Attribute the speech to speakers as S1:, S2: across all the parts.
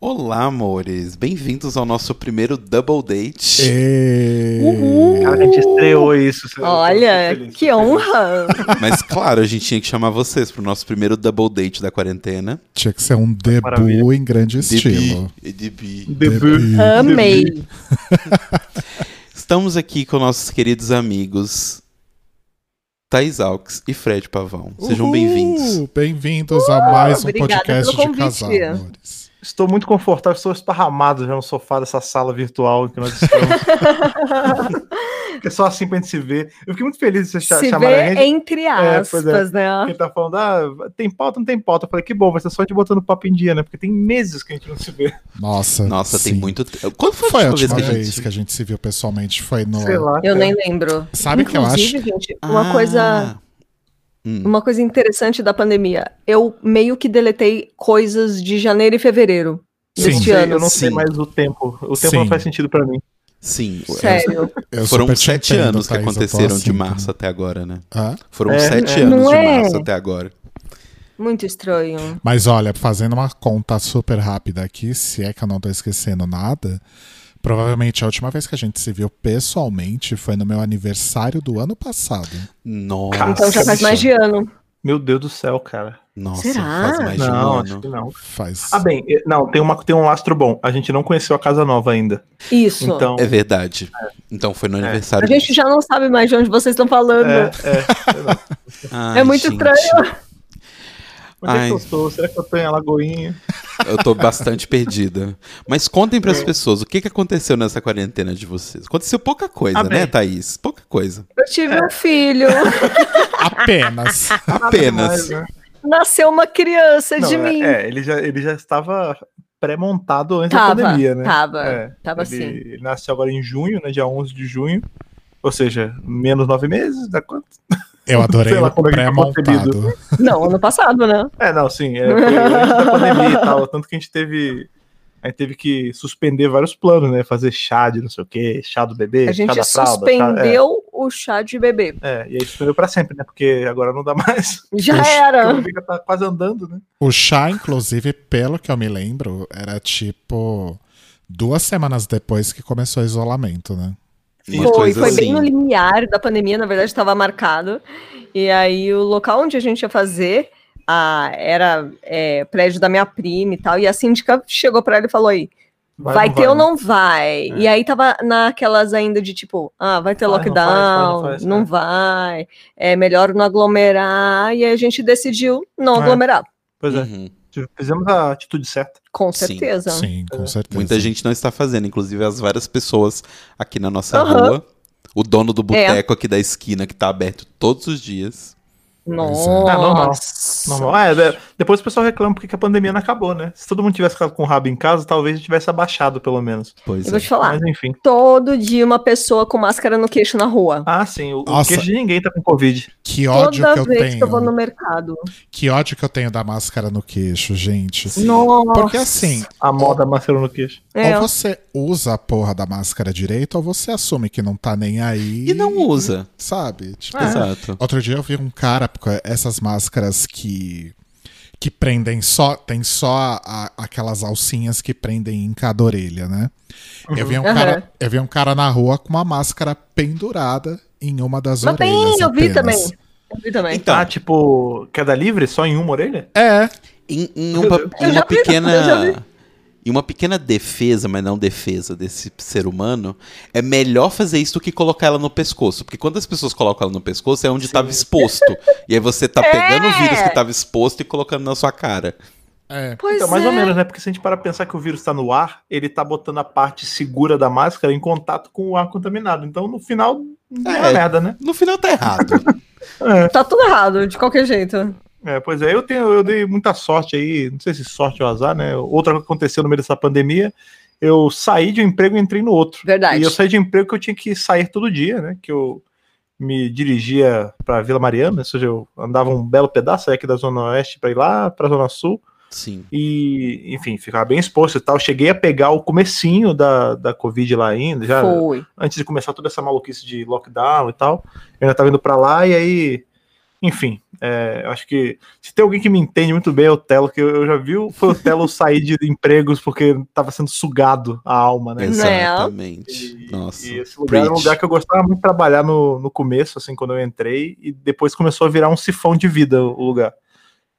S1: Olá, amores. Bem-vindos ao nosso primeiro Double Date.
S2: É.
S3: Uhul.
S4: Cara, a gente estreou isso. eu tô
S3: Uh, Olha,
S4: muito feliz,
S3: que
S4: tô feliz.
S3: honra!
S1: Mas claro, a gente tinha que chamar vocês pro nosso primeiro Double Date da quarentena.
S2: Tinha que ser um debut
S4: Maravilha.
S2: em grande estilo.
S1: Debi, Debi.
S4: Debut.
S3: Amei!
S1: Estamos aqui com nossos queridos amigos Thais Alves e Fred Pavão. Sejam
S2: Uhul!
S1: bem-vindos.
S2: Bem-vindos a mais um
S3: obrigada
S2: podcast
S3: pelo
S2: de casal,
S3: convite.
S2: amores.
S4: Estou muito confortável, estou esparramado já no sofá dessa sala virtual que nós estamos. que é só assim pra gente se ver. Eu fiquei muito feliz de vocês cha-
S3: Se
S4: chamarem a
S3: vê
S4: gente.
S3: entre
S4: É, pois é.
S3: aspas, né?
S4: Quem tá falando, ah, tem pauta, não tem pauta. Eu falei, que bom, vai ser só te botando papo em dia, né? Porque tem meses que a gente não se vê.
S2: Nossa.
S1: Nossa, tem
S2: sim.
S1: muito tempo. Quando foi a
S2: Foi a
S1: última vez
S2: última
S1: que a
S2: vez
S1: gente...
S2: que a gente se viu pessoalmente. Foi no.
S4: Sei lá.
S3: Eu nem lembro.
S2: Sabe o que eu acho?
S3: Inclusive, gente, uma
S1: Ah.
S3: coisa.
S1: Hum.
S3: Uma coisa interessante da pandemia, eu meio que deletei coisas de janeiro e fevereiro
S4: Eu não
S3: deste
S4: sei,
S3: ano.
S4: eu não sei
S1: Sim.
S4: mais o tempo. O tempo
S2: Sim.
S4: não faz sentido pra mim.
S1: Sim. É,
S3: Sério.
S2: Eu
S1: Foram
S2: super te
S1: sete
S2: entendo,
S1: anos que
S2: Thaís, eu tô
S1: aconteceram
S2: assim
S1: de
S2: também.
S1: março até agora, né?
S2: Hã?
S1: Foram
S4: É,
S1: sete
S4: é.
S1: anos
S3: Não
S1: de
S3: é?
S1: março até agora.
S3: Muito estranho.
S2: Mas olha, fazendo uma conta super rápida aqui, se é que eu não tô esquecendo nada, provavelmente a última vez que a gente se viu pessoalmente foi no meu aniversário do ano passado.
S1: Nossa.
S3: Então já faz mais de ano.
S4: Meu Deus do céu, cara.
S1: Nossa,
S3: Será?
S1: faz mais de um
S4: não, acho
S1: ano.
S4: que não.
S2: Faz.
S4: Ah, bem, eh, não, tem, uma, tem um lastro bom. A gente não conheceu a casa nova ainda.
S3: Isso.
S4: Então.
S1: É verdade. Então foi no
S3: A
S1: aniversário.
S3: gente já não sabe mais de onde vocês estão falando.
S4: É, é.
S1: Ai,
S3: é muito
S1: gente,
S3: estranho.
S4: Onde é
S1: Ai.
S4: que eu estou? Será que eu estou em Alagoinha?
S1: Eu tô bastante perdida. Mas contem pras pessoas o que, que aconteceu nessa quarentena de vocês. Aconteceu pouca coisa,
S4: Ah,
S1: né,
S4: bem.
S1: Thaís? Pouca coisa.
S3: Eu tive
S4: é.
S3: um filho,
S2: Apenas.
S1: Apenas.
S4: Nada mais, né?
S3: nasceu uma criança de
S4: Não, é-
S3: mim.
S4: É, ele já, ele já estava pré-montado antes
S3: Tava,
S4: da pandemia, né?
S3: tava,
S4: É,
S3: tava
S4: ele,
S3: assim.
S4: ele nasceu agora em junho, né? Dia 11 de junho. Ou seja, menos nove meses, dá quanto?
S2: Eu adorei
S4: Sei lá
S2: o
S4: como é que foi concebido.
S2: pré-montado.
S3: Não, ano passado, né?
S4: É, não, sim, é, foi antes da pandemia e tal. Tanto que a gente teve. A gente teve que suspender vários planos, né? Fazer chá de não sei o quê, chá do bebê,
S3: A
S4: chá
S3: gente
S4: da fralda. chá- é,
S3: suspendeu o chá de bebê.
S4: é, e aí suspendeu pra sempre, né? Porque agora não dá mais.
S3: Já
S2: Puxa,
S4: Porque O
S3: era.
S4: bebê já tá quase andando, né?
S2: O chá, inclusive, pelo que eu me lembro, era tipo duas semanas depois que começou o isolamento, né?
S1: Umas
S3: Foi,
S1: coisas
S3: foi
S1: assim.
S3: bem no limiar da pandemia, na verdade, estava marcado. E aí o local onde a gente ia fazer a, era é, prédio da minha prima e tal. E a síndica chegou pra ela e falou aí, vai,
S4: não né? É.
S3: ter ou não vai? E aí tava naquelas ainda de tipo, ah, vai ter
S4: Vai, não
S3: lockdown, não,
S4: faz, faz, faz, é.
S3: vai, é melhor não aglomerar. E aí a gente decidiu não
S4: É.
S3: aglomerar,
S4: Pois é,
S1: Uhum.
S4: fizemos a atitude certa.
S3: com
S1: Sim,
S3: certeza.
S2: Sim,
S3: É.
S2: com certeza.
S1: Muita gente não está fazendo, inclusive as várias pessoas aqui na nossa
S3: Aham. É.
S1: rua. O dono do boteco aqui da esquina, que tá aberto todos os dias.
S3: Nossa.
S4: Ah, normal, Normal. Ah, é, de- depois o pessoal reclama porque que a pandemia não acabou, né? Se todo mundo tivesse ficado com o rabo em casa, talvez já tivesse abaixado, pelo menos.
S1: Pois
S3: Eu
S1: é.
S3: vou te falar.
S4: Mas enfim.
S3: Todo dia uma pessoa com máscara no queixo na rua.
S4: Ah, sim, o, o
S2: Nossa.
S4: queixo de ninguém tá com Covid.
S2: Que ódio
S3: Toda
S2: que eu
S3: vez
S2: tenho.
S3: que eu vou no mercado.
S2: Que ódio que eu tenho da máscara no queixo, gente.
S3: Nossa.
S2: Porque assim,
S4: A moda macerou no queixo.
S3: É,
S2: ou você usa a porra da máscara direito, ou você assume que não tá nem aí.
S1: E não usa.
S2: Sabe? Tipo,
S3: Ah.
S1: Exato.
S2: Outro dia eu vi um cara com essas máscaras que que prendem só tem só a- aquelas alcinhas que prendem em cada orelha, né? Eu vi um
S3: Uhum. Aham.
S2: cara, eu vi um cara na rua com uma máscara pendurada em uma das
S3: Mas
S2: orelhas.
S3: bem, eu vi
S2: apenas.
S3: também. Eu vi também.
S1: Então,
S4: Ah, tipo, queda livre só em uma orelha?
S2: É,
S1: em, em uma,
S4: Eu
S1: em uma
S3: já vi, eu já
S1: pequena
S3: vi.
S1: em uma pequena defesa, mas não defesa desse ser humano, é melhor fazer isso do que colocar ela no pescoço, porque quando as pessoas colocam ela no pescoço é onde estava exposto. e aí você
S3: É!
S1: tá pegando o vírus que estava exposto e colocando na sua cara.
S2: é.
S3: Pois
S4: Então, mais
S3: é.
S4: ou menos, né? Porque se a gente parar pra pensar que o vírus tá no ar, ele tá botando a parte segura da máscara em contato com o ar contaminado. Então, no final, não é, uma
S1: É.
S4: merda, né?
S1: No final tá errado.
S4: É.
S3: Tá tudo errado, de qualquer jeito.
S4: É, pois é, eu, tenho, eu dei muita sorte aí, não sei se sorte ou azar, né? Outra coisa que aconteceu no meio dessa pandemia, eu saí de um emprego e entrei no outro.
S3: Verdade.
S4: E eu saí de um emprego que eu tinha que sair todo dia, né? Que eu me dirigia para Vila Mariana, ou seja, eu andava um belo pedaço saía aqui da Zona Oeste para ir lá para Zona Sul
S1: Sim.
S4: e, enfim, ficava bem exposto e tal. Cheguei a pegar o comecinho da, da Covid lá ainda, já
S3: Foi.
S4: antes de começar toda essa maluquice de lockdown e tal. Eu ainda tava indo pra lá e aí Enfim, é, eu acho que se tem alguém que me entende muito bem é o Telo, que eu, eu já vi, o- foi o Telo sair de empregos porque tava sendo sugado a alma, né?
S1: Exatamente. Nossa.
S4: E esse lugar era um
S1: Preach.
S4: lugar que eu gostava muito de trabalhar no, no começo, assim, quando eu entrei, e depois começou a virar um sifão de vida o lugar.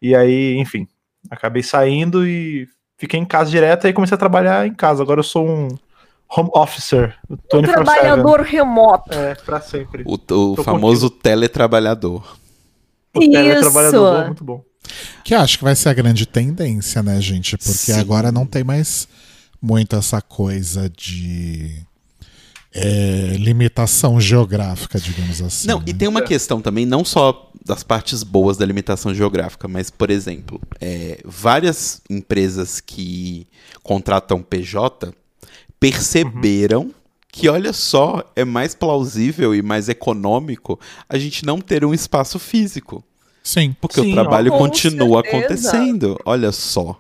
S4: E aí, enfim, acabei saindo e fiquei em casa direto e comecei a trabalhar em casa. Agora eu sou um home officer,
S3: Um
S4: 24/7.
S3: trabalhador remoto.
S4: É, pra sempre.
S1: O, o
S4: Tô
S1: famoso teletrabalhador.
S4: O
S3: Isso.
S4: teletrabalhador é muito bom.
S2: Que acho que vai ser a grande tendência, né, gente? Porque
S1: Sim.
S2: agora não tem mais muito essa coisa de é, limitação geográfica, digamos assim.
S1: Não,
S2: né?
S1: e tem
S3: É.
S1: uma questão também, não só das partes boas da limitação geográfica, mas, por exemplo, é, várias empresas que contratam PJ perceberam que, olha só, é mais plausível e mais econômico a gente não ter um espaço físico.
S2: Sim.
S1: Porque
S4: Sim,
S1: o
S4: ó.
S1: trabalho
S3: Com
S1: continua
S3: certeza.
S1: acontecendo. Olha só.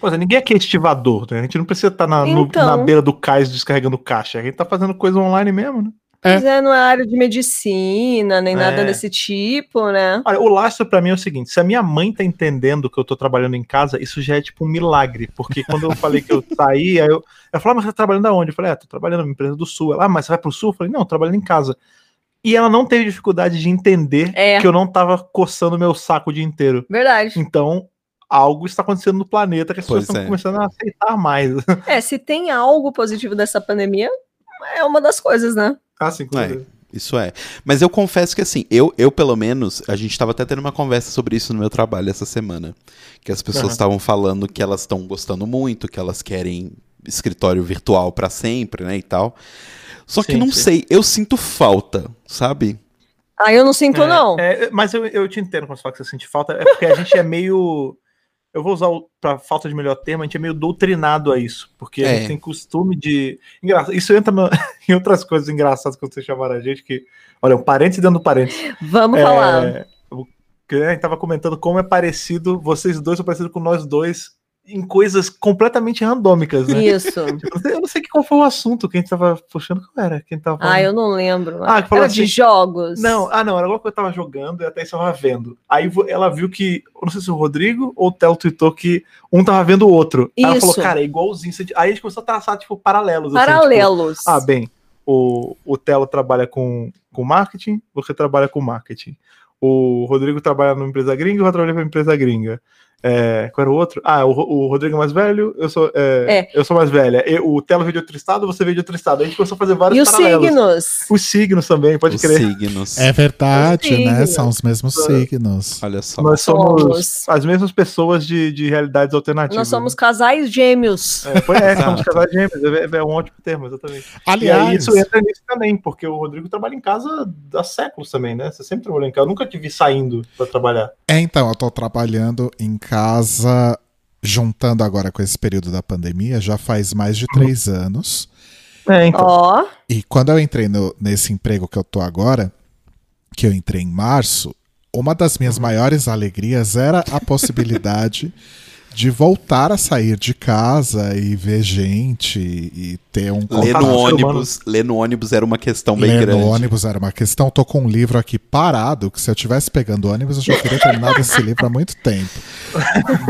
S4: Pois é, ninguém aqui é estivador, né? A gente não precisa estar na, no-
S3: Então.
S4: na beira do cais descarregando caixa. A gente tá fazendo coisa online mesmo, né?
S2: É.
S3: Mas é, não é área de medicina, nem nada
S4: É.
S3: desse tipo, né?
S4: Olha, o lastro pra mim é o seguinte: se a minha mãe tá entendendo que eu tô trabalhando em casa, isso já é tipo um milagre. Porque quando eu falei que eu saí, aí eu, ela falou, "Ah, mas você tá trabalhando aonde? Eu falei, é, tô trabalhando numa empresa do sul. Ela, ah, mas você vai pro sul? Eu falei, não, tô trabalhando em casa. E ela não teve dificuldade de entender
S3: É.
S4: que eu não tava coçando meu saco o dia inteiro.
S3: Verdade.
S4: Então, algo está acontecendo no planeta que as pessoas
S1: Pois
S4: estão
S1: é.
S4: começando a aceitar mais.
S3: É, se tem algo positivo dessa pandemia, é uma das coisas, né?
S4: assim, com
S1: É.
S4: certeza.
S1: Isso é. Mas eu confesso que assim, eu, eu pelo menos, a gente tava até tendo uma conversa sobre isso no meu trabalho essa semana. Que as pessoas
S4: Aham.
S1: estavam falando que elas estão gostando muito, que elas querem escritório virtual pra sempre, né, e tal. Só que
S4: Sim,
S1: não
S4: sim.
S1: sei, eu sinto falta, sabe?
S3: Aí eu não sinto,
S4: É,
S3: Então, não.
S4: é, mas eu, eu te entendo quando você fala que você sente falta. É porque a gente é meio. Eu vou usar o, pra falta de melhor termo, a gente é meio doutrinado a isso. Porque a
S1: É.
S4: gente tem costume de. Engra- Isso entra no- em outras coisas engraçadas que vocês chamaram a gente, que. Olha, um parênteses dentro do parênteses.
S3: Vamos
S4: É,
S3: falar.
S4: o que a gente tava comentando como é parecido, vocês dois são parecidos com nós dois em coisas completamente randômicas, né?
S3: Isso.
S4: Eu não, sei, eu não sei qual foi o assunto que a gente tava puxando, qual era? Quem tava falando?
S3: Ah, eu não lembro.
S4: Ah, que falou
S3: Era de
S4: assim-
S3: jogos.
S4: Não, ah não, era alguma coisa que eu tava jogando e até isso eu tava vendo. Aí vo- ela viu que, eu não sei se o Rodrigo ou o Theo tweetou que um tava vendo o outro. Aí ela
S3: Isso.
S4: falou, cara, é igualzinho. isso aqui. Aí a gente começou a traçar, tipo, paralelos. assim,
S3: Paralelos.
S4: tipo, ah, bem, o, o Theo trabalha com, com marketing, você trabalha com marketing. O Rodrigo trabalha numa empresa gringa, eu trabalho pra empresa gringa. É, qual era o outro? Ah, o, Ro- o Rodrigo é mais velho, eu sou, é, eu sou mais velha. E o Telo veio de outro estado, você veio de outro estado. Aí a gente começou a fazer vários
S3: e os
S4: paralelos.
S3: signos?
S4: Os signos também, pode
S1: Os
S4: crer.
S1: signos.
S2: É verdade,
S3: Os
S2: né?
S3: signos.
S2: São os mesmos signos.
S1: Olha só.
S4: Nós somos,
S3: Somos.
S4: as mesmas pessoas de, de realidades alternativas.
S3: Nós somos
S4: né?
S3: casais gêmeos.
S4: É, pois é, somos
S1: Exato.
S4: casais gêmeos. É, é um ótimo termo, exatamente.
S2: Aliás,
S4: e aí isso entra nisso também, porque o Rodrigo trabalha em casa há séculos também, né? Você sempre trabalhou em casa. Eu nunca te vi saindo pra trabalhar.
S2: É, então, eu tô trabalhando em casa, juntando agora com esse período da pandemia, já faz mais de três anos.
S4: É,
S3: Ó,
S2: E quando eu entrei no- nesse emprego que eu tô agora, que eu entrei em março, uma das minhas
S4: Uhum.
S2: maiores alegrias era a possibilidade de voltar a sair de casa e ver gente e ter um
S1: Ler
S4: Contato
S1: no
S4: com o ser
S1: ônibus, ler no ônibus era uma questão bem
S2: Ler
S1: grande.
S2: no ônibus era uma questão. Tô com um livro aqui parado, que se eu tivesse pegando ônibus, eu já teria terminado esse livro há muito tempo.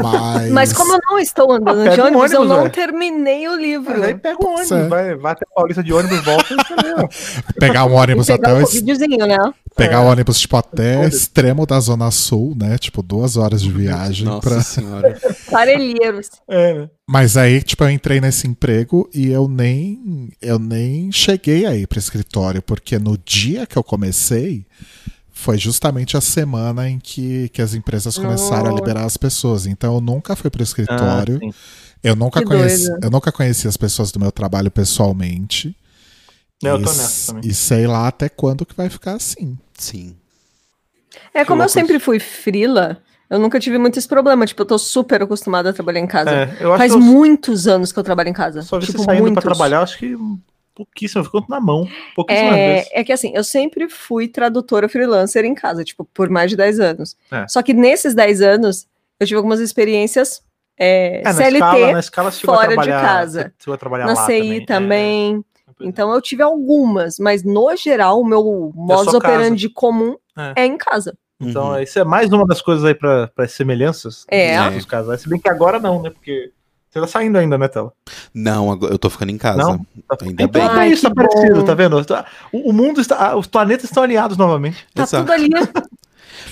S2: Mas,
S3: mas como eu não estou andando
S4: É Ah,
S3: de
S4: pega um
S3: ônibus, eu não
S4: ônibus, velho. né?
S3: terminei o livro.
S4: Aí pega o
S2: Pois
S4: ônibus,
S2: é.
S4: vai, vai até a Paulista de ônibus, volta e você vê, ó.
S2: pegar um
S3: E
S2: ônibus até
S3: pegar
S2: o
S3: um
S2: es-
S3: videozinho, né?
S2: pegar o ônibus tipo até
S4: Foda-se.
S2: extremo da zona sul, né? Tipo duas horas de viagem
S1: Nossa
S2: pra-
S1: senhora.
S3: Parelheiros.
S4: É, né?
S2: Mas aí, tipo, eu entrei nesse emprego e eu nem eu nem cheguei aí para escritório, porque no dia que eu comecei foi justamente a semana em que, que as empresas começaram a
S3: Nossa.
S2: liberar as pessoas. Então eu nunca fui para escritório.
S4: Ah, sim.
S2: Eu nunca,
S3: Que
S2: conheci,
S3: doido.
S2: eu nunca conheci as pessoas do meu trabalho pessoalmente.
S4: Não, eu
S2: e,
S4: tô
S2: s-
S4: nessa também.
S2: E sei lá até quando que vai ficar assim.
S1: Sim.
S3: É, como
S4: loucura
S3: eu sempre fui frila, eu nunca tive muito esse problema. Tipo, eu tô super acostumada a trabalhar em casa.
S4: É, eu acho
S3: Faz
S4: que eu
S3: muitos anos que eu trabalho em casa.
S4: só vi
S3: tipo,
S4: você saindo
S3: muitos.
S4: pra trabalhar, acho que pouquíssimo, ficou na mão, pouquíssimas vezes.
S3: É, é que assim, eu sempre fui tradutora freelancer em casa, tipo, por mais de 10 anos.
S4: É.
S3: Só que nesses 10 anos, eu tive algumas experiências é,
S4: É, na
S3: CLT,
S4: escala, na escala você chegou a
S3: fora de
S4: trabalhar-
S3: casa.
S4: você chegou a trabalhar
S3: na
S4: lá
S3: CI também.
S4: também. É, pois é.
S3: Então eu tive algumas, mas no geral, o meu modus
S4: sou casa.
S3: operandi comum
S4: É.
S3: é. em casa.
S4: Então,
S1: Uhum.
S4: é, isso é mais uma das coisas aí para as semelhanças
S3: É.
S4: dos nossos casais. Se bem que agora não, né? Porque você tá saindo ainda, né, Tela?
S1: Não, agora- eu tô ficando em casa.
S4: Não? Tá-
S1: Ainda
S4: então,
S1: bem.
S4: até
S3: Ai,
S4: isso tá
S3: que
S4: parecido,
S3: bom.
S4: tá vendo? Tá- O, o mundo está. ah, Os planetas estão alinhados novamente.
S3: Tá
S1: Exato.
S3: tudo ali.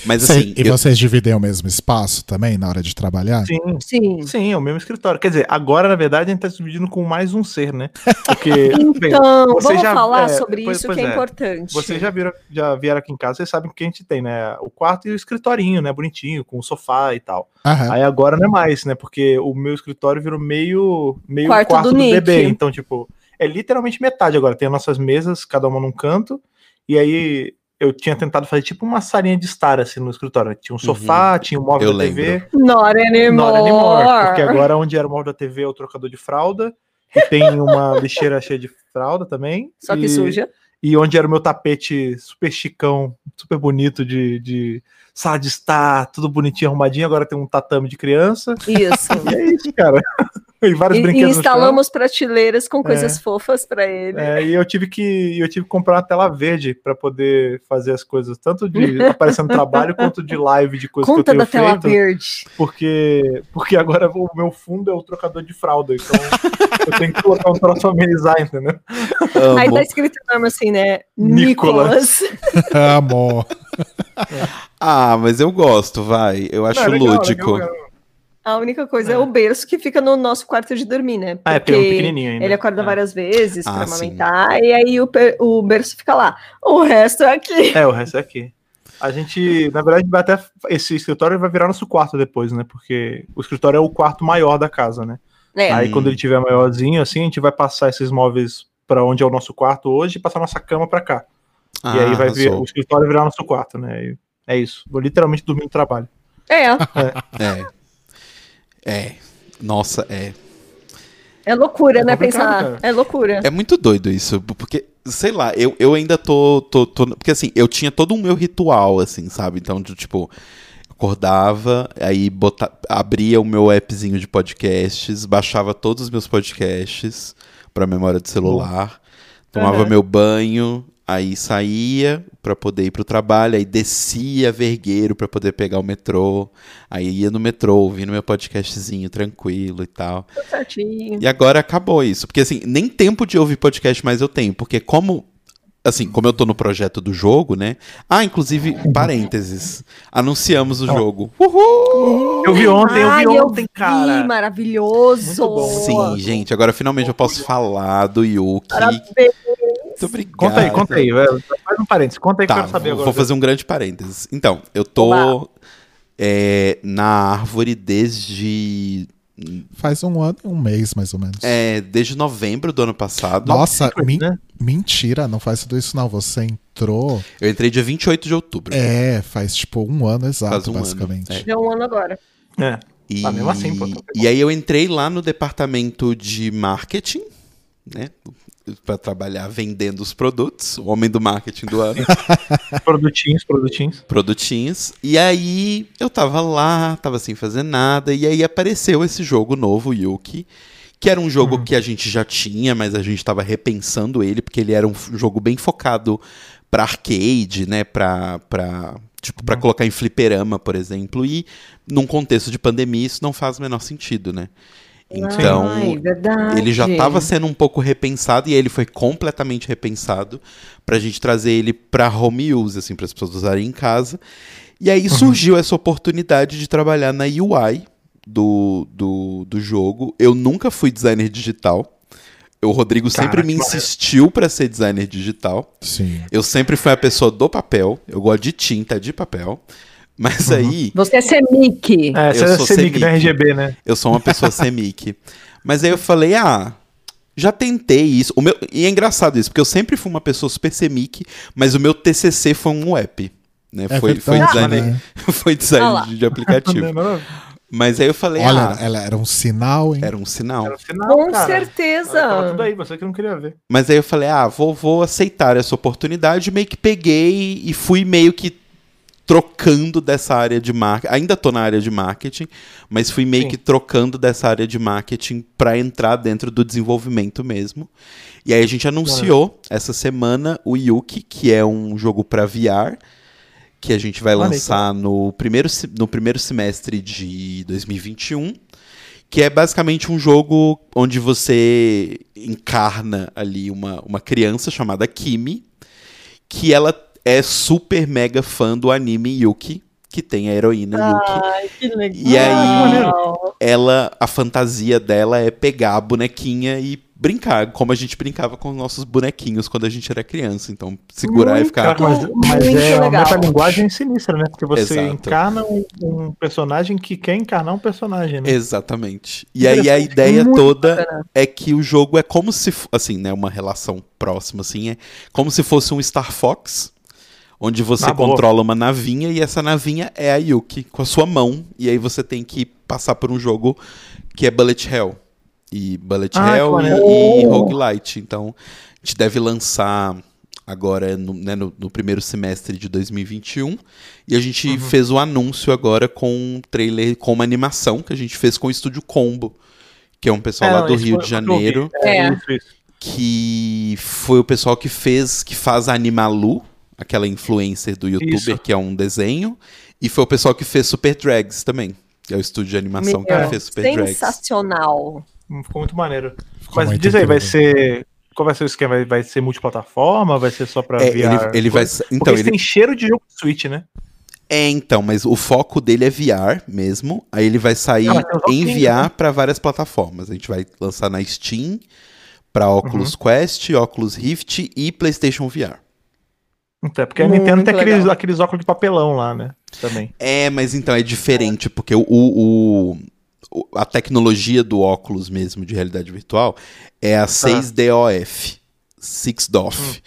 S1: Mas
S2: Cê-
S1: assim,
S2: e
S1: eu-
S2: vocês dividem o mesmo espaço também na hora de trabalhar?
S4: Sim.
S3: Sim.
S4: Sim, é o mesmo escritório. Quer dizer, agora, na verdade, a gente tá se dividindo com mais um ser, né? Porque. bem,
S3: Então,
S4: você
S3: vamos
S4: já-
S3: falar
S4: é,
S3: sobre
S4: pois-
S3: isso
S4: pois
S3: que é,
S4: é.
S3: importante.
S4: Vocês já, viram, já vieram aqui em casa, vocês sabem o que a gente tem, né? O quarto e o escritorinho, né? Bonitinho, com o sofá e tal.
S2: Aham.
S4: Aí agora não é mais, né? Porque o meu escritório virou meio, meio
S3: Quarto
S4: quarto,
S3: do
S4: do,
S3: Nick.
S4: bebê. Então, tipo, é literalmente metade agora. Tem as nossas mesas, cada uma num canto. E aí eu tinha tentado fazer tipo uma salinha de estar assim no escritório. Tinha um sofá, tinha um móvel
S1: Eu
S4: da TV.
S3: Not anymore.
S4: Not anymore, Porque agora onde era o móvel da TV é o trocador de fralda. E tem uma lixeira cheia de fralda também.
S3: Só que
S4: e-
S3: suja.
S4: e onde era o meu tapete super chicão, super bonito de, de sala de estar, tudo bonitinho, arrumadinho. Agora tem um tatame de criança.
S3: Isso.
S4: E é isso, cara. e vários
S3: E, e
S4: brinquedos. no chão.
S3: instalamos prateleiras com coisas fofas pra ele.
S4: É, e eu tive que eu tive que comprar uma tela verde para poder fazer as coisas, tanto de aparecendo trabalho quanto de live de coisas
S3: Conta
S4: que eu
S3: da
S4: tenho
S3: tela
S4: feito,
S3: verde.
S4: porque porque agora o meu fundo é o trocador de fralda, então eu tenho que colocar um troço pra amenizar, entendeu?
S3: Aí
S1: amo.
S3: tá escrito o nome assim, né? Nicolas.
S4: Nicolas.
S2: Amor.
S1: Ah, mas eu gosto, vai. Eu acho
S4: Não, é legal,
S1: lúdico.
S4: legal, legal.
S3: A única coisa é.
S4: É.
S3: o berço que fica no nosso quarto de dormir, né?
S4: Ah, é porque é um pequenininho ainda.
S3: Ele acorda
S4: É.
S3: várias vezes
S1: Ah,
S3: pra
S1: sim.
S3: amamentar, e aí o, pe- o berço fica lá. O resto é aqui.
S4: É, o resto é aqui. A gente, na verdade, vai até. Esse escritório vai virar nosso quarto depois, né? Porque o escritório é o quarto maior da casa, né?
S3: É.
S4: Aí
S1: Hum.
S4: quando ele tiver maiorzinho, assim, a gente vai passar esses móveis pra onde é o nosso quarto hoje e passar nossa cama pra cá.
S1: Ah,
S4: e aí vai vir,
S1: arrasou.
S4: o escritório virar nosso quarto, né? E é isso. Vou literalmente dormir no trabalho.
S3: É,
S1: É. É. Nossa, é.
S3: é loucura,
S4: É
S3: né?
S4: complicado,
S3: Pensar.
S4: cara.
S3: É loucura.
S1: É muito doido isso, porque, sei lá, eu, eu ainda tô, tô, tô. Porque assim, eu tinha todo o meu ritual, assim, sabe? Então, de, tipo, acordava, aí bota, abria o meu appzinho de podcasts, baixava todos os meus podcasts pra memória do celular, tomava
S3: Aham.
S1: meu banho, aí saía pra poder ir pro trabalho, aí descia vergueiro pra poder pegar o metrô, aí ia no metrô, ouvindo meu podcastzinho tranquilo e tal.
S3: Tudo certinho.
S1: E agora acabou isso. Porque assim, nem tempo de ouvir podcast mais eu tenho. Porque como. Assim, como eu tô no projeto do jogo, né? Ah, inclusive, parênteses. Anunciamos o
S4: Tá
S1: jogo. Uhul!
S4: Eu vi ontem, eu
S3: Ai,
S4: vi ontem,
S3: vi,
S4: cara.
S3: maravilhoso.
S4: Muito bom.
S1: Sim, gente, agora finalmente eu posso falar do Yuki.
S3: Parabéns.
S1: Muito obrigado.
S4: Conta aí, conta aí, velho. Faz um parênteses, conta aí que eu
S1: Tá,
S4: quero saber
S1: vou
S4: agora.
S1: vou fazer um grande parênteses. Então, eu
S3: Oba.
S1: tô é, na árvore desde.
S2: Faz um ano e um mês, mais ou menos.
S1: é, desde novembro do ano passado.
S2: Nossa, men-
S4: né?
S2: mentira, não faz tudo isso não. Você entrou.
S1: Eu entrei dia 28 de outubro.
S2: É, faz tipo um ano
S1: Faz
S2: exato,
S1: um ano,
S2: basicamente.
S1: é.
S3: Deu um ano agora.
S4: É.
S1: E,
S4: Ah, mesmo assim, pô, tá
S1: e aí eu entrei lá no departamento de marketing, né? Pra trabalhar vendendo os produtos, o homem do marketing do ano,
S4: Produtinhos, produtinhos.
S1: produtinhos. E aí eu tava lá, tava sem fazer nada, e aí apareceu esse jogo novo, Yuki, que era um jogo
S4: Uhum.
S1: que a gente já tinha, mas a gente tava repensando ele, porque ele era um f- jogo bem focado pra arcade, né? Pra, pra, tipo, pra colocar em fliperama, por exemplo. E num contexto de pandemia, isso não faz o menor sentido, né? Então,
S3: Ai, verdade.
S1: ele já estava sendo um pouco repensado e ele foi completamente repensado pra gente trazer ele pra home use, assim, para as pessoas usarem em casa. E
S4: Uhum.
S1: aí surgiu essa oportunidade de trabalhar na UI do, do, do jogo. Eu nunca fui designer digital. O Rodrigo
S4: Cara,
S1: sempre me
S4: que maneiro.
S1: insistiu pra ser designer digital.
S2: Sim.
S1: Eu sempre fui a pessoa do papel. Eu gosto de tinta, de papel. Mas
S4: Uhum.
S1: aí
S3: Você é Semic.
S4: É, você
S1: Eu
S4: é
S1: sou
S4: CEMIC da
S1: CEMIC.
S4: RGB, né?
S1: eu sou uma pessoa semic. Mas aí eu falei, ah, já tentei isso. O meu... E é engraçado isso, porque eu sempre fui uma pessoa super semic, mas o meu TCC foi um app. Né?
S2: É
S1: foi, foi
S2: verdade,
S1: design,
S2: né?
S1: foi
S3: Ah lá.
S1: design de, de
S4: é
S1: aplicativo. Mas aí eu falei,
S2: Olha,
S1: ah,
S2: ela era um sinal, hein?
S1: era um sinal.
S4: Era o final,
S3: Com
S4: Ah, cara. Tava
S3: certeza.
S4: tudo aí, você que não queria ver.
S1: Mas aí eu falei, ah, vou, vou aceitar essa oportunidade. Meio que peguei e fui meio que trocando dessa área de marketing. Ainda tô na área de marketing, mas fui meio
S4: Sim.
S1: que trocando dessa área de marketing para entrar dentro do desenvolvimento mesmo. E aí a gente anunciou essa semana o Yuki, que é um jogo para VR, que a gente vai
S4: Olha aí,
S1: lançar no primeiro, se- no primeiro semestre de 2021, que é basicamente um jogo onde você encarna ali uma, uma criança chamada Kimi, que ela é super mega fã do anime Yuki, que tem a heroína
S3: Ah.
S1: Yuki.
S3: Ai, que legal.
S1: Né, E aí, ela, a fantasia dela é pegar a bonequinha e brincar, como a gente brincava com os nossos bonequinhos quando a gente era criança. Então, segurar e ficar.
S4: Caraca, mas, mas
S3: Muito
S4: é uma
S3: legal.
S4: metalinguagem sinistra, né? Porque você
S1: Exato.
S4: encarna um, um personagem que quer encarnar um personagem, né?
S1: Exatamente. E aí a ideia
S3: Muito
S1: toda é que o jogo é como se, fo- assim, né, uma relação próxima assim, é como se fosse um Star Fox, onde você
S4: Na Ah, boa.
S1: controla uma navinha e essa navinha é a Yuki com a sua mão, e aí você tem que passar por um jogo que é Bullet Hell. E Bullet
S4: Ah, que
S1: Hell
S4: maneiro.
S1: e, e Roguelite, então a gente deve lançar agora no, né, no- no primeiro semestre de 2021. E um. a gente
S4: Uhum.
S1: fez o anúncio agora com um trailer, com uma animação que a gente fez com o Estúdio Combo, que é um pessoal
S4: É,
S1: lá do
S4: isso
S1: Rio
S4: foi
S1: de
S4: o que eu ouvi.
S1: Janeiro,
S3: É.
S4: Isso, isso.
S1: que foi o pessoal que fez, que faz a Animalu, aquela influencer do youtuber
S4: Isso.
S1: que é um desenho, e foi o pessoal que fez Super Drags também. que É o estúdio de animação que
S3: Meu,
S1: fez Super Drags.
S3: sensacional.
S4: Ficou muito maneiro.
S2: Ficou
S4: É, Mas
S2: muito
S4: diz aí, vai
S2: incrível.
S4: ser. Qual vai ser o esquema? Vai, vai ser multiplataforma? Vai ser só pra
S1: É, ele,
S4: VR?
S1: ele vai. ser-
S4: Porque
S1: Então,
S4: isso
S1: ele,
S4: tem cheiro de jogo de Switch, né?
S1: É, então, mas o foco dele é VR mesmo. Aí ele vai sair
S4: Ah, mas tem os
S1: em
S4: óculos,
S1: VR para várias plataformas. A gente vai lançar na Steam, para Oculus
S4: Uhum.
S1: Quest, Oculus Rift e PlayStation VR.
S4: Então, é porque a
S3: Muito
S4: Nintendo tem aqueles,
S3: legal.
S4: aqueles óculos de papelão lá, né? Também.
S1: É, mas então é diferente, porque o, o- o- a tecnologia do óculos mesmo de realidade virtual é
S4: Ah.
S1: a 6DOF,
S4: Hum.
S1: 6DOF,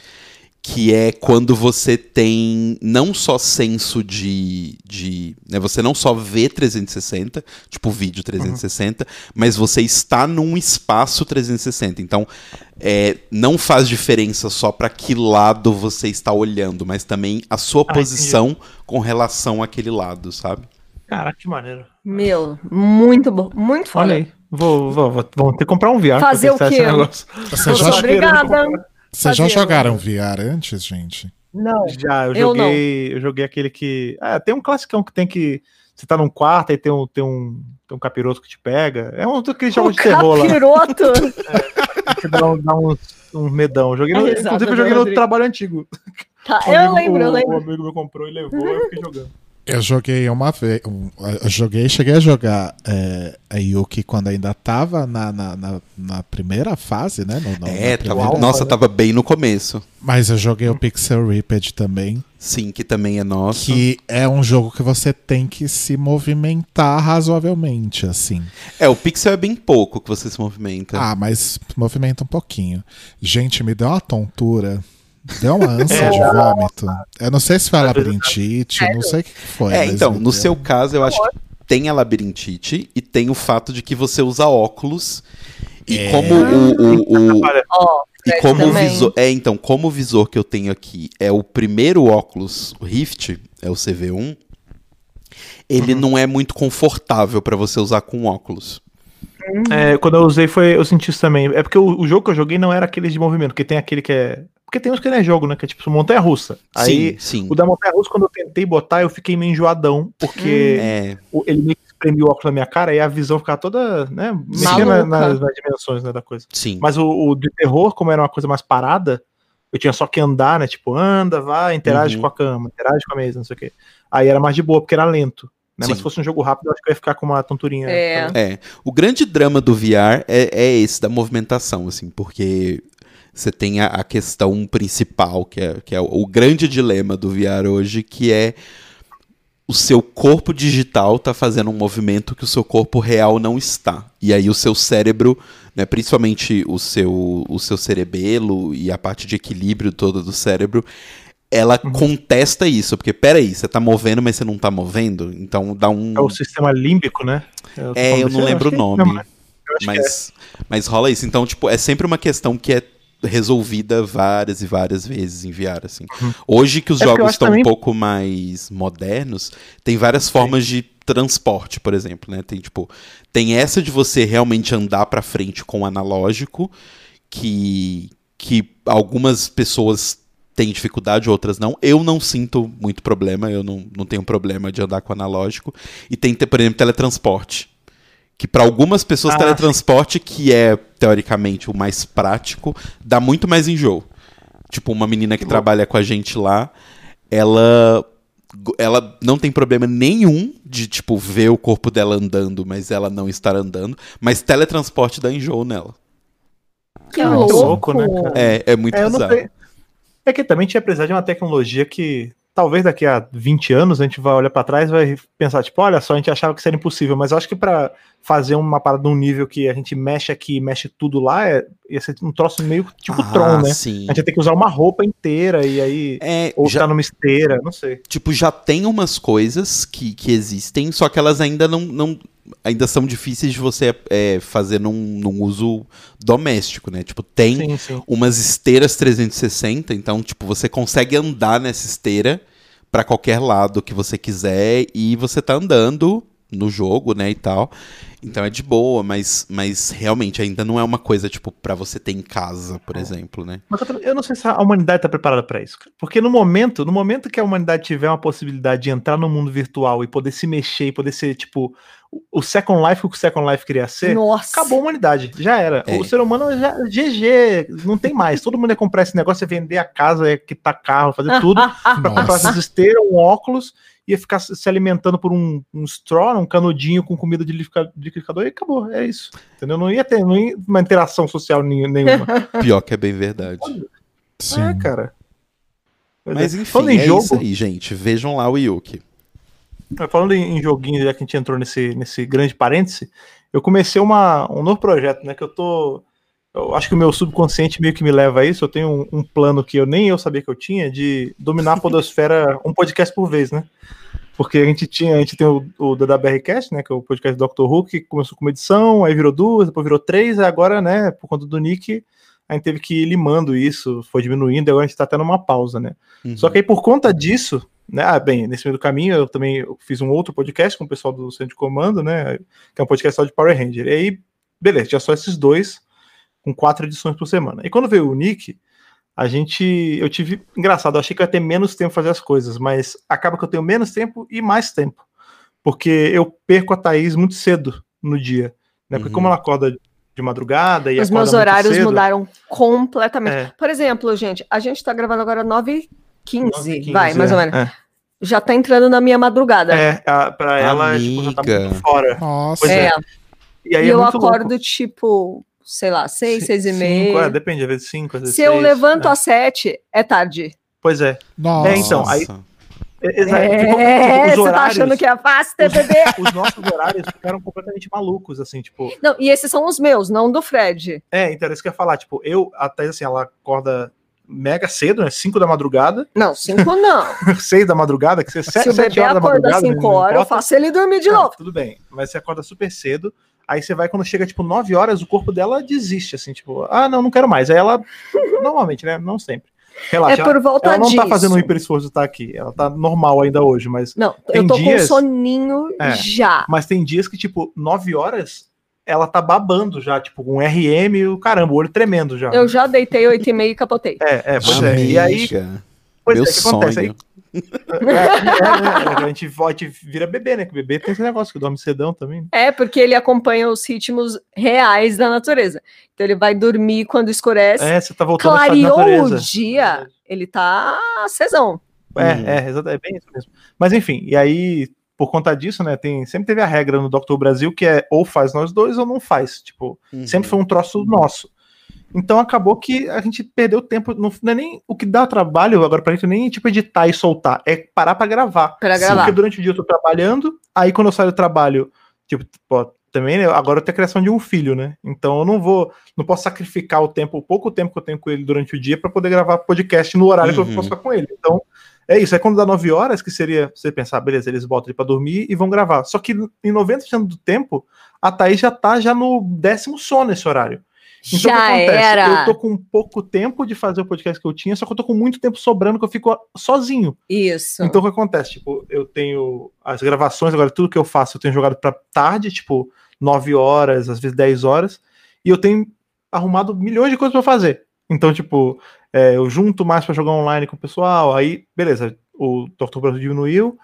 S1: que é quando você tem não só senso de. de né, você não só vê 360, tipo vídeo 360, mas você está num espaço 360. Então, é, não faz diferença só para que lado você está olhando, mas também a sua
S4: Ah,
S1: posição com relação àquele lado, sabe?
S4: Caraca, que maneiro.
S3: Meu, muito bom, muito
S4: Olha
S3: foda.
S4: aí. Vou, vou, vou- vão ter que comprar um VR
S3: Fazer o
S4: pra testar
S3: quê?
S4: esse negócio.
S2: Vocês
S4: Eu
S2: já,
S4: sou
S3: Obrigada.
S2: vocês já
S3: fazer,
S2: jogaram VR antes, gente?
S3: Não.
S4: Já, eu
S3: Eu não.
S4: joguei, eu, joguei aquele que. Ah, tem um classicão que tem que. Você tá num quarto e tem um, tem um, tem um capiroto que te pega. É um daqueles jogos
S3: O
S4: de terror lá.
S3: capiroto.
S4: que dá, um- dá uns, uns medão. Eu Joguei no-
S3: A risada
S4: inclusive, eu
S3: do
S4: joguei no
S3: Rodrigo.
S4: trabalho antigo.
S3: Tá,
S4: Um
S3: eu
S4: amigo-
S3: lembro,
S4: o,
S3: eu lembro.
S4: O amigo meu comprou e levou, eu fiquei jogando.
S2: Eu joguei uma vez. um, eu joguei, cheguei a jogar é, a Yuki quando ainda tava na, na, na- na primeira fase, né? No- no-
S1: é,
S2: na
S1: tava,
S2: primeira-
S1: nossa, tava bem no começo.
S2: Mas eu joguei o Pixel Ripped também,
S1: Sim, que também é nosso.
S2: que é um jogo que você tem que se movimentar razoavelmente, assim.
S1: É, o pixel é bem pouco que você se movimenta.
S2: Ah, mas movimenta um pouquinho. Gente, me deu uma tontura. Deu uma ânsia
S4: É,
S2: de
S4: já.
S2: vômito. Eu não sei se foi a labirintite, eu não sei o que que foi.
S1: é,
S2: mas
S1: então,
S2: me
S1: no
S2: deu.
S1: seu caso, eu acho que tem a labirintite e tem o fato de que você usa óculos. E
S2: É.
S1: como o- o- o,
S4: Olha,
S3: Ó,
S1: E
S3: Fred
S1: como o
S3: também.
S1: visor. É, então, como o visor que eu tenho aqui é o primeiro óculos o Rift, é o CV1, ele não é muito confortável pra você usar com óculos.
S4: é, quando eu usei, foi, eu senti isso também. É porque o, o jogo que eu joguei não era aquele de movimento, porque tem aquele que é. Porque tem uns que não é jogo, né? Que é tipo montanha russa. Aí.
S1: sim, sim.
S4: O da Montanha Russa, quando eu tentei botar, eu fiquei meio enjoadão,
S3: Hum.
S4: porque
S1: É,
S4: o- ele meio que espremia o óculos na minha cara e a visão ficava toda, né? Mexia
S3: Maluca.
S4: na- nas, nas dimensões né, da coisa.
S1: sim.
S4: Mas o, o de terror, como era uma coisa mais parada, eu tinha só que andar, né? Tipo, anda, vai, interage
S1: Uhum.
S4: com a cama, interage com a mesa, não sei o quê. Aí era mais de boa, porque era lento. Né?
S1: Sim.
S4: Mas se fosse um jogo rápido, eu acho que eu ia ficar com uma tonturinha.
S3: É.
S4: sabe?
S1: É. O grande drama do VR é, é esse da movimentação, assim, porque você tem a, a questão principal, que é, que é o, o grande dilema do VR hoje, que é o seu corpo digital tá fazendo um movimento que o seu corpo real não está. E aí o seu cérebro, né, principalmente o seu, o seu cerebelo e a parte de equilíbrio toda do cérebro, ela
S4: Uhum.
S1: contesta isso, porque peraí, você tá movendo, mas você não tá movendo, então dá um...
S4: É o sistema límbico, né? tô
S1: É,
S4: falando
S1: eu não lembro
S4: isso, acho
S1: o
S4: que é isso
S1: nome.
S4: mesmo, né? Eu acho que é.
S1: Mas, mas rola isso. Então, tipo, é sempre uma questão que é resolvida várias e várias vezes em VR, assim.
S4: Uhum.
S1: Hoje que os
S4: É porque eu
S1: jogos
S4: acho
S1: estão um
S4: também-
S1: pouco mais modernos, tem várias formas de transporte, por exemplo, né? Tem, tipo, tem essa de você realmente andar pra frente com o analógico, que, que algumas pessoas têm dificuldade, outras não. Eu não sinto muito problema, eu não, não tenho problema de andar com analógico. E tem, te- por exemplo, teletransporte. Que para algumas pessoas,
S4: Ah.
S1: teletransporte, que é teoricamente o mais prático, dá muito mais enjoo. Tipo, uma menina que trabalha com a gente lá, ela ela não tem problema nenhum de, tipo, ver o corpo dela andando, mas ela não estar andando. Mas teletransporte dá enjoo nela.
S3: Que
S4: Ah, que
S3: louco.
S4: louco, né, cara?
S1: É, é muito
S4: É, eu não
S1: bizarro.
S4: sei. É que também tinha precisado de uma tecnologia que talvez daqui a 20 anos a gente vai olhar pra trás e vai pensar, tipo, olha só, a gente achava que isso era impossível, mas eu acho que pra fazer uma parada num nível que a gente mexe aqui e mexe tudo lá, é, ia ser um troço meio tipo
S1: Ah,
S4: Tron, né?
S1: Sim.
S4: A gente ia ter que usar uma roupa inteira e aí.
S1: É,
S4: Ou
S1: já,
S4: ficar numa esteira, não sei.
S1: tipo, já tem umas coisas que, que existem, só que elas ainda não, não ainda são difíceis de você é, fazer num, num uso doméstico, né? Tipo, tem
S4: Sim, sim.
S1: umas esteiras 360, então, tipo, você consegue andar nessa esteira pra qualquer lado que você quiser e você tá andando no jogo, né, e tal. Então é de boa, mas, mas realmente ainda não é uma coisa, tipo, pra você ter em casa, por
S4: Ah.
S1: exemplo, né?
S4: Mas eu tam- eu não sei se a humanidade tá preparada pra isso. cara. Porque no momento, no momento que a humanidade tiver uma possibilidade de entrar no mundo virtual e poder se mexer e poder ser, tipo, o- o Second Life que o Second Life queria ser,
S3: Nossa.
S4: É, acabou a humanidade. Já era.
S1: É.
S4: O ser humano já GG, não tem mais. Todo mundo ia comprar esse negócio, ia vender a casa, ia quitar carro, fazer tudo. pra comprar
S2: Nossa.
S4: essas esteiras, um óculos, ia ficar se se alimentando por um, um straw, um canudinho com comida de liquidifica- liquidificador e acabou. É isso. Entendeu? Não ia ter não ia uma interação social nenhum- nenhuma.
S1: Pior que é bem verdade.
S2: Sim.
S4: É, cara. Pois
S1: Mas
S4: é.
S1: enfim,
S4: falando
S1: é
S4: em
S1: isso
S4: jogo,
S1: aí, gente. Vejam lá o Yuki.
S4: falando em em joguinho, já que a gente entrou nesse, nesse grande parêntese, eu comecei uma, um novo projeto, né? Que eu tô. Eu acho que o meu subconsciente meio que me leva a isso. Eu tenho um, um plano que eu nem eu sabia que eu tinha de dominar a podosfera um podcast por vez, né? Porque a gente tinha, a gente tem o, o DWRcast, né? Que é o podcast do Doctor Who, que começou com uma edição, aí virou duas, depois virou três, aí agora, né, por conta do Nick, a gente teve que ir limando isso, foi diminuindo, e agora a gente tá até numa pausa, né?
S1: Uhum.
S4: Só que aí por conta disso, né? Ah, bem, nesse meio do caminho eu também fiz um outro podcast com o pessoal do Centro de Comando, né? Que é um podcast só de Power Ranger. E aí, beleza, tinha só esses dois, com quatro edições por semana. E quando veio o Nick, a gente. Eu tive. Engraçado, eu achei que eu ia ter menos tempo pra fazer as coisas, mas acaba que eu tenho menos tempo e mais tempo. Porque eu perco a Thaís muito cedo no dia. Né? Porque
S1: Uhum.
S4: como ela acorda de madrugada e
S3: Os
S4: acorda
S3: meus
S4: muito
S3: horários
S4: cedo,
S3: mudaram completamente.
S4: É,
S3: Por exemplo, gente, a gente tá gravando agora 9h15,
S4: 15,
S3: vai, mais ou
S4: é,
S3: menos. Já tá entrando na minha madrugada.
S4: É, é a- pra ela tipo, já tá
S1: Amiga.
S4: muito fora.
S2: Nossa.
S4: Pois
S3: É,
S4: é. E aí
S3: e
S4: é
S3: eu
S4: muito
S3: acordo
S4: louco.
S3: tipo, sei lá, seis, seis e
S4: Cinco,
S3: meia.
S4: é, depende, às vezes cinco, às vezes
S3: Se eu
S4: seis,
S3: levanto
S4: é.
S3: às sete, é tarde.
S4: Pois é.
S2: Nossa.
S4: É, então, aí- É, Exato. Ficou-
S3: É,
S4: tipo, os
S3: você tá
S4: horários-
S3: achando que é fácil, TBB?
S4: os, os nossos horários ficaram completamente malucos, assim, tipo.
S3: Não, e esses são os meus, não do Fred.
S4: É, então era isso que eu ia falar. Tipo, eu, a Thaís, assim, ela acorda mega cedo, né? Cinco da madrugada,
S3: Não, cinco não.
S4: seis da madrugada, que você
S3: Se
S4: sete,
S3: o
S4: sete
S3: bebê
S4: horas da
S3: acorda
S4: madrugada.
S3: cinco
S4: não
S3: horas, eu
S4: importa.
S3: faço ele dormir de
S4: Não,
S3: novo.
S4: Tudo bem, mas você acorda super cedo, aí você vai, quando chega, tipo, 9 horas, o corpo dela desiste, assim, tipo, ah, não, não quero mais. Aí ela, normalmente, né, não sempre.
S3: É
S4: Relaxa, ela-
S3: por volta
S4: ela não
S3: disso.
S4: tá fazendo um hiperesforço de estar aqui, ela tá normal ainda hoje, mas,
S3: Não,
S4: Tem
S3: eu tô com
S4: dias-
S3: soninho
S4: É.
S3: já.
S4: mas tem dias que, tipo, 9 horas, ela tá babando já, tipo, com RM e o caramba, o olho tremendo já.
S3: Eu já deitei oito e meia e capotei.
S4: É, é, pois é. E
S1: Amiga,
S4: aí, pois
S1: meu
S4: é, o que acontece? Aí
S1: sonho.
S4: É, é, é, a gente vo- a gente vira bebê, né? Que bebê tem esse negócio que dorme cedão também.
S3: É, porque ele acompanha os ritmos reais da natureza. Então ele vai dormir quando escurece.
S4: É, você tá voltando à fase de
S3: Clareou o
S4: natureza.
S3: dia, ele tá acesão.
S4: É,
S1: Hum.
S4: é, exato, é bem isso mesmo. Mas enfim, e aí, por conta disso, né, tem, sempre teve a regra no Doctor Brasil que é ou faz nós dois ou não faz. Tipo,
S1: Uhum.
S4: sempre foi um troço nosso. Então acabou que a gente perdeu tempo, não, não é nem o que dá trabalho agora pra gente, nem tipo editar e soltar, é parar pra gravar.
S3: Pra
S1: Sim,
S3: gravar.
S4: Porque durante o dia eu tô trabalhando, aí quando eu saio do trabalho, tipo, pô, também, né, agora eu tenho a criação de um filho, né? Então eu não vou, não posso sacrificar o tempo, o pouco tempo que eu tenho com ele durante o dia pra poder gravar podcast no horário que
S1: Uhum.
S4: eu posso ficar com ele. Então, é isso. É quando dá 9 horas que seria você pensar, beleza, eles botam ele pra dormir e vão gravar. Só que em 90% do tempo, a Thaís já tá já no décimo sono nesse horário. Então, o que
S3: Já
S4: acontece?
S3: era.
S4: Eu tô com pouco tempo de fazer o podcast que eu tinha, só que eu tô com muito tempo sobrando que eu fico sozinho.
S3: Isso.
S4: Então o que acontece? Tipo, eu tenho as gravações, agora tudo que eu faço eu tenho jogado pra tarde, tipo, 9 horas, às vezes 10 horas, e eu tenho arrumado milhões de coisas pra fazer. Então, tipo, é, eu junto mais para jogar online com o pessoal, aí, beleza, o Tortura Brasil diminuiu,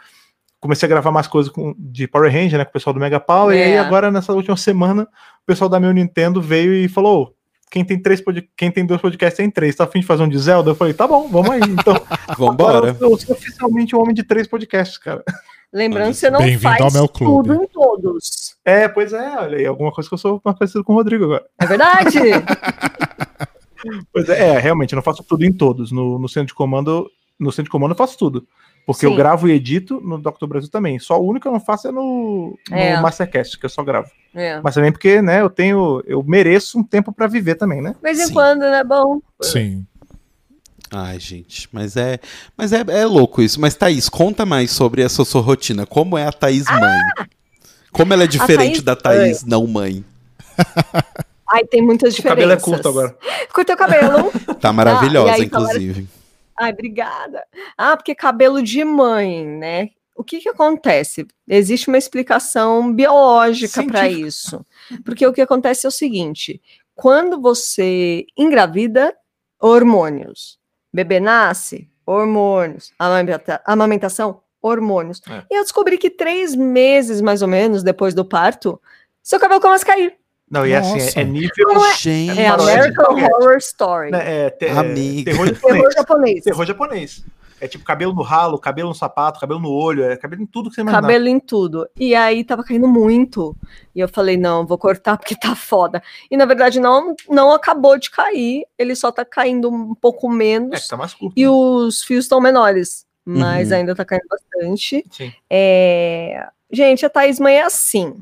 S4: comecei a gravar mais coisas com, de Power Ranger, né, com o pessoal do Mega Power, e aí
S3: É.
S4: agora, nessa última semana, o pessoal da meu Nintendo veio e falou, "Ô, quem tem, três pod- quem tem dois podcasts tem três, tá afim de fazer um de Zelda? Eu falei, tá bom, vamos aí, então. Agora
S1: Vambora.
S4: eu, eu sou oficialmente um homem de três podcasts, cara.
S3: Lembrando que você não
S2: Bem-vindo
S3: faz
S2: ao meu clube.
S3: tudo em todos.
S4: É, pois é, olha aí, alguma coisa que eu sou mais parecido com o Rodrigo agora.
S3: É verdade.
S4: Pois é, é, realmente, eu não faço tudo em todos. No, no centro de comando, no centro de comando eu faço tudo. Porque eu
S3: Sim.
S4: gravo e edito no Doctor Brasil também. Só o único que eu não faço é no, no
S3: É.
S4: Mastercast, que eu só gravo.
S3: É.
S4: Mas também porque, né, eu tenho. Eu mereço um tempo pra viver também, né?
S3: De vez em
S1: Sim.
S3: quando, né? Bom.
S2: Sim.
S1: Ai, gente, mas é. Mas é, é louco isso. Mas, Thaís, conta mais sobre essa sua rotina. Como é a Thaís mãe? Como ela é diferente
S3: Ah! Thaís
S1: da Thaís não mãe?
S3: Ai, tem muitas
S4: O cabelo é
S3: diferenças.
S4: curto agora.
S3: Curtei o cabelo.
S1: Tá maravilhosa,
S3: Ah, aí falaram-
S1: inclusive.
S3: Ai, obrigada. Ah, porque cabelo de mãe, né? O que que acontece? Existe uma explicação biológica para isso. Porque o que acontece é o seguinte: quando você engravida, hormônios. Bebê nasce, hormônios. Amamenta- Amamentação, hormônios.
S4: É.
S3: E eu descobri que três meses, mais ou menos, depois do parto, seu cabelo começa a cair.
S4: Não, e é assim,
S2: Nossa.
S4: é, é nível.
S1: Gente,
S3: É American Horror Story.
S4: né, é, te- é
S1: Amiga.
S4: terror japonês.
S3: Terror japonês.
S4: Terror japonês. É tipo cabelo no ralo, cabelo no sapato, cabelo no olho, é cabelo em tudo que você imaginar.
S3: cabelo em tudo. E aí tava caindo muito. E eu falei, não, vou cortar porque tá foda. E na verdade não, não acabou de cair, ele só tá caindo um pouco
S4: É,
S3: menos.
S4: que tá mais curto.
S3: E os fios estão menores, mas
S1: Uhum.
S3: ainda tá caindo bastante.
S4: Sim.
S3: É, Gente, a Thaís mãe é assim.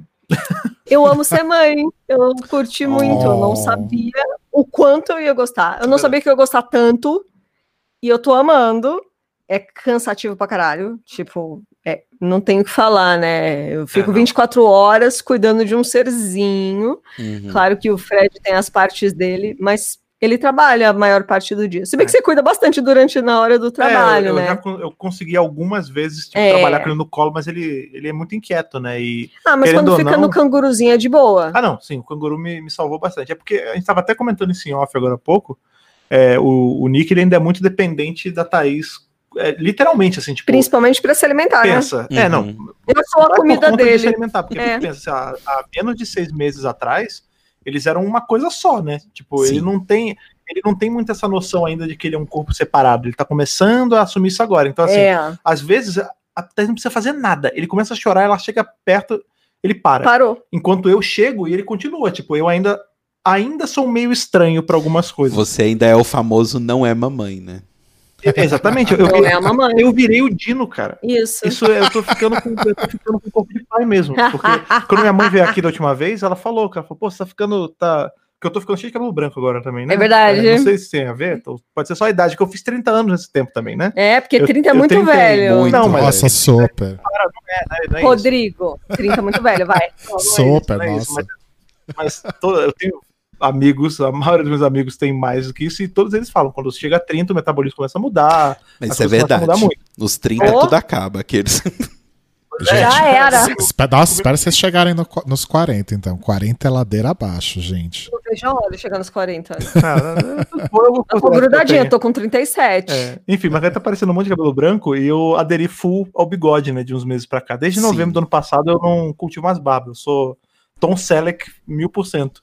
S3: Eu amo ser mãe, eu curti muito, eu
S2: Oh.
S3: não sabia o quanto eu ia gostar. Eu não
S4: Verdade.
S3: sabia que eu ia gostar tanto, e eu tô amando. É cansativo pra caralho, tipo, é, não tenho o que falar, né? Eu fico
S4: É, não.
S3: 24 horas cuidando de um serzinho.
S1: Uhum.
S3: Claro que o Fred tem as partes dele, mas ele trabalha a maior parte do dia. Se bem que
S4: É.
S3: você cuida bastante durante na hora do trabalho,
S4: É, eu, eu
S3: né?
S4: já con- eu consegui algumas vezes tipo,
S3: É.
S4: trabalhar com ele no colo, mas ele, ele é muito inquieto, né? E...
S3: Ah, mas
S4: querendo
S3: quando
S4: ou
S3: fica
S4: não-
S3: no canguruzinho é de boa.
S4: Ah, não, sim, o canguru me, me salvou bastante. É porque a gente estava até comentando isso em off agora há pouco. é, o, o Nick ele ainda é muito dependente da Thaís, é, literalmente, assim, tipo,
S3: Principalmente pra se alimentar, né?
S4: pensa. É, não,
S1: Uhum.
S3: Eu sou a
S4: por
S3: comida
S4: conta De se
S3: dele.
S4: alimentar, porque
S3: É.
S4: pensa, há, há menos de seis meses atrás, eles eram uma coisa só, né? Tipo, ele
S1: Sim.
S4: não tem. Ele não tem muito essa noção ainda de que ele é um corpo separado. Ele tá começando a assumir isso agora. Então, assim,
S3: é,
S4: às vezes a a Thaís não precisa fazer nada. Ele começa a chorar, ela chega perto, ele para.
S3: parou.
S4: Enquanto eu chego e ele continua. Tipo, eu ainda ainda sou meio estranho pra algumas coisas.
S1: Você ainda é o famoso não é mamãe, né?
S4: Exatamente. Eu, eu
S3: Não
S4: vi-
S3: é a mamãe.
S4: eu virei o Dino, cara.
S3: Isso.
S4: Isso é, eu tô ficando com eu tô ficando com o corpo de pai mesmo. Porque quando minha mãe veio aqui da última vez, ela falou, cara, falou, pô, você tá ficando. Tá... Que eu tô ficando cheio de cabelo branco agora também, né?
S3: É verdade.
S4: não sei se tem a ver, então, pode ser só a idade, que eu fiz 30 anos nesse tempo também, né?
S3: É, porque
S4: Eu-
S3: 30 é
S4: eu
S3: muito
S4: 30 e um,
S3: velho.
S1: muito.
S4: Não, mas-
S2: Nossa, super.
S4: É, não é isso.
S3: Rodrigo, 30 é muito velho, vai.
S4: Não, não é isso,
S2: Super,
S4: não é isso,
S2: nossa.
S4: Mas, mas toda- eu tenho amigos, a maioria dos meus amigos tem mais do que isso, e todos eles falam: quando você chega a 30, o metabolismo começa a mudar.
S1: Mas
S4: as
S1: isso é
S4: coisas começam a
S1: verdade.
S4: mudar muito.
S1: Nos 30
S3: Oh.
S1: tudo acaba. Aqueles...
S3: Já era.
S2: se- espe- Nossa, espera vocês chegarem no qu- nos 40, então. 40 é ladeira abaixo, gente.
S3: Eu vejo a hora chegando aos 40.
S4: Cara, eu vou- eu vou-
S3: Eu tô grudadinha, eu
S4: eu
S3: tô
S4: tenho.
S3: com 37.
S4: É, Enfim, mas aí tá parecendo um monte de cabelo branco e eu aderi full ao bigode, né, de uns meses pra cá. Desde
S1: Sim.
S4: novembro do ano passado eu não cultivo mais barba, eu sou Tom Selleck mil por cento.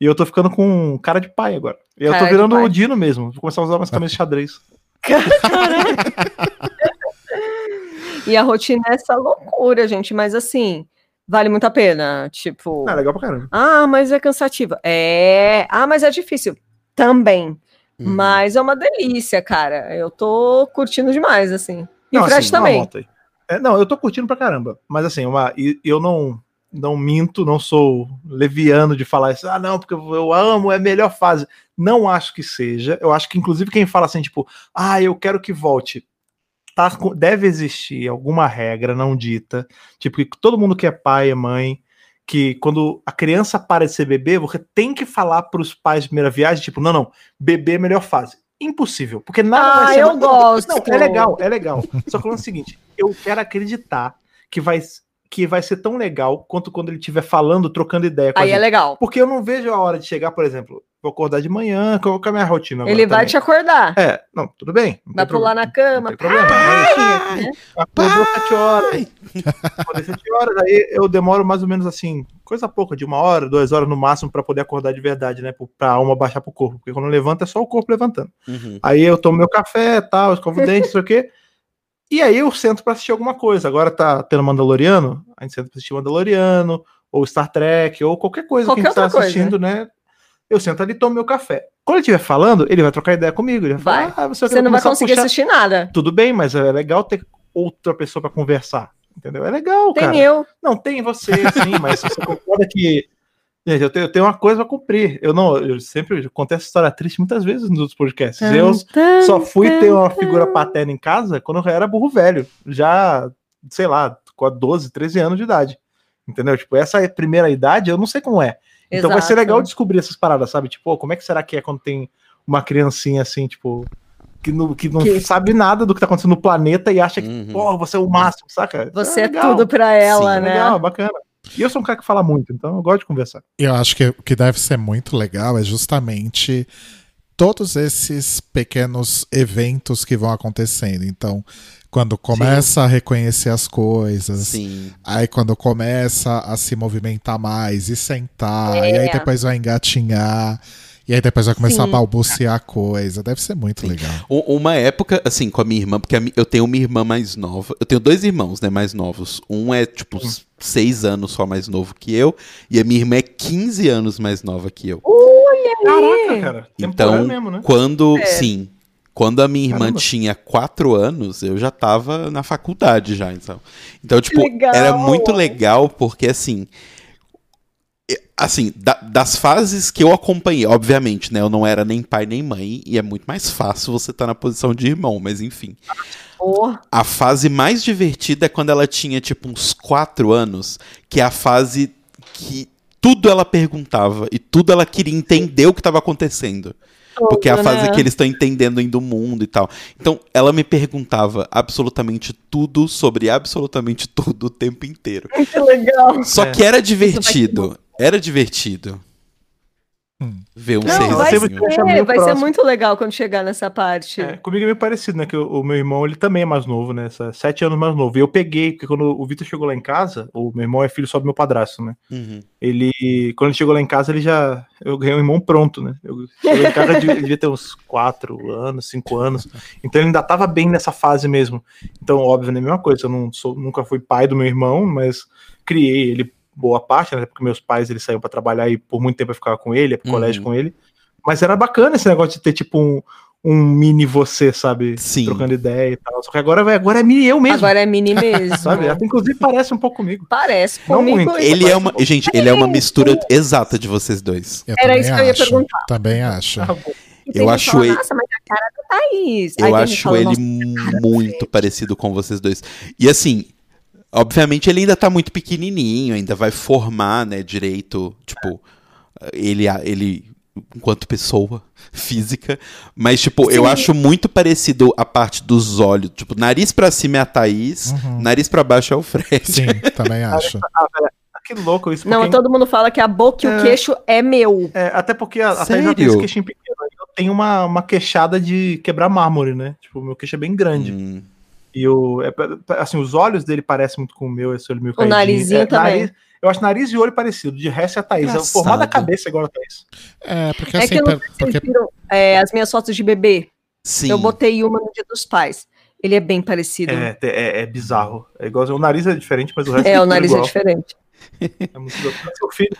S4: E eu tô ficando com cara de pai agora. E eu tô
S3: Cara de
S4: virando
S3: pai.
S4: o Dino mesmo, vou começar a usar umas camisas de xadrez.
S3: E a rotina é essa loucura, gente, mas assim, vale muito a pena. Tipo,
S4: Ah, legal pra caramba.
S3: ah, mas é cansativa. É, ah, mas é difícil. Também.
S4: Uhum.
S3: Mas é uma delícia, cara. Eu tô curtindo demais, assim. E o Fred
S4: assim, uma
S3: também.
S4: nota aí. É, não, eu tô curtindo pra caramba. Mas assim, uma, e- eu não não minto, não sou leviano de falar isso. Ah, não, porque eu- eu amo, é a melhor fase. Não acho que seja. Eu acho que inclusive quem fala assim, tipo, ah, eu quero que volte. Tá, com- deve existir alguma regra não dita, tipo, que todo mundo que é pai, é mãe, que quando a criança para de ser bebê, você tem que falar pros pais de primeira viagem, tipo, não, não, bebê é a melhor fase. Impossível, porque nada
S3: Ah,
S4: vai ser
S3: eu
S4: natural.
S3: gosto.
S4: Não, é legal, é legal. Só que é o seguinte, eu quero acreditar que vai, que vai ser tão legal quanto quando ele estiver falando, trocando ideia com a
S3: Aí
S4: gente.
S3: é legal.
S4: Porque eu não vejo a hora de chegar, por exemplo, vou acordar de manhã, qual que é a minha rotina agora
S3: Ele vai
S4: também?
S3: te acordar.
S4: É, não, tudo bem. não
S3: Vai
S4: tem
S3: pular
S4: problema.
S3: na cama.
S4: Não tem problema. mas assim,
S3: né?
S4: Acordou sete horas. Acordei sete horas, aí eu demoro mais ou menos assim, coisa pouca, de uma hora, duas horas no máximo pra poder acordar de verdade, né? pro- Pra alma baixar pro corpo. Porque quando levanta é só o corpo levantando.
S1: Uhum.
S4: Aí eu tomo meu café, tal, escovo o dente, não sei o quê. E aí eu sento pra assistir alguma coisa. Agora tá tendo Mandaloriano, a gente senta pra assistir Mandaloriano, ou Star Trek, ou qualquer coisa
S3: Qualquer
S4: que a gente tá
S3: outra coisa.
S4: assistindo, né? Eu sento ali e tomo meu café. Quando ele estiver falando, ele vai trocar ideia comigo. Ele vai,
S3: Vai.
S4: falar, ah, você,
S3: Você não vai conseguir
S4: assistir
S3: assistir nada.
S4: tudo bem, mas é legal ter outra pessoa pra conversar. Entendeu? É legal,
S3: Tem
S4: cara.
S3: eu.
S4: Não, tem você, sim, mas você concorda que. Gente, eu tenho, eu tenho uma coisa pra cumprir. Eu não, eu sempre conto essa história triste muitas vezes nos outros podcasts. Eu só fui ter uma figura paterna em casa quando eu era burro velho. Já, sei lá, com 12, 13 anos de idade. Entendeu? Tipo, essa é a primeira idade, eu não sei como é. Então vai ser
S3: Exato.
S4: legal descobrir essas paradas, sabe? Tipo, ô, como é que será que é quando tem uma criancinha assim, tipo, que não, que não
S3: Que-
S4: sabe nada do que tá acontecendo no planeta e acha que,
S1: Uhum.
S4: pô, você é o máximo, saca? Então
S3: Você é
S4: legal,
S3: tudo pra ela,
S1: Sim,
S3: né?
S4: Legal, bacana. E eu sou um cara que fala muito, então eu gosto de conversar.
S2: Eu acho que o que deve ser muito legal é justamente todos esses pequenos eventos que vão acontecendo. Então, quando começa a reconhecer as coisas,
S1: Sim.
S2: aí quando começa a se movimentar mais e sentar, e aí
S3: É.
S2: depois vai engatinhar, e aí depois vai começar a
S3: Sim.
S2: balbuciar coisa. Deve ser muito legal.
S1: U- Uma época, assim, com a minha irmã, porque a mi- eu tenho uma irmã mais nova. Eu tenho dois irmãos, né, mais novos. Um é, tipo, s- seis anos só mais novo que eu. E a minha irmã é 15 anos mais nova que eu.
S4: Caraca, cara. Temporário
S1: Então,
S4: mesmo, né?
S1: Quando.
S3: É.
S1: Sim. Quando a minha irmã
S4: Caramba.
S1: tinha quatro anos, eu já tava na faculdade já, então. Então, tipo,
S3: legal.
S1: era muito legal, porque assim. e- Assim, da- das fases que eu acompanhei, obviamente, né? Eu não era nem pai nem mãe, e é muito mais fácil você estar na posição de irmão, mas enfim.
S3: Pô,
S1: A fase mais divertida é quando ela tinha, tipo, uns 4 anos, que é a fase que tudo ela perguntava e tudo ela queria entender o que estava acontecendo. Porque é a
S3: tudo,
S1: fase
S3: né?
S1: que eles estão entendendo ainda o mundo e tal. Então, ela me perguntava absolutamente tudo sobre absolutamente tudo o tempo inteiro.
S3: Que legal.
S1: Só
S4: É.
S1: que era divertido. Era divertido.
S2: Hum.
S1: Ver um
S4: Não,
S1: serzinho.
S3: vai
S4: sempre
S3: É,
S4: Deixa meio
S3: vai ser
S4: próximo.
S3: muito legal quando chegar nessa parte.
S4: É, comigo é meio parecido, né? Que o, o meu irmão, ele também é mais novo, né? sa- Sete anos mais novo. E eu peguei, porque quando o Vitor chegou lá em casa, o meu irmão é filho só do meu padrasto, né?
S1: Uhum.
S4: Ele, quando ele chegou lá em casa, ele já. Eu ganhei um irmão pronto, né? Eu cheguei em casa, ele devia- ele devia ter uns 4 anos, 5 anos. Então ele ainda tava bem nessa fase mesmo. Então, óbvio, né? Mesma coisa, eu não sou, nunca fui pai do meu irmão, mas criei ele boa parte, né? Porque meus pais eles saíram pra trabalhar e por muito tempo eu ficava com ele, ia pro
S1: Uhum.
S4: colégio com ele. Mas era bacana esse negócio de ter tipo um, um mini você, sabe?
S1: Sim.
S4: Trocando ideia e tal. Só que agora, vai- agora é mini eu mesmo.
S3: Agora é mini mesmo.
S4: Sabe? Até, Inclusive parece um pouco comigo.
S3: Parece
S4: Não
S3: comigo.
S4: muito.
S1: Ele é uma. Gente, ele é uma mistura exata de vocês dois.
S2: Eu
S3: Era
S2: também
S3: isso que
S2: acho,
S3: eu ia perguntar.
S2: Também
S1: Tá.
S2: acho.
S4: Ah,
S3: E tem
S1: Eu
S3: gente que
S1: acho
S3: fala,
S1: ele-
S3: Nossa, mas a cara da Thaís. Aí
S1: Eu
S3: tem gente que
S1: acho
S3: fala,
S1: ele
S3: "Nossa,
S1: muito parecido com vocês dois. E assim, obviamente ele ainda tá muito pequenininho, ainda vai formar, né, direito, tipo, ele ele enquanto pessoa física, mas tipo, eu
S3: Sim.
S1: acho muito parecido a parte dos olhos, tipo, nariz pra cima é a Thaís,
S2: Uhum.
S1: nariz pra baixo é o Fred.
S2: Sim, também acho.
S4: Ah, Que louco isso.
S3: Não,
S4: porque-
S3: todo mundo fala que a boca e
S4: É.
S3: o queixo é meu.
S4: É, até porque a, a Thaís
S1: Sério?
S4: ela tem esse queixinho pequeno. Eu tenho uma, uma queixada de quebrar mármore, né? Tipo, meu queixo é bem grande.
S1: Hum,
S4: E o, é, pa- pa- assim, os olhos dele parecem muito com o meu, esse olho meio
S3: O
S4: caidinho.
S3: narizinho
S4: É,
S3: também.
S4: nariz- eu acho nariz e olho parecido. De resto é a Thaís. É o formato da
S1: Engraçado.
S4: cabeça igual a Thaís.
S2: É, porque
S3: É
S2: assim,
S3: que eu não
S2: pe- porque
S3: Vocês viram, é, as minhas fotos de bebê,
S1: sim.
S3: eu botei uma no dia dos pais. Ele é bem parecido. É,
S4: É, te- é, é bizarro. É igual, o nariz é diferente, mas o resto
S3: o
S4: tudo
S3: nariz é
S4: igual.
S3: diferente.
S4: É muito louco. Mas seu filho,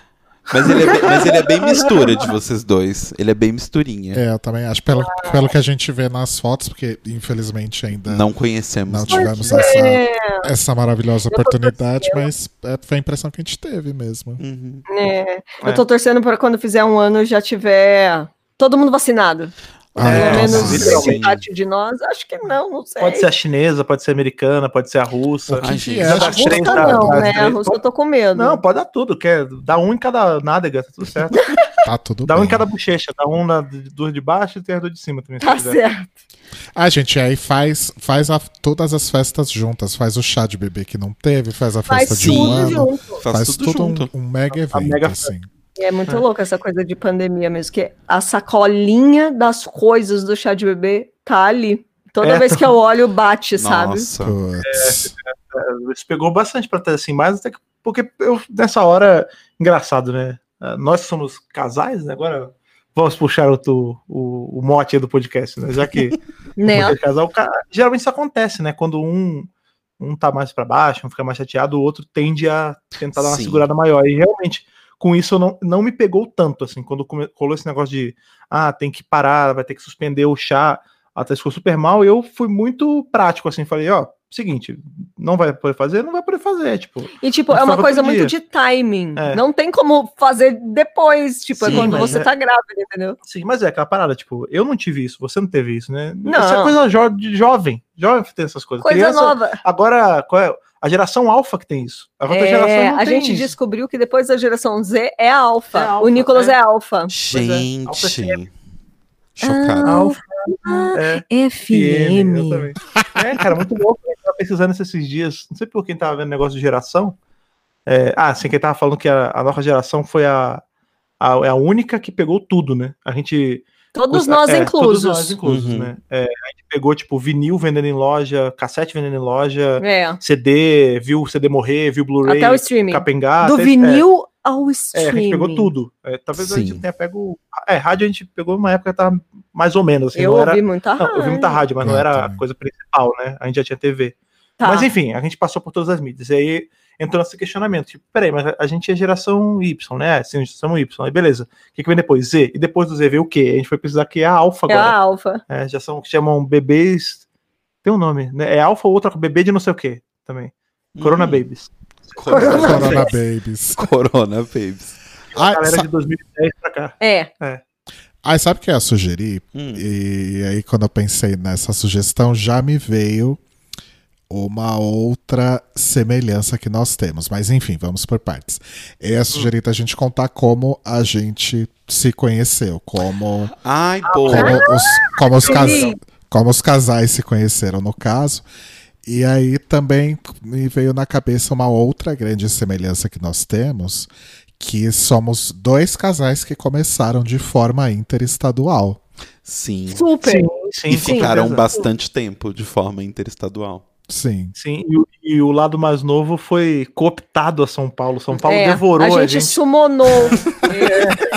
S1: Mas ele é bem, mas ele é bem mistura de vocês dois. Ele é bem misturinha.
S2: É, eu também acho. Pelo, pelo que a gente vê nas fotos, porque infelizmente ainda É, não,
S1: Não conhecemos. né?
S2: tivemos essa,
S3: É,
S2: essa maravilhosa
S3: Eu tô
S2: oportunidade, mas é, foi a impressão que a gente teve mesmo.
S1: Uhum.
S3: né?
S4: É.
S3: Eu tô torcendo para quando fizer um ano já tiver todo mundo vacinado.
S2: Ai,
S3: Pelo
S4: É,
S3: menos
S2: nossa.
S1: literalmente.
S3: sim. parte de nós, acho que não, não sei.
S4: Pode ser a chinesa, pode ser a americana, pode ser a russa.
S1: Ai, gente.
S2: é?
S4: Já
S2: Acho
S4: tá
S3: A
S2: que-
S3: russa
S4: três, tá-
S3: não,
S4: tá
S3: né? A
S4: três,
S3: russa eu
S4: pode-
S3: tô com medo. Tá
S4: Não, pode dar tudo. Quer dar um em cada nádega, tá tudo certo.
S2: Tá tudo
S4: Dá um em
S2: bem.
S4: cada bochecha, dá um na duas de baixo e tem as duas de cima também. se
S3: tá
S4: quiser.
S3: certo.
S2: Ah, gente, aí faz, faz a- todas as festas juntas. Faz o chá de bebê que não teve, faz a
S3: Faz
S2: festa de um
S1: sim,
S3: tudo
S2: ano.
S3: junto.
S1: Faz, tudo, junto.
S2: um, um mega
S4: A
S2: evento,
S4: mega
S2: assim.
S3: É muito louco essa coisa de pandemia mesmo, que a sacolinha das coisas do chá de bebê tá ali. Toda
S4: É.
S3: vez que eu olho, bate, sabe?
S1: Nossa.
S2: Putz.
S4: Isso pegou bastante pra ter assim, mas até que, porque eu, nessa hora, engraçado, né? Ah, Nós somos casais, né? Agora vamos puxar outro, o, o mote aí do podcast, né? Já que
S3: Né?
S4: Porque casal, ca- geralmente isso acontece, né? Quando um, um tá mais pra baixo, um fica mais chateado, o outro tende a tentar dar uma
S1: Sim.
S4: segurada maior. E realmente, com isso, eu não, não me pegou tanto, assim, quando come- colou esse negócio de ah, tem que parar, vai ter que suspender o chá, até ficou super mal, eu fui muito prático, assim, falei, ó, seguinte, não vai poder fazer, não vai poder fazer, tipo.
S3: E, tipo,
S4: Mas
S3: é uma
S4: tava
S3: coisa
S4: todo
S3: muito
S4: dia.
S3: de timing.
S4: É.
S3: Não tem como fazer depois, tipo, é
S1: Sim,
S3: quando
S4: mas
S3: você
S4: é-
S3: tá grávida, entendeu?
S4: Sim, mas é aquela parada, tipo, eu não tive isso, você não teve isso, né?
S3: Não.
S4: Isso é coisa jo- de jovem, jovem tem essas coisas.
S3: Coisa
S4: Criança-
S3: nova.
S4: Ageração qual é? A geração alfa que tem isso. A outra
S3: É,
S4: geração não
S3: a
S4: tem
S3: gente
S4: isso.
S3: descobriu que depois da geração Z é a alfa.
S4: É a
S3: o
S4: alfa,
S3: Nicolas é,
S4: é.
S3: alfa.
S4: Pois é,
S1: Gente. Chocado.
S4: Alfa, Tá. é,
S3: FM.
S4: FM, exatamente. É, cara, muito louco. Eu tava pesquisando isso esses dias. Não sei por quem tava vendo negócio de geração. É, ah, assim, quem tava falando que a, a nossa geração foi a, a, é a única que pegou tudo, né? A gente.
S3: Todos nós
S4: é,
S3: inclusos.
S4: Todos nós inclusos,
S1: Uhum.
S4: né? É, a gente pegou, tipo, vinil vendendo em loja, cassete vendendo em loja,
S3: É.
S4: CD, viu o CD morrer, viu o Blu-ray
S3: Até o streaming.
S4: capengar.
S3: Do
S4: até- é,
S3: vinil ao
S4: É, a
S3: streaming.
S4: gente pegou tudo. É, talvez a
S1: Sim.
S4: gente tenha pego. É, rádio a gente pegou numa época que tava mais ou menos. Assim,
S3: Eu
S4: não era,
S3: ouvi muita
S4: não, eu ouvi muita rádio, mas não
S2: É,
S4: era a
S2: também.
S4: coisa principal, né? A gente já tinha TV.
S3: Tá.
S4: Mas enfim, a gente passou por todas as mídias. E aí entrou nesse questionamento. Tipo, peraí, mas a gente é geração Y, né? Sim, geração Y. Aí beleza. O que, que vem depois? Z. E depois do Z veio o quê? A gente foi precisar que é a alfa
S3: é a
S4: agora.
S3: alfa.
S4: É, já são que chamam bebês. Tem um nome, né? É alfa ou outra bebê de não sei o quê também.
S1: Uhum.
S4: Corona Babies.
S1: Corona,
S2: Corona Babies.
S1: Corona Babies.
S2: Ai,
S4: Galera
S2: Ah, sa-
S4: de 2010 pra cá.
S3: É.
S2: ai, sabe o que eu ia sugerir?
S1: Hum.
S2: E aí, quando eu pensei nessa sugestão, já me veio uma outra semelhança que nós temos. Mas enfim, vamos por partes. Eu ia sugerir a gente contar como a gente se conheceu, como,
S1: Ai,
S4: Ah,
S1: boa.
S2: como os, como, os cas-
S3: Sim.
S2: como os casais se conheceram, no caso. E aí também me veio na cabeça uma outra grande semelhança que nós temos, que somos dois casais que começaram de forma interestadual.
S1: Sim.
S3: Super.
S4: sim,
S1: E
S4: com
S1: ficaram
S4: certeza.
S1: bastante tempo de forma interestadual.
S2: Sim.
S4: Sim, e, o- e o lado mais novo foi cooptado a São Paulo. São Paulo
S3: É,
S4: devorou
S3: a gente. sumonou.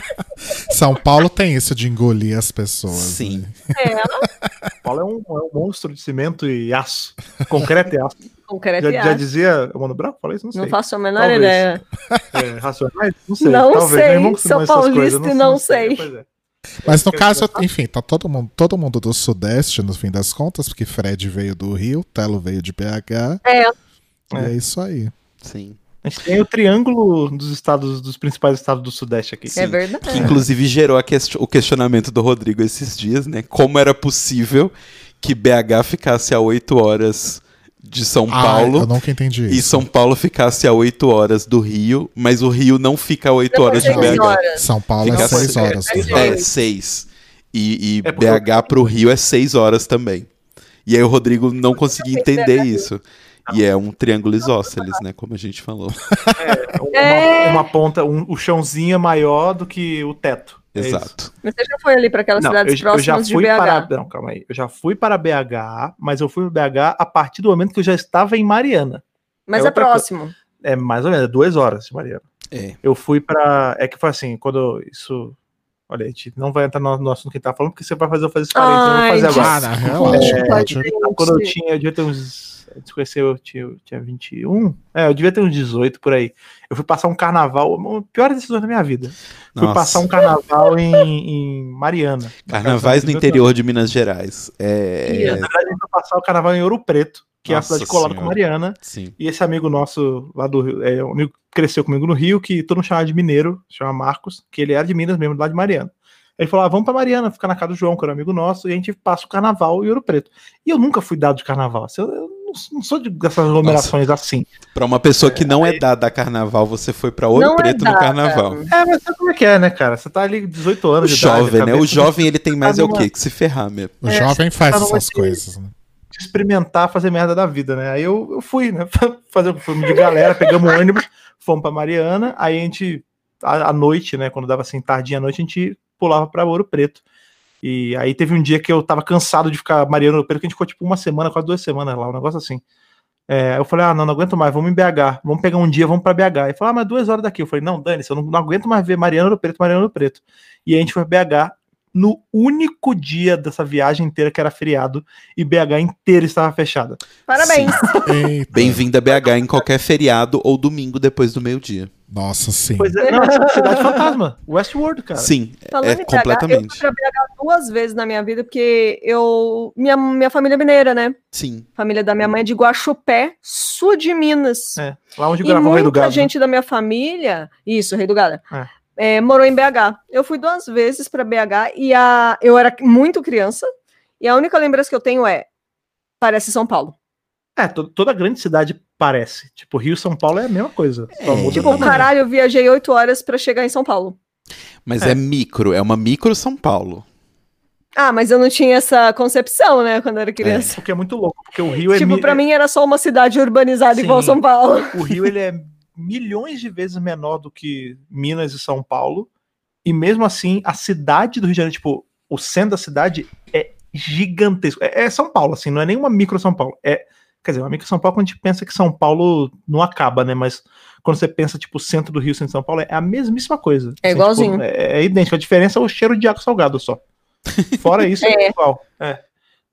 S3: É,
S2: São Paulo tem isso de engolir as pessoas.
S1: Sim.
S2: né?
S4: São Paulo é um, é um monstro de cimento e aço. Concreto e aço.
S3: concreto
S4: Já,
S3: e
S4: já
S3: É aço.
S4: dizia o Mano Brown? Falei isso? Não sei.
S3: Não faço a menor
S4: Talvez.
S3: ideia.
S4: É, racionais? Não sei.
S3: Não
S4: talvez,
S3: sei,
S4: meu irmão costuma
S3: sou
S4: essas coisas,
S3: paulista e não sei.
S4: Pois é.
S2: Mas no
S4: Quer
S2: caso, enfim, tá todo mundo, todo mundo do Sudeste, no fim das contas, porque Fred veio do Rio, Telo veio de BH.
S3: É.
S2: E é isso aí.
S1: Sim.
S4: A gente tem o triângulo dos estados, dos principais estados do Sudeste aqui.
S1: Sim.
S3: É
S1: Que
S3: verdade.
S1: inclusive gerou a quest- o questionamento do Rodrigo esses dias, né? Como era possível que BH ficasse a 8 horas de São
S2: Ai, Ah, eu
S1: Paulo
S2: nunca entendi
S1: e
S2: isso.
S1: São Paulo ficasse a 8 horas do Rio, mas o Rio não fica a 8
S3: Não,
S1: horas de
S3: seis
S2: seis
S1: BH.
S3: horas.
S2: São Paulo
S1: Fica
S2: é seis
S1: assim,
S2: horas.
S3: é,
S2: do Rio.
S1: É, 6. E, e
S4: É porque
S1: BH pro Rio é 6 horas também. E aí o Rodrigo não conseguia entender isso. E é um triângulo isósceles, né? Como a gente falou.
S4: Uma,
S3: É.
S4: uma ponta, um, o chãozinho é maior do que o teto. É isso.
S1: Exato.
S3: Mas Você já foi ali para aquelas
S4: Não,
S3: cidades
S4: eu, eu já
S3: próximas de
S4: fui
S3: BH.
S4: para. Não, calma aí. Eu já fui para BH, mas eu fui para BH a partir do momento que eu já estava em Mariana.
S3: Mas
S4: é
S3: é,
S4: outra
S3: próximo.
S4: É mais ou menos, é duas horas de Mariana.
S1: É.
S4: Eu fui pra. É que foi assim, quando isso. Olha, a gente não vai entrar no, no assunto que a gente tá falando, porque você vai fazer eu fazer esse parênteses, então eu vou
S3: Ai,
S4: fazer agora.
S2: Ah, na real, acho que pode-
S3: gente.
S4: é Então, Quando eu tinha, eu devia ter uns. eu Desconheci, eu tinha, eu tinha 21. É, eu devia ter uns 18 por aí. Eu fui passar um carnaval, uma pior decisão da minha vida. Fui
S1: Nossa.
S4: passar um carnaval em, em Mariana. Então,
S1: Carnavais no
S4: Meu Deus.
S1: interior de Minas Gerais. É.
S4: Na verdade, a gente foi passar o carnaval em Ouro Preto, que é a
S1: Nossa
S4: cidade colada com
S1: Senhora.
S4: Mariana.
S1: Sim.
S4: E esse amigo nosso lá do Rio, é um amigo que cresceu comigo no Rio, que todo mundo chamava de mineiro, chama Marcos, que ele era de Minas mesmo, lá de Mariana. Ele falou: ah, vamos pra Mariana, ficar na casa do João, que era amigo nosso, e a gente passa o carnaval em Ouro Preto. E eu nunca fui dado de carnaval, assim, eu, eu não, não sou de- dessas aglomerações assim.
S1: Pra uma pessoa que não é dada a carnaval, você foi pra Ouro
S3: Não é
S1: Preto no
S3: dada.
S1: carnaval.
S4: É, mas sabe como é que é, né, cara? Você tá ali 18
S1: O
S4: anos de idade,
S1: jovem, né?
S4: cabeça
S1: O jovem, ele tem mais é o
S4: numa-
S1: quê? Que se ferrar mesmo.
S2: O
S4: É,
S2: jovem faz
S4: tá numa
S2: essas
S4: de-
S2: coisas. né?
S4: de experimentar fazer merda da vida, né? Aí eu, eu fui, né? Fazer um filme de galera, pegamos um ônibus, fomos pra Mariana, aí a gente à, à noite, né? Quando dava assim, tardinha à noite, a gente pulava para Ouro Preto. E aí teve um dia que eu tava cansado de ficar mareando Ouro Preto, que a gente ficou tipo uma semana, quase duas semanas lá, um negócio assim. É, eu falei, ah, não, não aguento mais, vamos em BH, vamos pegar um dia, vamos pra BH. Ele falou, ah, mas duas horas daqui. Eu falei, não, dane-se, eu não, não aguento mais ver Mariano do Preto, Mariano do Preto. E aí a gente foi pra BH no único dia dessa viagem inteira que era feriado e BH inteira estava fechada.
S3: Parabéns.
S2: Eita.
S1: Bem-vindo a BH em qualquer feriado ou domingo depois do meio-dia.
S2: Nossa, sim.
S4: Pois é, não, é tipo Cidade Fantasma, Westworld, cara.
S1: Sim,
S3: Falando
S1: é
S3: em BH, eu fui
S1: completamente.
S3: pra BH duas vezes na minha vida, porque eu. Minha, minha família é mineira, né?
S1: Sim.
S3: Família da minha mãe é de Guaxupé, sul de Minas.
S4: É, lá onde
S3: E
S4: gravou o Rei do
S3: muita
S4: Gado. né?
S3: gente da minha família, isso, Rei do Gado, é, morou em BH. Eu fui duas vezes para BH e a, eu era muito criança e a única lembrança que eu tenho é parece São Paulo.
S4: É, to- toda grande cidade parece. Tipo, Rio e São Paulo é a mesma coisa. Só
S1: É.
S4: muda
S1: Tipo,
S4: o tamanho.
S3: Caralho, eu viajei oito horas para chegar em São Paulo.
S1: Mas é. micro, é uma micro São Paulo.
S3: Ah, mas eu não tinha essa concepção, né, quando eu era criança.
S4: Porque é muito louco, porque o Rio é
S3: Tipo,
S4: mi-
S3: pra mim era só uma cidade urbanizada
S4: Sim.
S3: igual São Paulo.
S4: O Rio ele é milhões de vezes menor do que Minas e São Paulo. E mesmo assim, a cidade do Rio de Janeiro, tipo, o centro da cidade é gigantesco. É, é São Paulo, assim, não é nenhuma micro São Paulo. É, quer dizer, uma micro São Paulo quando a gente pensa que São Paulo não acaba, né? Mas quando você pensa, tipo, o centro do Rio, centro de São Paulo, é a mesmíssima coisa.
S3: É
S4: Assim,
S3: igualzinho.
S4: tipo, é, é idêntico. A diferença é o cheiro de água salgado só. Fora isso, é, igual. É.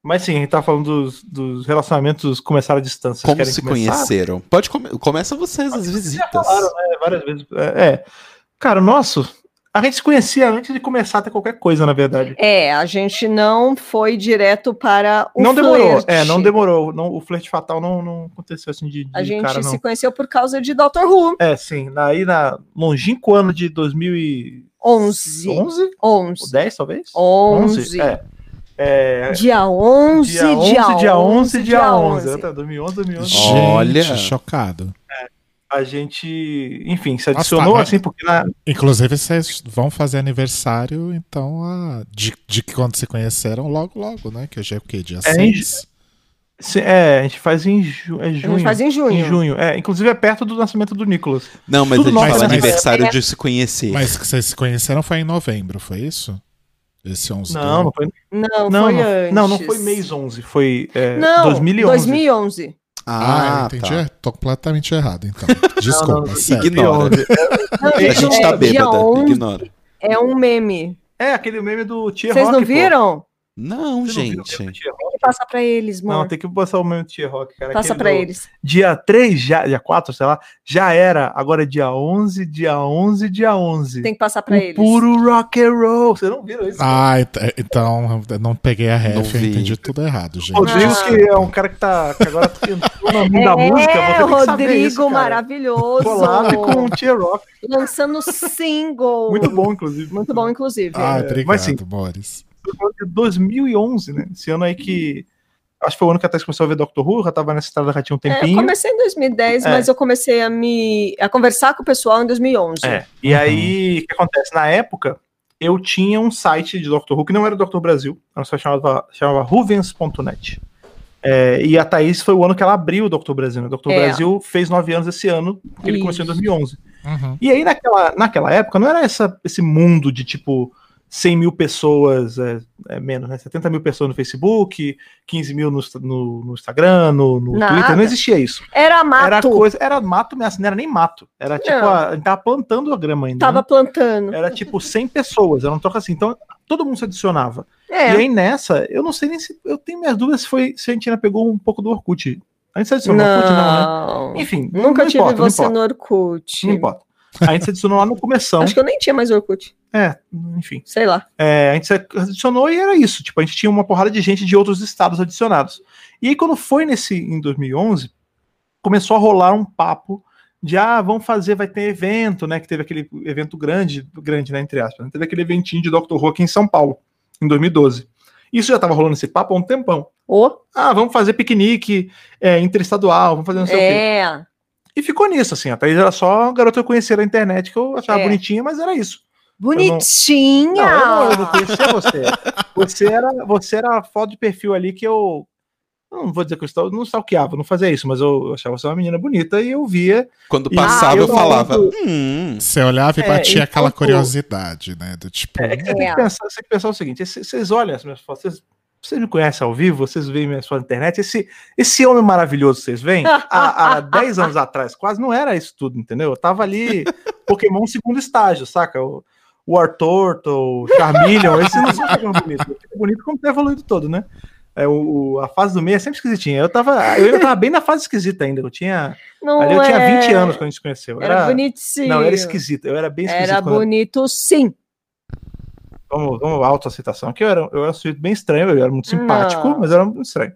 S4: Mas sim, a gente tá falando dos, dos relacionamentos começar à distância. Vocês
S1: Como
S4: querem
S1: se
S4: começar?
S1: conheceram? Pode come- começa vocês as visitas.
S4: falaram, É, várias vezes. É, é. Cara, o nosso, a gente se conhecia antes de começar a ter qualquer coisa, na verdade.
S3: É, a gente não foi direto para o
S4: não demorou,
S3: flerte.
S4: é, não demorou. Não, o flerte fatal não, não aconteceu assim de, de
S3: A gente
S4: cara, não.
S3: se conheceu por causa de Dr. Who.
S4: É, sim, na- aí na longínquo ano de 2011,
S3: 11.
S4: 11?
S3: 11.
S4: 10 talvez?
S3: 11.
S4: É. É,
S3: Dia 11,
S4: dia 11, dia 11, dia 11. Até 2011, 2011.
S2: Gente,
S1: Olha.
S2: chocado.
S4: A gente, enfim, se
S2: Nossa,
S4: adicionou
S2: tá
S4: assim, porque na,
S2: Inclusive, vocês vão fazer aniversário, então, ah, de, de que quando se conheceram, logo, logo, né? Que hoje é o quê? Dia
S4: É,
S2: 6?
S4: se- é, a gente faz em ju, é
S3: A
S4: junho.
S3: gente faz em junho.
S4: Em junho, é. Inclusive é perto do nascimento do Nicolas.
S1: Não, mas
S4: Tudo
S1: a gente
S4: nosso,
S1: fala
S2: mas-
S1: aniversário de se conhecer.
S2: Mas que vocês se conheceram foi em novembro, foi isso? Esse 11 do-
S4: Não, não foi
S3: Não, foi
S4: Não, não,
S3: antes.
S4: não, não foi mês 11, foi é,
S3: Não,
S4: 2011.
S3: 2011.
S2: Ah, eu
S1: tá.
S2: entendi. É, Tô completamente errado, então. Desculpa,
S4: não,
S2: sério.
S1: Ignora.
S4: 2011.
S3: Não,
S1: A gente
S3: é,
S1: tá
S3: dia
S1: bêbada,
S3: 11
S1: ignora.
S3: É um meme.
S4: É, aquele meme do Tia
S3: Vocês
S4: Rock.
S3: não
S4: pô.
S3: viram?
S1: Não,
S4: Vocês não viram o meme do
S1: gente.
S4: Tia Rock?
S3: Tem que passar pra eles,
S4: Não,
S3: mano.
S4: tem que passar o meme do Tia Rock, cara.
S3: Passa pra
S4: Aquele do-
S3: eles.
S4: Dia 3, já, dia 4, sei lá, já era. Agora é dia 11, dia 11, dia 11.
S3: Tem que passar pra
S4: o
S3: eles.
S4: puro rock and roll. Vocês não viram isso?
S2: Ah, ent- então, eu não peguei a ref, eu
S1: vi. Ah.
S2: entendi tudo errado, gente.
S4: Rodrigo,
S2: Desculpa.
S4: que é um cara que tá. Que agora entrou no mundo
S3: É,
S4: da música, você tem que
S3: Rodrigo
S4: saber isso, cara.
S3: maravilhoso.
S4: Collab com o Tia Rock.
S3: Lançando single.
S4: Muito bom, inclusive.
S3: Muito bom, inclusive.
S2: Ah,
S4: É, mas sim.
S2: obrigado, Boris.
S4: Tô falando de 2011, né? Esse ano aí que. Acho que foi o ano que a Thais começou a ver Doctor Who, já tava nessa estrada já tinha um
S3: É, eu
S4: tempinho.
S3: comecei em 2010,
S4: É.
S3: mas eu comecei a me a conversar com o pessoal em 2011.
S4: É, E aí, o que acontece? Na época, eu tinha um site de Doctor Who que não era Doctor Brasil, era um site chamava, chamava Ruvens.net. É, e a Thaís foi o ano que ela abriu o Doctor Brasil. Né? O Doctor
S3: É.
S4: Brasil fez nove anos esse ano, porque ele
S3: Isso.
S4: começou em 2011.
S2: Uhum.
S4: E aí, naquela, naquela época, não era essa, esse mundo de tipo 100 mil pessoas, é, é menos, né? 70 mil pessoas no Facebook, 15 mil no, Insta- no, no Instagram, no, no
S3: Nada.
S4: Twitter, não existia isso.
S3: Era mato.
S4: Era coisa, era mato mesmo, assim, não era nem mato. Era tipo,
S3: Não.
S4: a, a gente tava plantando a grama ainda.
S3: Tava
S4: né?
S3: plantando.
S4: Era tipo 100 pessoas, era um troca assim. Então, todo mundo se adicionava.
S3: É.
S4: E aí nessa, eu não sei nem se. Eu tenho minhas dúvidas se, foi, se a gente ainda pegou um pouco do Orkut. A gente se adicionou no Orkut, não, né?
S3: não.
S4: Enfim,
S3: Nunca
S4: não
S3: tive
S4: importa, não
S3: você
S4: importa, Então.
S3: no Orkut.
S4: Não importa. A gente se adicionou lá no começão.
S3: Acho que eu nem tinha mais Orkut.
S4: É, enfim.
S3: Sei lá.
S4: É, a gente se adicionou e era isso. Tipo, a gente tinha uma porrada de gente de outros estados adicionados. E aí, quando foi nesse em 2011, começou a rolar um papo de ah, vamos fazer, vai ter evento, né? Que teve aquele evento grande, grande, né? Entre aspas, né, teve aquele eventinho de Dr. Who aqui em São Paulo, em 2012. Isso já tava rolando esse papo há um tempão.
S3: O
S4: Ah, vamos fazer piquenique é, interestadual, vamos fazer não sei o quê.
S3: é.
S4: E ficou nisso, assim. A Thaís era só garota que eu conhecia na internet, que eu achava
S3: É.
S4: bonitinha, mas era isso.
S3: Bonitinha.
S4: Não, eu não, eu não conhecia você. Você era, você era a foto de perfil ali que eu. Não vou dizer que eu stal- não stalkeava, não fazia isso, mas eu achava você uma menina bonita e eu via.
S1: Quando
S3: E-
S1: passava,
S4: Ah, eu
S1: eu falava.
S4: não-
S1: Hum.
S2: Você olhava e
S4: É,
S2: batia
S4: e
S2: aquela
S4: pouco-
S2: curiosidade, né? Do tipo,
S4: É, é que você, tem
S3: É.
S4: que pensar, você tem que pensar o seguinte: esse- vocês olham as minhas fotos, vocês, vocês me conhecem ao vivo, vocês veem minhas fotos na internet, esse, esse homem maravilhoso que vocês veem, há, há 10 anos atrás, quase não era isso tudo, entendeu? Eu tava ali, Pokémon segundo estágio, saca? O, o Artorto, o Charmeleon, esses não são Pokémon bonitos. Pokémon bonito como tá evoluído todo, né? É, o, o- a fase do meio é sempre esquisitinha. Eu tava, eu ainda tava bem na fase esquisita ainda. Eu tinha,
S3: Não
S4: ali eu tinha
S3: é-
S4: 20 anos quando a gente se conheceu.
S3: Era,
S4: Era,
S3: bonitinho.
S4: não, era esquisito. Eu era bem esquisito.
S3: Era
S4: quando eu
S3: bonito, sim.
S4: vamos, vamos autoaceitação aqui, eu era, eu era um sujeito bem estranho, eu era muito simpático,
S3: Não.
S4: mas eu era muito estranho.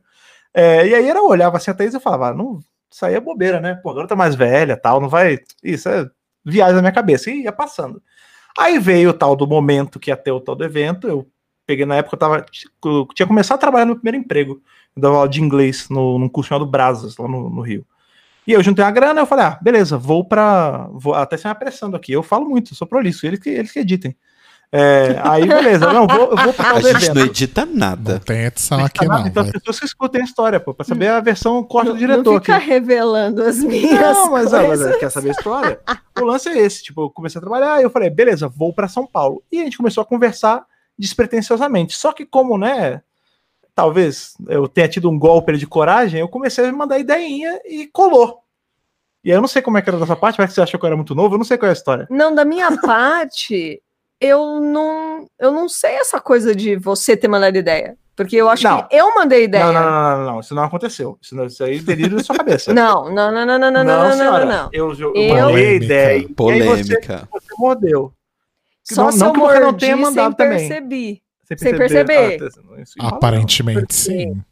S4: É, e aí era, eu olhava assim a Thaís e eu falava, ah, não, isso aí é bobeira, né? Pô, agora tá mais velha tal, não vai. Isso é viagem na minha cabeça. E ia passando. Aí veio o tal do momento que ia ter o tal do evento. Eu peguei na época, eu tava. eu tinha começado a trabalhar no meu primeiro emprego. Eu dava aula de inglês no, num curso chamado Brasas, lá no, no Rio. E eu juntei uma grana, eu falei, ah, beleza, vou pra. Vou, até se me apressando aqui. Eu falo muito, eu sou prolixo, eles que, eles que editem. É, aí, beleza, não, vou, eu vou pra tal
S1: A
S4: do
S1: gente não
S4: evento.
S1: edita né?
S2: não
S1: nada.
S2: tem edição aqui
S4: Tá?
S2: não.
S4: então as
S2: vai.
S4: pessoas que escutem a história, pô, pra saber a versão corte
S3: Hum. Não,
S4: do diretor.
S3: não fica
S4: aqui.
S3: revelando as minhas
S4: Não, mas, ah, mas
S3: coisas.
S4: ah, quer saber a história? o lance é esse, tipo, eu comecei a trabalhar, eu falei, beleza, vou pra São Paulo. E a gente começou a conversar despretensiosamente. Só que como, né, talvez eu tenha tido um golpe ali de coragem, eu comecei a mandar ideinha e colou. E aí eu não sei como é que era dessa parte, mas que você achou que eu era muito novo, eu não sei qual é a história.
S3: Não, da minha parte, eu não, eu não sei essa coisa de você ter mandado ideia. Porque eu acho
S4: Não.
S3: que eu mandei ideia.
S4: Não, não, não, não, não, não, isso não aconteceu. Isso, não, isso aí é delírio da sua cabeça.
S3: Não, não, não, não, não, não, não, não,
S4: senhora,
S3: não, não.
S4: Eu, eu,
S3: Eu-
S4: mandei a ideia. e aí você,
S1: Polêmica.
S4: você mordeu.
S3: Só
S4: não-
S3: se
S4: não
S3: eu
S4: que você não
S3: mordi
S4: tenha
S3: sem
S4: mandado também.
S3: percebi.
S4: Sem
S3: Sem perceber.
S4: Ah, isso um. enrola, não.
S2: Aparentemente sim.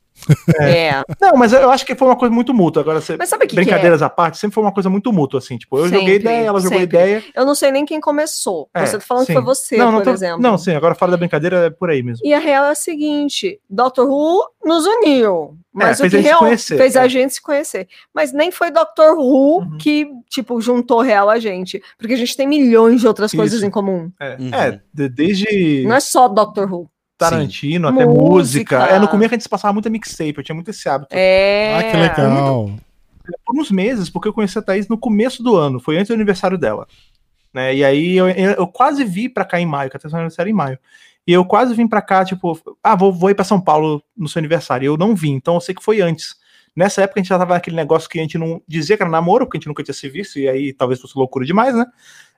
S3: É.
S4: Não, mas eu acho que foi uma coisa muito mútua. Agora, você-
S3: Mas sabe o que é? que
S4: brincadeiras à parte, sempre foi uma coisa muito mútua, assim. Tipo, eu joguei
S3: Sempre,
S4: ideia, ela jogou
S3: sempre.
S4: ideia.
S3: Eu não sei nem quem começou.
S4: É,
S3: você tá falando
S4: sim.
S3: que foi você,
S4: não, não
S3: por
S4: tô-
S3: exemplo.
S4: Não, sim, agora fora da brincadeira é por aí mesmo.
S3: E a real é a seguinte: Dr. Who nos uniu. Mas o
S4: É, fez a
S3: que
S4: gente se
S3: real
S4: conhecer,
S3: fez
S4: é.
S3: a gente se conhecer. Mas nem foi Dr. Who
S4: Uhum.
S3: que, tipo, juntou real a gente. Porque a gente tem milhões de outras coisas
S4: Isso.
S3: em comum.
S4: É,
S1: Uhum.
S4: é, de- desde
S3: Não é só Dr. Who.
S4: Tarantino
S3: Sim.
S4: até música.
S3: Música.
S4: É, no começo a gente se passava muita mixtape, eu tinha muito esse hábito.
S3: É.
S2: Ah, que legal.
S4: Por uns meses, porque eu conheci a Thaís no começo do ano, foi antes do aniversário dela. Né? E aí eu, eu, eu quase vim pra cá em maio, que a Thaís fez aniversário é em maio. E eu quase vim pra cá, tipo, ah, vou, vou ir pra São Paulo no seu aniversário. E eu não vim, então eu sei que foi antes. Nessa época a gente já tava naquele negócio que a gente não dizia que era namoro, porque a gente nunca tinha se visto, e aí talvez fosse loucura demais, né?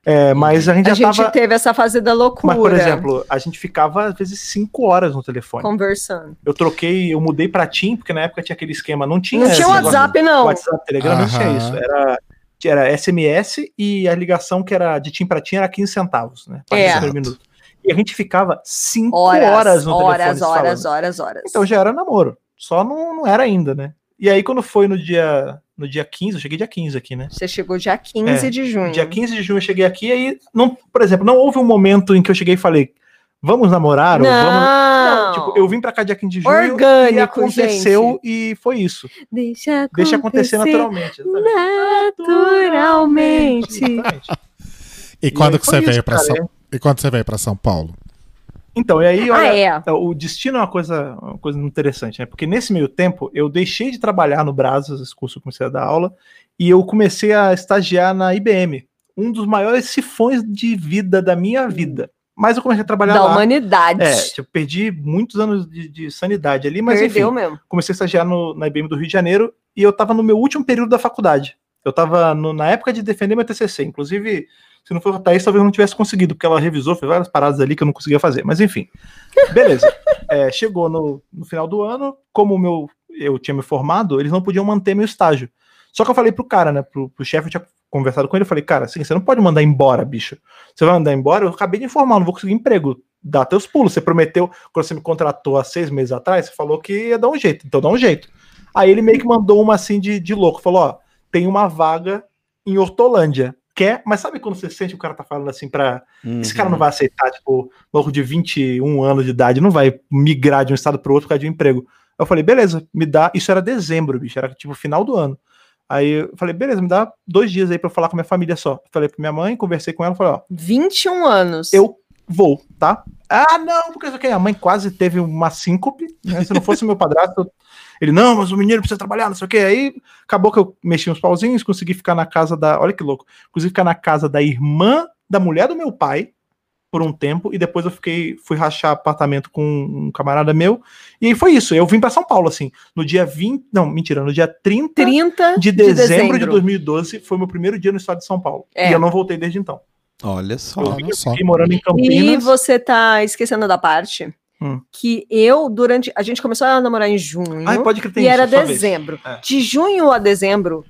S4: É, mas a gente
S3: A
S4: já
S3: gente
S4: tava.
S3: teve essa fase da loucura
S4: Mas, por exemplo, a gente ficava às vezes cinco horas no telefone.
S3: conversando.
S4: Eu troquei, eu mudei pra Tim, porque na época tinha aquele esquema, não tinha.
S3: não
S4: esse
S3: tinha
S1: um
S4: negócio
S3: WhatsApp, não.
S4: WhatsApp, Telegram, não tinha
S2: Aham.
S4: isso. Era, era SMS e a ligação que era de tim pra tim era 15 centavos, né? Pra
S3: É.
S4: receber por minuto. E a gente ficava 5 horas,
S3: Horas, horas,
S4: no telefone.
S3: horas,
S4: se falando.
S3: horas, horas,
S4: Então já era namoro. Só não, não era ainda, né? E aí quando foi no dia no dia 15, eu cheguei dia 15 aqui, né?
S3: Você chegou dia 15 de junho.
S4: É, Dia 15 de junho eu cheguei aqui e aí, não, por exemplo, não houve um momento em que eu cheguei e falei, vamos namorar? ou vamos...
S3: Não.
S4: Não, tipo, eu vim pra cá dia 15 de junho e
S3: Orgânico,
S4: aconteceu e foi isso.
S3: Deixa acontecer,
S4: Deixa acontecer naturalmente. exatamente.
S3: naturalmente.
S4: Exatamente.
S2: E quando
S4: aí
S2: que
S4: foi
S2: você
S4: isso,
S2: veio para
S4: cara, é um
S2: São... E quando você veio para São Paulo?
S4: Então, e aí,
S3: Ah,
S4: olha,
S3: é.
S4: então, o destino é uma coisa, uma coisa interessante, né? Porque nesse meio tempo, eu deixei de trabalhar no Brasas, esse curso que eu comecei a dar aula, e eu comecei a estagiar na IBM, um dos maiores sifões de vida da minha vida. Mas eu comecei a trabalhar
S3: Da
S4: lá.
S3: humanidade.
S4: É, tipo, perdi muitos anos de, de sanidade ali, mas enfim,
S3: Perdeu mesmo.
S4: comecei a estagiar no- na IBM do Rio de Janeiro e eu tava no meu último período da faculdade. Eu tava no- na época de defender meu TCC. Inclusive, se não fosse a Thaís, talvez eu não tivesse conseguido, porque ela revisou, fez várias paradas ali que eu não conseguia fazer. Mas enfim, beleza. É, chegou no, no final do ano, como o meu, eu tinha me formado, eles não podiam manter meu estágio. Só que eu falei pro cara, né, pro, pro chefe, eu tinha conversado com ele, eu falei, cara, assim, você não pode mandar embora, bicho. Você vai mandar embora? Eu acabei de informar, não vou conseguir emprego. Dá teus pulos. Você prometeu, quando você me contratou há seis meses atrás, você falou que ia dar um jeito, então dá um jeito. Aí ele meio que mandou uma assim de, de louco, falou, ó, tem uma vaga em Hortolândia. Quer? Mas sabe quando você sente o cara tá falando assim pra,
S1: Uhum.
S4: esse cara não vai aceitar, tipo, louco de 21 anos de idade, não vai migrar de um estado pro outro por causa de um emprego. Eu falei, beleza, me dá. Isso era dezembro, bicho, era tipo final do ano. Aí eu falei, beleza, me dá dois dias aí pra eu falar com a minha família só. Falei pra minha mãe, conversei com ela, falei, ó,
S3: 21 anos.
S4: eu vou, tá? Ah, não, porque isso aqui, a mãe quase teve uma síncope, né? Se não fosse meu padrasto, eu- Ele, não, mas o menino precisa trabalhar, não sei o quê. Aí acabou que eu mexi uns pauzinhos, consegui ficar na casa da. Olha que louco. Consegui ficar na casa da irmã da mulher do meu pai por um tempo, e depois eu fiquei, fui rachar apartamento com um camarada meu. E aí foi isso. Eu vim pra São Paulo, assim. No dia 20. Não, mentira, no dia 30
S3: 30
S4: de dezembro de 2012 foi meu primeiro dia no estado de São Paulo.
S3: É.
S4: E eu não voltei desde então.
S1: Olha só.
S4: Eu
S2: Olha
S4: fiquei,
S2: só.
S4: fiquei morando em
S3: E
S4: Campinas.
S3: você tá esquecendo da parte
S4: Hum.
S3: que eu, durante. A gente começou a namorar em junho.
S4: Ai, pode que tem
S3: Uhum. e era
S4: isso, sua vez.
S3: dezembro.
S4: É.
S3: De junho a dezembro,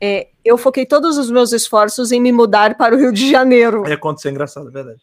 S3: é, eu foquei todos os meus esforços em me mudar para o Rio de Janeiro.
S4: Aí aconteceu engraçado, é verdade.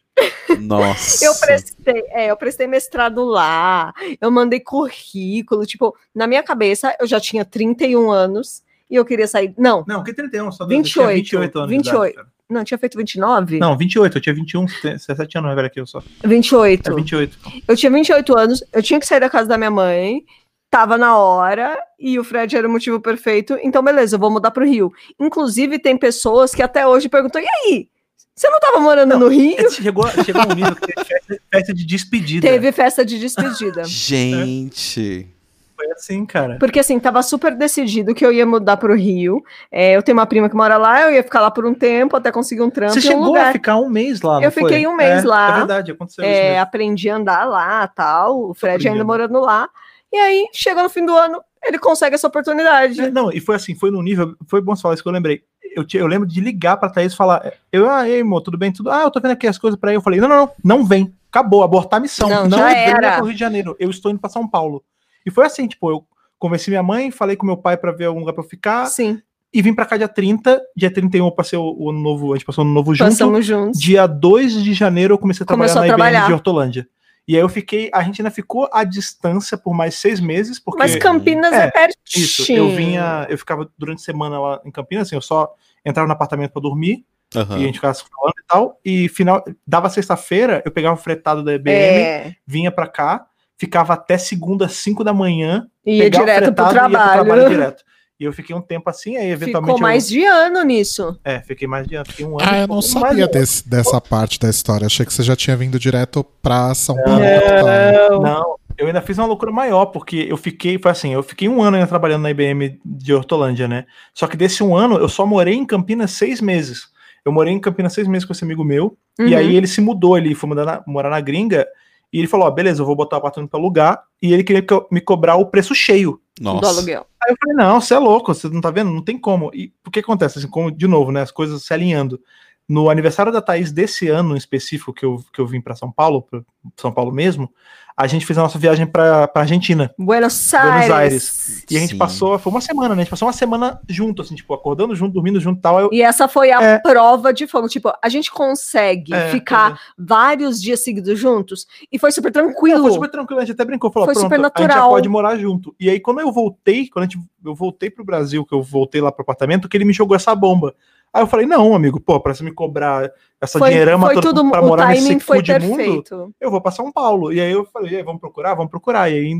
S1: Nossa.
S3: Eu prestei, é, eu prestei mestrado lá, eu mandei currículo, tipo, na minha cabeça eu já tinha 31 anos e eu queria sair. Não,
S4: Não, que 31, só
S3: 28,
S4: 28 anos. de
S3: 28.
S4: idade, cara.
S3: não, eu tinha feito 29?
S4: não, 28, eu tinha 21, 17 anos, velho, aqui eu só. É
S3: 28.
S4: 28.
S3: Eu tinha 28 anos, eu tinha que sair da casa da minha mãe, tava na hora, e o Fred era o motivo perfeito, então beleza, eu vou mudar pro Rio. Inclusive, tem pessoas que até hoje perguntam: e aí? Você não tava morando
S4: Não,
S3: no Rio?
S4: É, Chegou, chegou um nível que teve festa, festa de despedida.
S3: Teve festa de despedida.
S1: Gente.
S4: Foi assim, cara.
S3: Porque assim, tava super decidido que eu ia mudar pro Rio. É, eu tenho uma prima que mora lá, eu ia ficar lá por um tempo até conseguir um trampo
S4: Você
S3: e um
S4: chegou a
S3: lugar.
S4: ficar um mês lá, não
S3: Eu
S4: foi?
S3: fiquei um mês
S4: É,
S3: lá.
S4: É verdade, aconteceu isso
S3: É,
S4: mesmo.
S3: aprendi a andar lá tal. O Fred ainda
S4: aprendendo.
S3: morando lá. E aí, chega no fim do ano, ele consegue essa oportunidade.
S4: É, Não, e foi assim, foi num nível. Foi bom você falar isso que eu lembrei. Eu, tinha- eu lembro de ligar pra Thaís e falar: Eu, ah, ei, amor, tudo bem? Tudo. Ah, eu tô vendo aqui as coisas pra aí. Eu falei: Não, não, não, não vem. Acabou, abortar a missão.
S3: Não,
S4: Não,
S3: já
S4: venha
S3: era.
S4: pro Rio de Janeiro. Eu estou indo pra São Paulo. E foi assim, tipo, eu convenci minha mãe, falei com meu pai pra ver algum lugar pra eu ficar.
S3: Sim,
S4: E vim pra cá dia 30. Dia 31 eu passei o, o ano novo, a gente passou o ano novo junto.
S3: passamos juntos.
S4: Dia 2 de janeiro eu comecei a trabalhar
S3: um Começou a
S4: na IBM
S3: trabalhar.
S4: de Hortolândia. E aí eu fiquei, a gente ainda ficou à distância por mais seis meses, porque.
S3: Mas Campinas é,
S4: É,
S3: pertinho.
S4: Isso, eu vinha, eu ficava durante a semana lá em Campinas, assim, eu só entrava no apartamento pra dormir
S1: Aham.
S2: Ah.
S4: e a gente ficava se falando e tal. E final, dava sexta-feira, eu pegava o fretado da EBM,
S3: É,
S4: vinha pra cá, ficava até segunda, cinco da manhã,
S3: ia
S4: pegava o
S3: direto pro
S4: fretado e ia
S3: trabalho.
S4: direto. E eu fiquei um tempo assim, aí eventualmente
S3: Ficou mais de ano nisso.
S4: eu, é, fiquei mais de ano, fiquei um ano.
S2: Ah, eu
S4: e
S2: não
S4: pouco, mais
S2: sabia
S4: um
S2: desse- dessa parte da história. Achei que você já tinha vindo direto pra
S4: É.
S2: São Paulo. tá? capital.
S3: Não.
S4: Não, eu ainda fiz uma loucura maior, porque eu fiquei, foi assim, eu fiquei um ano ainda trabalhando na IBM de Hortolândia, né? Só que desse um ano, eu só morei em Campinas seis meses. Eu morei em Campinas seis meses com esse amigo meu, e
S3: Uhum.
S4: aí ele se mudou, ele foi mudar na- morar na gringa, e ele falou, ó, beleza, eu vou botar o apartamento pra alugar, e ele queria que eu- me cobrar o preço cheio.
S3: do
S1: Nossa.
S3: aluguel.
S4: Aí eu falei, não, você é louco, você não tá vendo? Não tem como. E o que acontece? Assim, como, de novo, né? As coisas se alinhando. No aniversário da Thaís desse ano em específico, que eu, que eu vim pra São Paulo, pra São Paulo mesmo, a gente fez a nossa viagem pra, pra Argentina.
S3: Buenos Aires.
S4: Aires. E a gente
S1: Sim.
S4: passou, foi uma semana, né? A gente passou uma semana junto, assim, tipo, acordando junto, dormindo junto e tal. Eu,
S3: E essa foi a
S4: É.
S3: prova de fogo. Tipo, a gente consegue
S4: É,
S3: ficar
S4: pois
S3: vários dias seguidos juntos e foi super
S4: Não,
S3: tranquilo.
S4: foi super tranquilo, a gente até brincou, falou,
S3: Foi
S4: pronto,
S3: super
S4: a gente já
S3: natural.
S4: pode morar junto. E aí, quando eu voltei, quando a gente, eu voltei pro Brasil, que eu voltei lá pro apartamento, que ele me jogou essa bomba. Aí eu falei, não, amigo, pô, pra você me cobrar essa
S3: Foi,
S4: dinheirama
S3: foi
S4: toda
S3: tudo,
S4: pra
S3: o
S4: morar nesse
S3: timing foi
S4: cu de mundo,
S3: perfeito.
S4: eu vou pra São Paulo. E aí eu falei, e aí, vamos procurar, vamos procurar. E aí em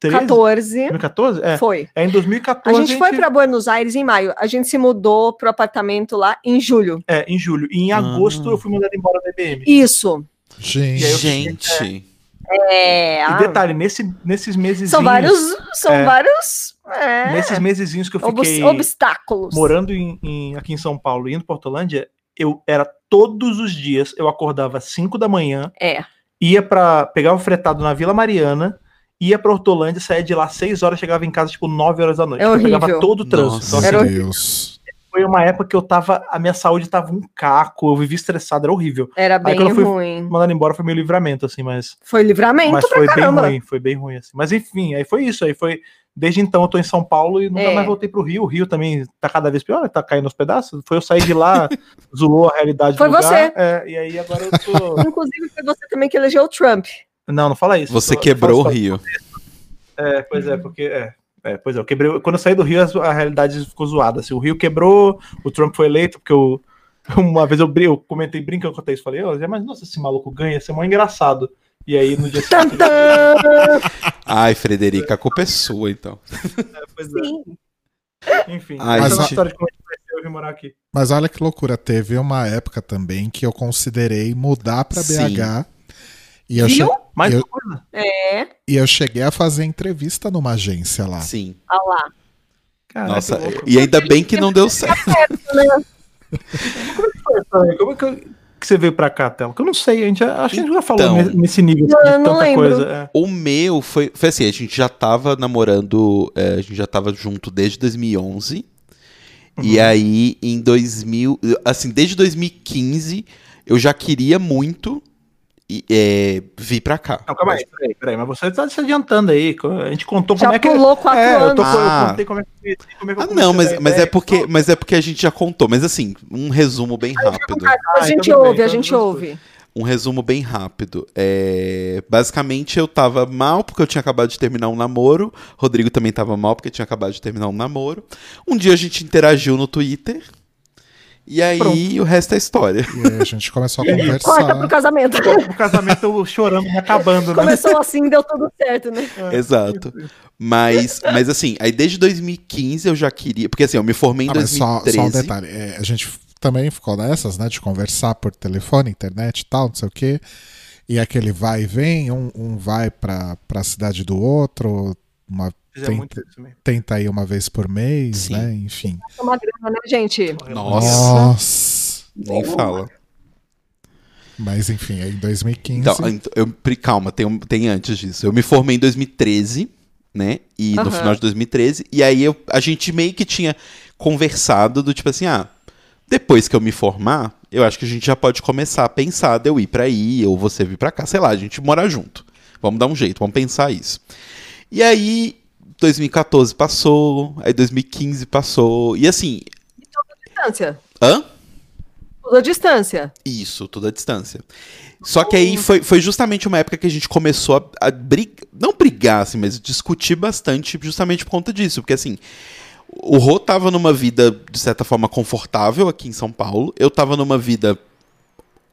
S4: 2013...
S3: 14
S4: 2014? É.
S3: foi.
S4: É em
S3: A
S4: 2014.
S3: gente, foi pra Buenos Aires em maio. A gente se mudou pro apartamento lá em julho.
S4: É, em julho. E em
S1: Ah.
S4: agosto eu fui mandado embora da IBM.
S3: Isso.
S2: Gente,
S4: E aí eu-
S1: Gente.
S3: É.
S4: E
S3: ah,
S4: detalhe, nesse, nesses meses.
S3: são vários. São
S4: É.
S3: vários. é,
S4: Nesses mesezinhos que eu
S3: obs-
S4: fiquei
S3: obstáculos.
S4: morando em- em- aqui em São Paulo e indo pra Hortolândia, eu era todos os dias, eu acordava às 5 da manhã,
S3: É.
S4: ia pra. pegava o fretado na Vila Mariana, ia pra Hortolândia, saía de lá 6 horas, chegava em casa tipo 9 horas da noite.
S3: É
S4: eu pegava
S3: horrível.
S4: todo o trânsito. Então, assim,
S1: Nossa.
S3: Era
S2: meu
S3: o-
S2: Deus.
S4: foi uma época que eu tava. A minha saúde tava um caco, eu vivia estressado, era horrível.
S3: Era bem
S4: quando eu fui-
S3: ruim.
S4: Mandando embora foi meu livramento, assim, mas.
S3: Foi livramento
S4: Mas
S3: pra
S4: foi bem
S3: caramba.
S4: ruim, foi bem ruim, assim. Mas enfim, aí foi isso. Aí foi. Desde então eu tô em São Paulo e nunca
S3: É.
S4: mais voltei pro Rio. O Rio também tá cada vez pior, tá caindo aos pedaços. Foi eu sair de lá, zulou a realidade
S3: Foi
S4: do lugar.
S3: você.
S4: é, e aí agora eu tô.
S3: Inclusive, foi você também que elegeu o Trump.
S4: Não, não fala isso.
S1: Você
S4: é, Eu tô-
S1: quebrou o
S4: eu faço-
S1: Rio.
S4: É, pois é, porque. É. É, pois é, eu quebrei. Quando eu saí do Rio, as- a realidade ficou zoada. Assim, o Rio quebrou, o Trump foi eleito, porque eu. Uma vez eu, brin- eu comentei brincando com a Thaís, falei, "Ô, Zé, mas nossa, esse maluco ganha, esse é mó engraçado. E aí no dia
S3: Tan,
S4: seguinte.
S3: tan.
S1: Ai, Frederica, a culpa é sua, então.
S4: Pois é.
S3: Sim.
S4: Enfim,
S1: Ai,
S4: essa é uma
S2: gente.
S4: história de como a gente conheceu e vim morar aqui.
S2: Mas olha que loucura, teve uma época também que eu considerei mudar pra BH.
S1: Sim.
S2: E eu,
S3: Viu?
S2: che-
S4: Mais
S2: Eu-
S4: uma coisa?
S3: É,
S2: e eu cheguei a fazer entrevista numa agência
S4: Ah.
S2: lá.
S1: Sim.
S3: olha lá.
S4: Caraca,
S1: Nossa,
S4: eu vou-
S1: e ainda bem que não deu certo.
S4: Como é que, eu- que você veio pra cá, Tela? Que eu não sei, a gente, acho que a gente já falou
S1: Então.
S4: ne- nesse nível
S3: Não,
S4: assim,
S3: eu
S4: de
S3: não
S4: tanta
S3: lembro.
S4: coisa. é.
S1: O meu foi, foi assim, a gente já tava namorando, é, a gente já tava junto desde 2011. E
S4: Uhum.
S1: aí, em 2000, assim, desde 2015, eu já queria muito e, é, vir pra cá.
S4: Não, calma aí, peraí, peraí, mas você tá se adiantando aí. A gente contou
S3: Já
S4: como é que.
S3: pulou quatro
S4: é, eu, tô,
S3: anos.
S1: Ah.
S4: eu contei como é que eu conheci, como é que eu
S1: Ah, não,
S4: comecei
S1: mas,
S4: a
S1: mas é
S4: ideia.
S1: porque, mas é porque a gente já contou. Mas assim, um resumo bem rápido.
S3: a
S4: Ah,
S3: gente
S4: então tudo
S3: ouve,
S4: bem,
S3: a
S4: então
S3: gente
S4: tudo
S3: ouve.
S1: Um resumo bem rápido. É, basicamente, eu tava mal porque eu tinha acabado de terminar um namoro. Rodrigo também tava mal porque tinha acabado de terminar um namoro. Um dia a gente interagiu no Twitter. E aí
S4: Pronto.
S1: o resto é história.
S2: E aí a gente começou a
S3: Corta pro
S2: conversar.
S3: casamento.
S4: O casamento eu chorando, me acabando, né?
S3: Começou assim, deu tudo certo, né?
S4: É.
S1: Exato. Mas, mas assim, aí desde 2015 eu já queria. Porque assim, eu me formei em
S2: Ah, mas só,
S1: 2013.
S2: só um detalhe. é, a gente f- também ficou nessas, né? De conversar por telefone, internet e tal, não sei o quê. E aquele vai e vem, um, um vai pra, pra cidade do outro, uma,
S3: é
S4: Fiz
S2: Tem-
S4: é muito isso mesmo.
S2: tenta ir uma vez por mês,
S1: Sim.
S2: né? Enfim.
S3: É uma grana, né, gente?
S1: Nossa.
S2: Nossa.
S1: Nem fala.
S2: Mas enfim, aí em 2015.
S1: Então, ent- eu, pri- calma, tem, um- tem antes disso. Eu me formei em 2013, né? E no
S3: Aham.
S1: final de 2013. E aí eu, a gente meio que tinha conversado do tipo assim, ah, depois que eu me formar, eu acho que a gente já pode começar a pensar de eu ir pra aí, ou você vir pra cá, sei lá, a gente morar junto. Vamos dar um jeito, vamos pensar isso. E aí, 2014 passou, aí 2015 passou, e assim,
S3: Distância.
S1: hã?
S3: Tudo à distância.
S1: Isso, tudo à distância. Só que aí foi, foi justamente uma época que a gente começou a, a brigar, não brigar, assim, mas discutir bastante justamente por conta disso. Porque assim, o Rô tava numa vida, de certa forma, confortável aqui em São Paulo. Eu tava numa vida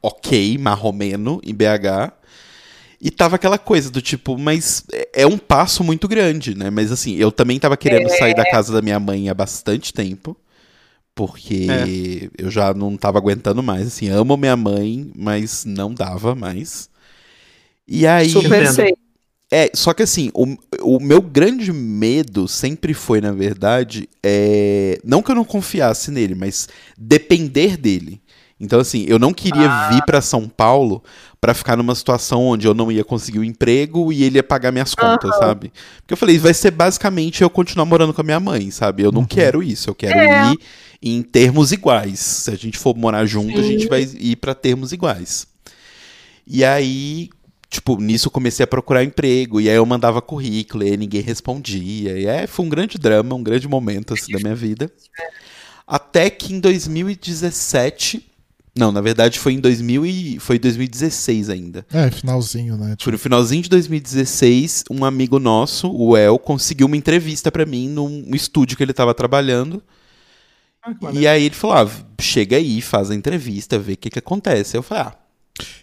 S1: ok, marromeno, em BH. E tava aquela coisa do tipo, mas é- é um passo muito grande, né? Mas assim, eu também tava querendo sair da casa da minha mãe há bastante tempo. Porque eu já não tava aguentando mais. Assim, amo minha mãe, mas não dava mais. E aí.
S3: Super
S4: Entendo.
S3: sei.
S1: É, só que assim, o, o meu grande medo sempre foi, na verdade, é. Não que eu não confiasse nele, mas depender dele. Então, assim, eu não queria vir pra São Paulo pra ficar numa situação onde eu não ia conseguir um emprego e ele ia pagar minhas contas, sabe? Porque eu falei, vai ser basicamente eu continuar morando com a minha mãe, sabe? Eu não
S2: Uhum.
S1: quero isso, eu quero
S3: É.
S1: ir em termos iguais. Se a gente for morar junto, a gente vai ir pra termos iguais. E aí, tipo, nisso eu comecei a procurar emprego, e aí eu mandava currículo, e aí ninguém respondia. E é, foi um grande drama, um grande momento assim, da minha vida. Até que em 2017. Não, na verdade foi em 2000 e, foi 2016 ainda.
S2: É, finalzinho, né?
S1: Foi
S2: Tipo,
S1: no finalzinho de 2016, um amigo nosso, o El, conseguiu uma entrevista pra mim num estúdio que ele tava trabalhando.
S4: Ah, que
S1: E aí ele falou: ah, chega aí, faz a entrevista, vê o que que acontece. Eu falei: ah,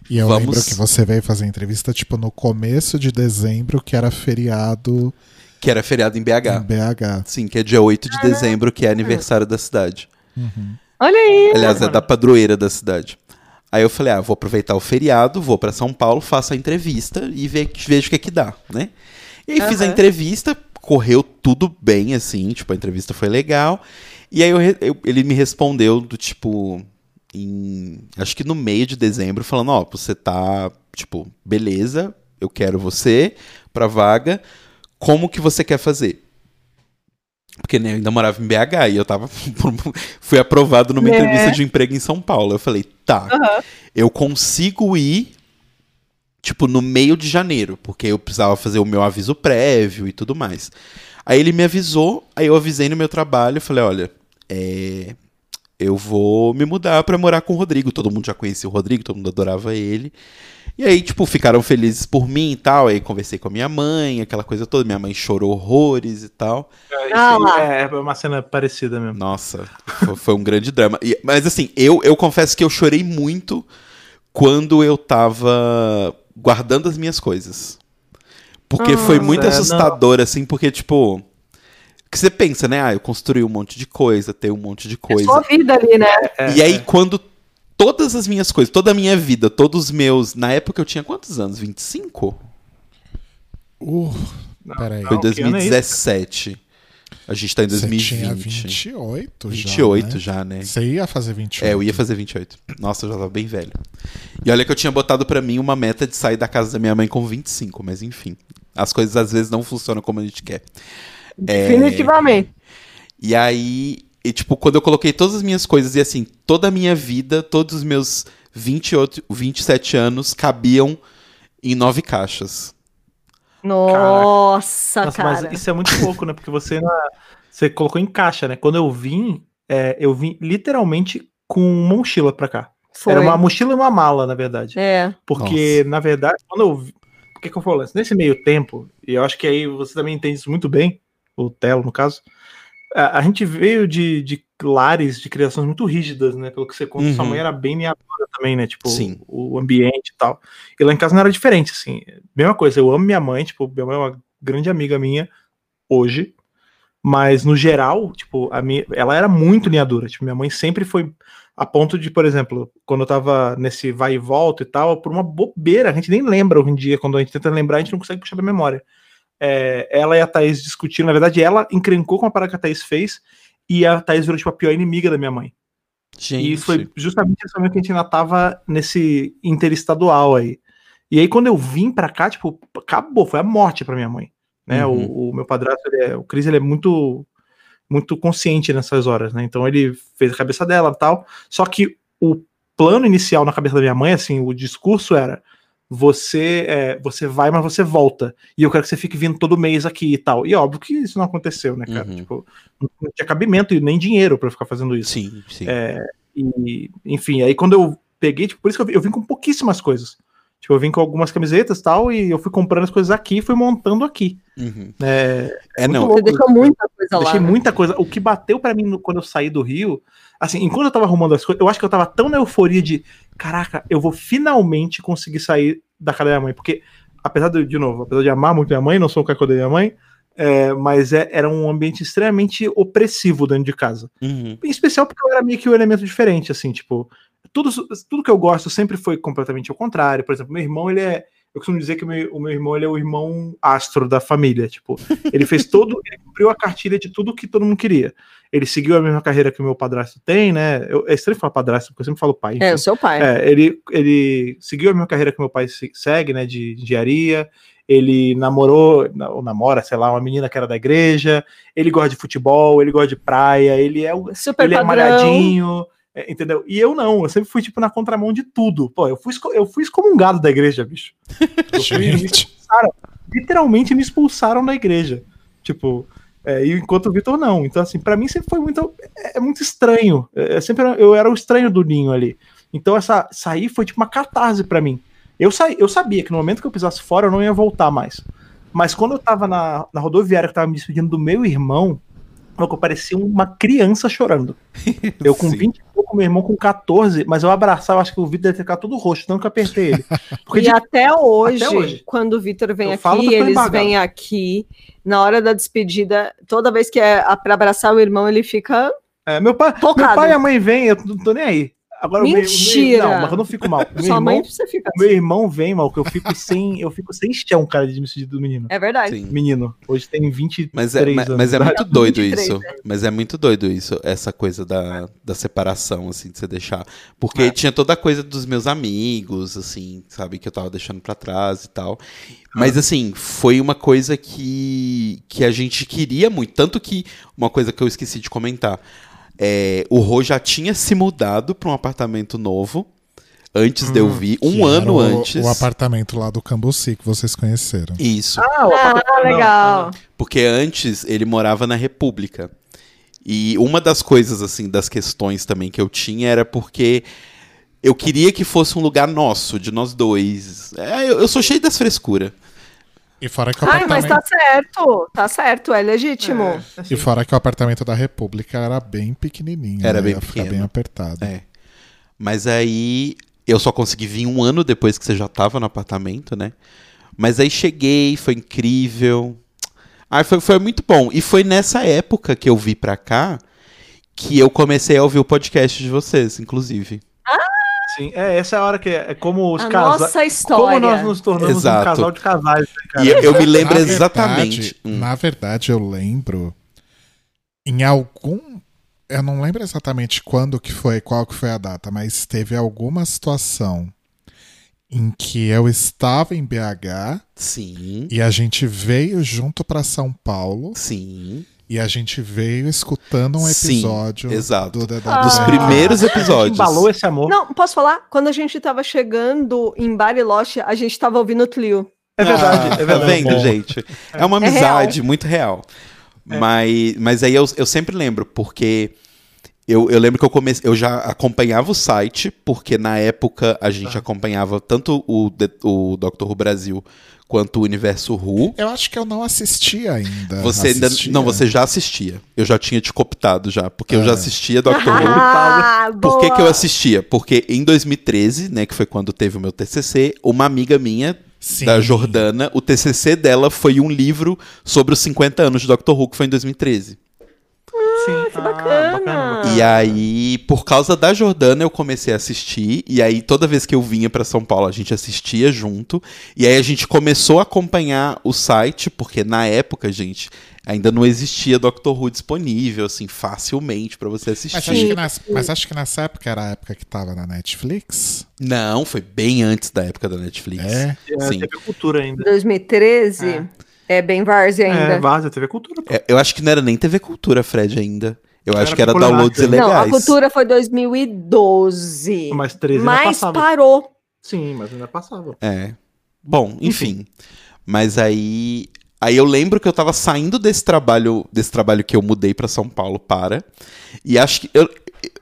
S2: e eu
S1: vamos-
S2: lembro que você veio fazer entrevista, tipo, no começo de dezembro, que era feriado
S1: que era feriado em
S2: em
S1: BH.
S2: BH.
S1: Sim, que é dia 8 de dezembro, que é aniversário da cidade.
S2: Uhum.
S3: Olha aí.
S1: Aliás, é da padroeira da cidade. Aí eu falei, ah, vou aproveitar o feriado, vou pra São Paulo, faço a entrevista e ve- vejo o que é que dá, né? E aí fiz a
S3: Aham.
S1: entrevista, correu tudo bem, assim, tipo, a entrevista foi legal. E aí eu re- eu- ele me respondeu do tipo, em- acho que no meio de dezembro, falando, ó, você tá, tipo, beleza, eu quero você pra vaga, como que você quer fazer? Porque né, eu ainda morava em BH e eu tava. fui aprovado numa
S3: Né?
S1: entrevista de emprego em São Paulo. Eu falei, tá, eu consigo ir, tipo, no meio de janeiro, porque eu precisava fazer o meu aviso prévio e tudo mais. Aí ele me avisou, aí eu avisei no meu trabalho, falei, olha, é, eu vou me mudar pra morar com o Rodrigo. Todo mundo já conhecia o Rodrigo, todo mundo adorava ele. E aí, tipo, ficaram felizes por mim e tal. Aí conversei com a minha mãe, aquela coisa toda. Minha mãe chorou horrores e tal.
S3: Ah,
S4: isso
S3: lá.
S4: aí é, é uma cena parecida mesmo.
S1: Nossa, fo- foi um grande drama. E- mas assim, eu, eu confesso que eu chorei muito quando eu tava guardando as minhas coisas. Porque foi
S4: Nossa,
S1: muito
S4: é,
S1: assustador, assim, porque, tipo. Que você pensa, né? Ah, eu construí um monte de coisa, tenho um monte de
S3: É sua
S1: coisa.
S3: vida ali, né?
S4: É,
S1: e aí, quando todas as minhas coisas, toda a minha vida, todos os meus. Na época eu tinha quantos anos? 25?
S2: Uh, peraí.
S1: Foi
S4: Não, que ano é isso?
S1: 2017. A gente tá em
S2: Você
S1: 2020.
S2: tinha 28 já.
S1: 28
S2: né?
S1: já, né?
S2: Você ia fazer 28.
S1: É, eu ia fazer 28. Nossa, eu já tava bem velho. E olha que eu tinha botado pra mim uma meta de sair da casa da minha mãe com 25, mas enfim. As coisas às vezes não funcionam como a gente quer.
S3: Definitivamente.
S1: E aí, e, tipo, quando eu coloquei todas as minhas coisas e assim, toda a minha vida, todos os meus 28, 27 anos cabiam em nove caixas.
S3: Nossa,
S4: Nossa,
S3: cara.
S4: mas isso é muito pouco, né? Porque você, na- você colocou em caixa, né? Quando eu vim, é, eu vim literalmente com uma mochila pra cá.
S3: Foi.
S4: Era uma mochila e uma mala, na verdade.
S3: É.
S4: Porque, na verdade, quando eu. vi- Por que, que eu falo isso? Nesse meio tempo, e eu acho que aí você também entende isso muito bem, o Telo, no caso, a, a gente veio de, de lares de criações muito rígidas, né? Pelo que você conta, sua
S1: Uhum.
S4: mãe era bem meadora também, né? Tipo,
S1: Sim.
S4: o ambiente e tal. E lá em casa não era diferente, assim. Mesma coisa, eu amo minha mãe, tipo, minha mãe é uma grande amiga minha hoje. Mas, no geral, tipo, a minha, ela era muito linha dura. Tipo, minha mãe sempre foi a ponto de, por exemplo, quando eu tava nesse vai e volta e tal, por uma bobeira, a gente nem lembra hoje em dia, quando a gente tenta lembrar, a gente não consegue puxar pra memória. É, ela e a Thaís discutiram, na verdade, ela encrencou com a parada que a Thaís fez, e a Thaís virou, tipo, a pior inimiga da minha mãe.
S1: Gente.
S4: E foi justamente esse momento que a gente ainda tava nesse interestadual aí. E aí, quando eu vim pra cá, tipo, acabou, foi a morte pra minha mãe. Né?
S1: Uhum.
S4: O, o meu padrasto, ele é- o Cris, ele é muito muito consciente nessas horas, né? Então ele fez a cabeça dela e tal. Só que o plano inicial na cabeça da minha mãe, assim, o discurso era: você é, você vai, mas você volta. E eu quero que você fique vindo todo mês aqui e tal. E óbvio que isso não aconteceu, né, cara?
S1: Uhum.
S4: Tipo, não tinha cabimento e nem dinheiro pra eu ficar fazendo isso.
S1: Sim, sim.
S4: É, E, enfim, aí quando eu peguei, tipo, por isso que eu, vi- eu vim com pouquíssimas coisas. Tipo, eu vim com algumas camisetas e tal, e eu fui comprando as coisas aqui e fui montando aqui.
S1: Uhum.
S4: né?
S1: É,
S4: muito
S1: não.
S4: louco.
S3: Você deixou muita coisa
S4: Deixei
S3: lá. né?
S4: muita coisa. O que bateu pra mim no- quando eu saí do Rio, assim, enquanto eu tava arrumando as coisas, eu acho que eu tava tão na euforia de, caraca, eu vou finalmente conseguir sair da casa da minha mãe. Porque, apesar de, de novo, apesar de amar muito minha mãe, não sou o cacô da minha mãe, é, mas é- era um ambiente extremamente opressivo dentro de casa.
S1: Uhum.
S4: Em especial porque eu era meio que um elemento diferente, assim, tipo, tudo, tudo que eu gosto sempre foi completamente ao contrário. Por exemplo, meu irmão, ele é. Eu costumo dizer que o meu, o meu irmão ele é o irmão astro da família. Tipo, ele fez todo. Ele cumpriu a cartilha de tudo que todo mundo queria. Ele seguiu a mesma carreira que o meu padrasto tem, né? Eu, é estranho falar padrasto, porque eu sempre falo pai. enfim.
S3: É, o seu pai.
S4: É, ele, ele seguiu a mesma carreira que meu pai se- segue, né, de, de engenharia. Ele namorou, na- ou namora, sei lá, uma menina que era da igreja. Ele gosta de futebol, ele gosta de praia. Ele é, o-
S3: Super
S4: ele é
S3: padrão.
S4: malhadinho, é, entendeu? E eu não, eu sempre fui, tipo, na contramão de tudo. Pô, eu fui, exco- eu fui excomungado da igreja, bicho. Eu fui-
S2: Gente,
S4: literalmente me expulsaram da igreja. Tipo, é, e enquanto o Vitor não. Então, assim, pra mim sempre foi muito. É, é muito estranho. É, é sempre eu era o estranho do ninho ali. Então, essa sair foi tipo uma catarse pra mim. Eu, saí, eu sabia que no momento que eu pisasse fora, eu não ia voltar mais. Mas quando eu tava na, na rodoviária, que eu tava me despedindo do meu irmão, logo eu parecia uma criança chorando. Eu com
S1: Sim.
S4: 20 e pouco, meu irmão com 14, mas eu abraçava, acho que o Vitor deve ter ficado todo roxo, tanto que eu apertei ele. Porque
S3: e
S4: de
S3: até hoje,
S4: até hoje.
S3: quando o Vitor vem
S4: Eu
S3: aqui,
S4: falo, mas tô
S3: eles
S4: embargado.
S3: vêm aqui, na hora da despedida, toda vez que é para abraçar o irmão, ele fica.
S4: É, meu, pai,
S3: Tocado.
S4: meu pai e a mãe vêm, eu não tô nem aí. Agora o meu- o meu-
S3: Mentira.
S4: não, mas eu não fico mal.
S3: Sua
S4: Meu irmão,
S3: mãe, você fica. assim.
S4: meu irmão vem, mal, que eu fico sem, eu fico sem chão, cara, de me despedir do menino.
S3: É verdade.
S1: Sim.
S4: Menino, hoje tem 23
S1: Mas é, mas,
S4: anos.
S1: mas é
S4: de idade.
S1: muito doido
S3: 23,
S1: isso.
S4: né?
S1: Mas é muito doido isso, essa coisa da, da separação, assim, de você deixar. Porque
S4: É.
S1: tinha toda a coisa dos meus amigos, assim, sabe, que eu tava deixando pra trás e tal.
S4: Ah.
S1: Mas, assim, foi uma coisa que, que a gente queria muito. Tanto que, uma coisa que eu esqueci de comentar, é, o Rô já tinha se mudado pra um apartamento novo, antes de eu
S4: Hum,
S1: vir,
S2: que
S1: um
S2: era
S1: ano
S2: o-
S1: antes.
S2: O apartamento lá do Cambuci que vocês conheceram.
S1: Isso.
S4: Ah, o
S3: Ah,
S4: apartamento- não,
S3: legal.
S1: Porque antes ele morava na República. E uma das coisas, assim, das questões também que eu tinha era porque eu queria que fosse um lugar nosso, de nós dois. É, eu, eu sou cheio das frescuras.
S2: E fora que o
S3: Ai, mas
S2: apartamento.
S3: tá certo. Tá certo, é legítimo.
S4: não. né? É, assim,
S2: E fora que o apartamento da República era bem pequenininho.
S1: Era
S2: né?
S1: bem
S2: Ia ficar
S1: pequeno.
S2: bem apertado.
S1: É. Mas aí eu só consegui vir um ano depois que você já tava no apartamento, né? Mas aí cheguei, foi incrível. Ai, foi, foi muito bom. E foi nessa época que eu vi pra cá que eu comecei a ouvir o podcast de vocês, inclusive.
S4: Sim, é, essa é a hora que é é como os
S3: A
S4: casais.
S3: nossa
S4: Como
S3: história.
S4: nós nos tornamos
S1: Exato.
S4: um casal de casais, né, cara?
S1: E eu, eu me lembro
S2: Na
S1: exatamente.
S2: verdade-
S1: Hum.
S2: Na verdade, eu lembro em algum. Eu não lembro exatamente quando que foi, qual que foi a data, mas teve alguma situação em que eu estava em BH
S1: Sim.
S2: e a gente veio junto para São Paulo
S1: Sim.
S2: e a gente veio escutando um
S1: Sim,
S2: episódio
S1: exato.
S2: do
S3: Ah.
S2: DW.
S1: Dos primeiros
S4: A gente
S1: episódios.
S4: embalou esse amor.
S3: Não, posso falar? Quando a gente tava chegando em Bariloche, a gente tava ouvindo o Tlio.
S4: É verdade, é
S1: Tá
S4: verdade.
S1: vendo,
S4: Bom,
S1: gente? É uma
S3: É real.
S1: amizade muito real. Mas, mas aí eu, eu sempre lembro, porque eu, eu lembro que eu comecei, eu já acompanhava o site, porque na época a gente acompanhava tanto o, The- o Doctor Who Brasil quanto o Universo Who.
S2: Eu acho que eu não assisti ainda.
S1: Você ainda.
S2: É, Assistia.
S1: Não, você já assistia. Eu já tinha te cooptado já, porque eu
S2: Ah.
S1: já assistia Doctor Who.
S3: Ah,
S1: Por que,
S3: boa.
S1: que eu assistia? Porque em 2013, né, que foi quando teve o meu TCC, uma amiga minha
S2: Sim.
S1: da Jordana, o TCC dela foi um livro sobre os 50 anos de Doctor Who, que foi em 2013.
S4: Sim,
S3: que Ah, bacana.
S4: Ah.
S1: E aí, por causa da Jordana, eu comecei a assistir. E aí, toda vez que eu vinha pra São Paulo, a gente assistia junto. E aí, a gente começou a acompanhar o site, porque na época, gente, ainda não existia Doctor Who disponível, assim, facilmente pra você
S2: Mas
S1: assistir.
S2: acho, que nas- mas acho que nessa época era a época que tava na Netflix.
S1: Não, foi bem antes da época da Netflix.
S2: É.
S1: Sim.
S4: Sim. TV Cultura ainda.
S3: 2013 é, bem várzea ainda.
S4: É, Várzea, TV Cultura. pô.
S1: É, Eu acho que não era nem TV Cultura, Fred, ainda. Eu acho
S4: Era
S1: que era
S4: popular,
S1: downloads
S4: né?
S1: ilegais.
S3: Não, a cultura foi 2012. Mas,
S4: Mas 13 ainda passava.
S3: parou.
S4: Sim, mas ainda passava.
S1: É. Bom, enfim. Mas aí, aí eu lembro que eu tava saindo desse trabalho, desse trabalho que eu mudei pra São Paulo para. E acho que eu,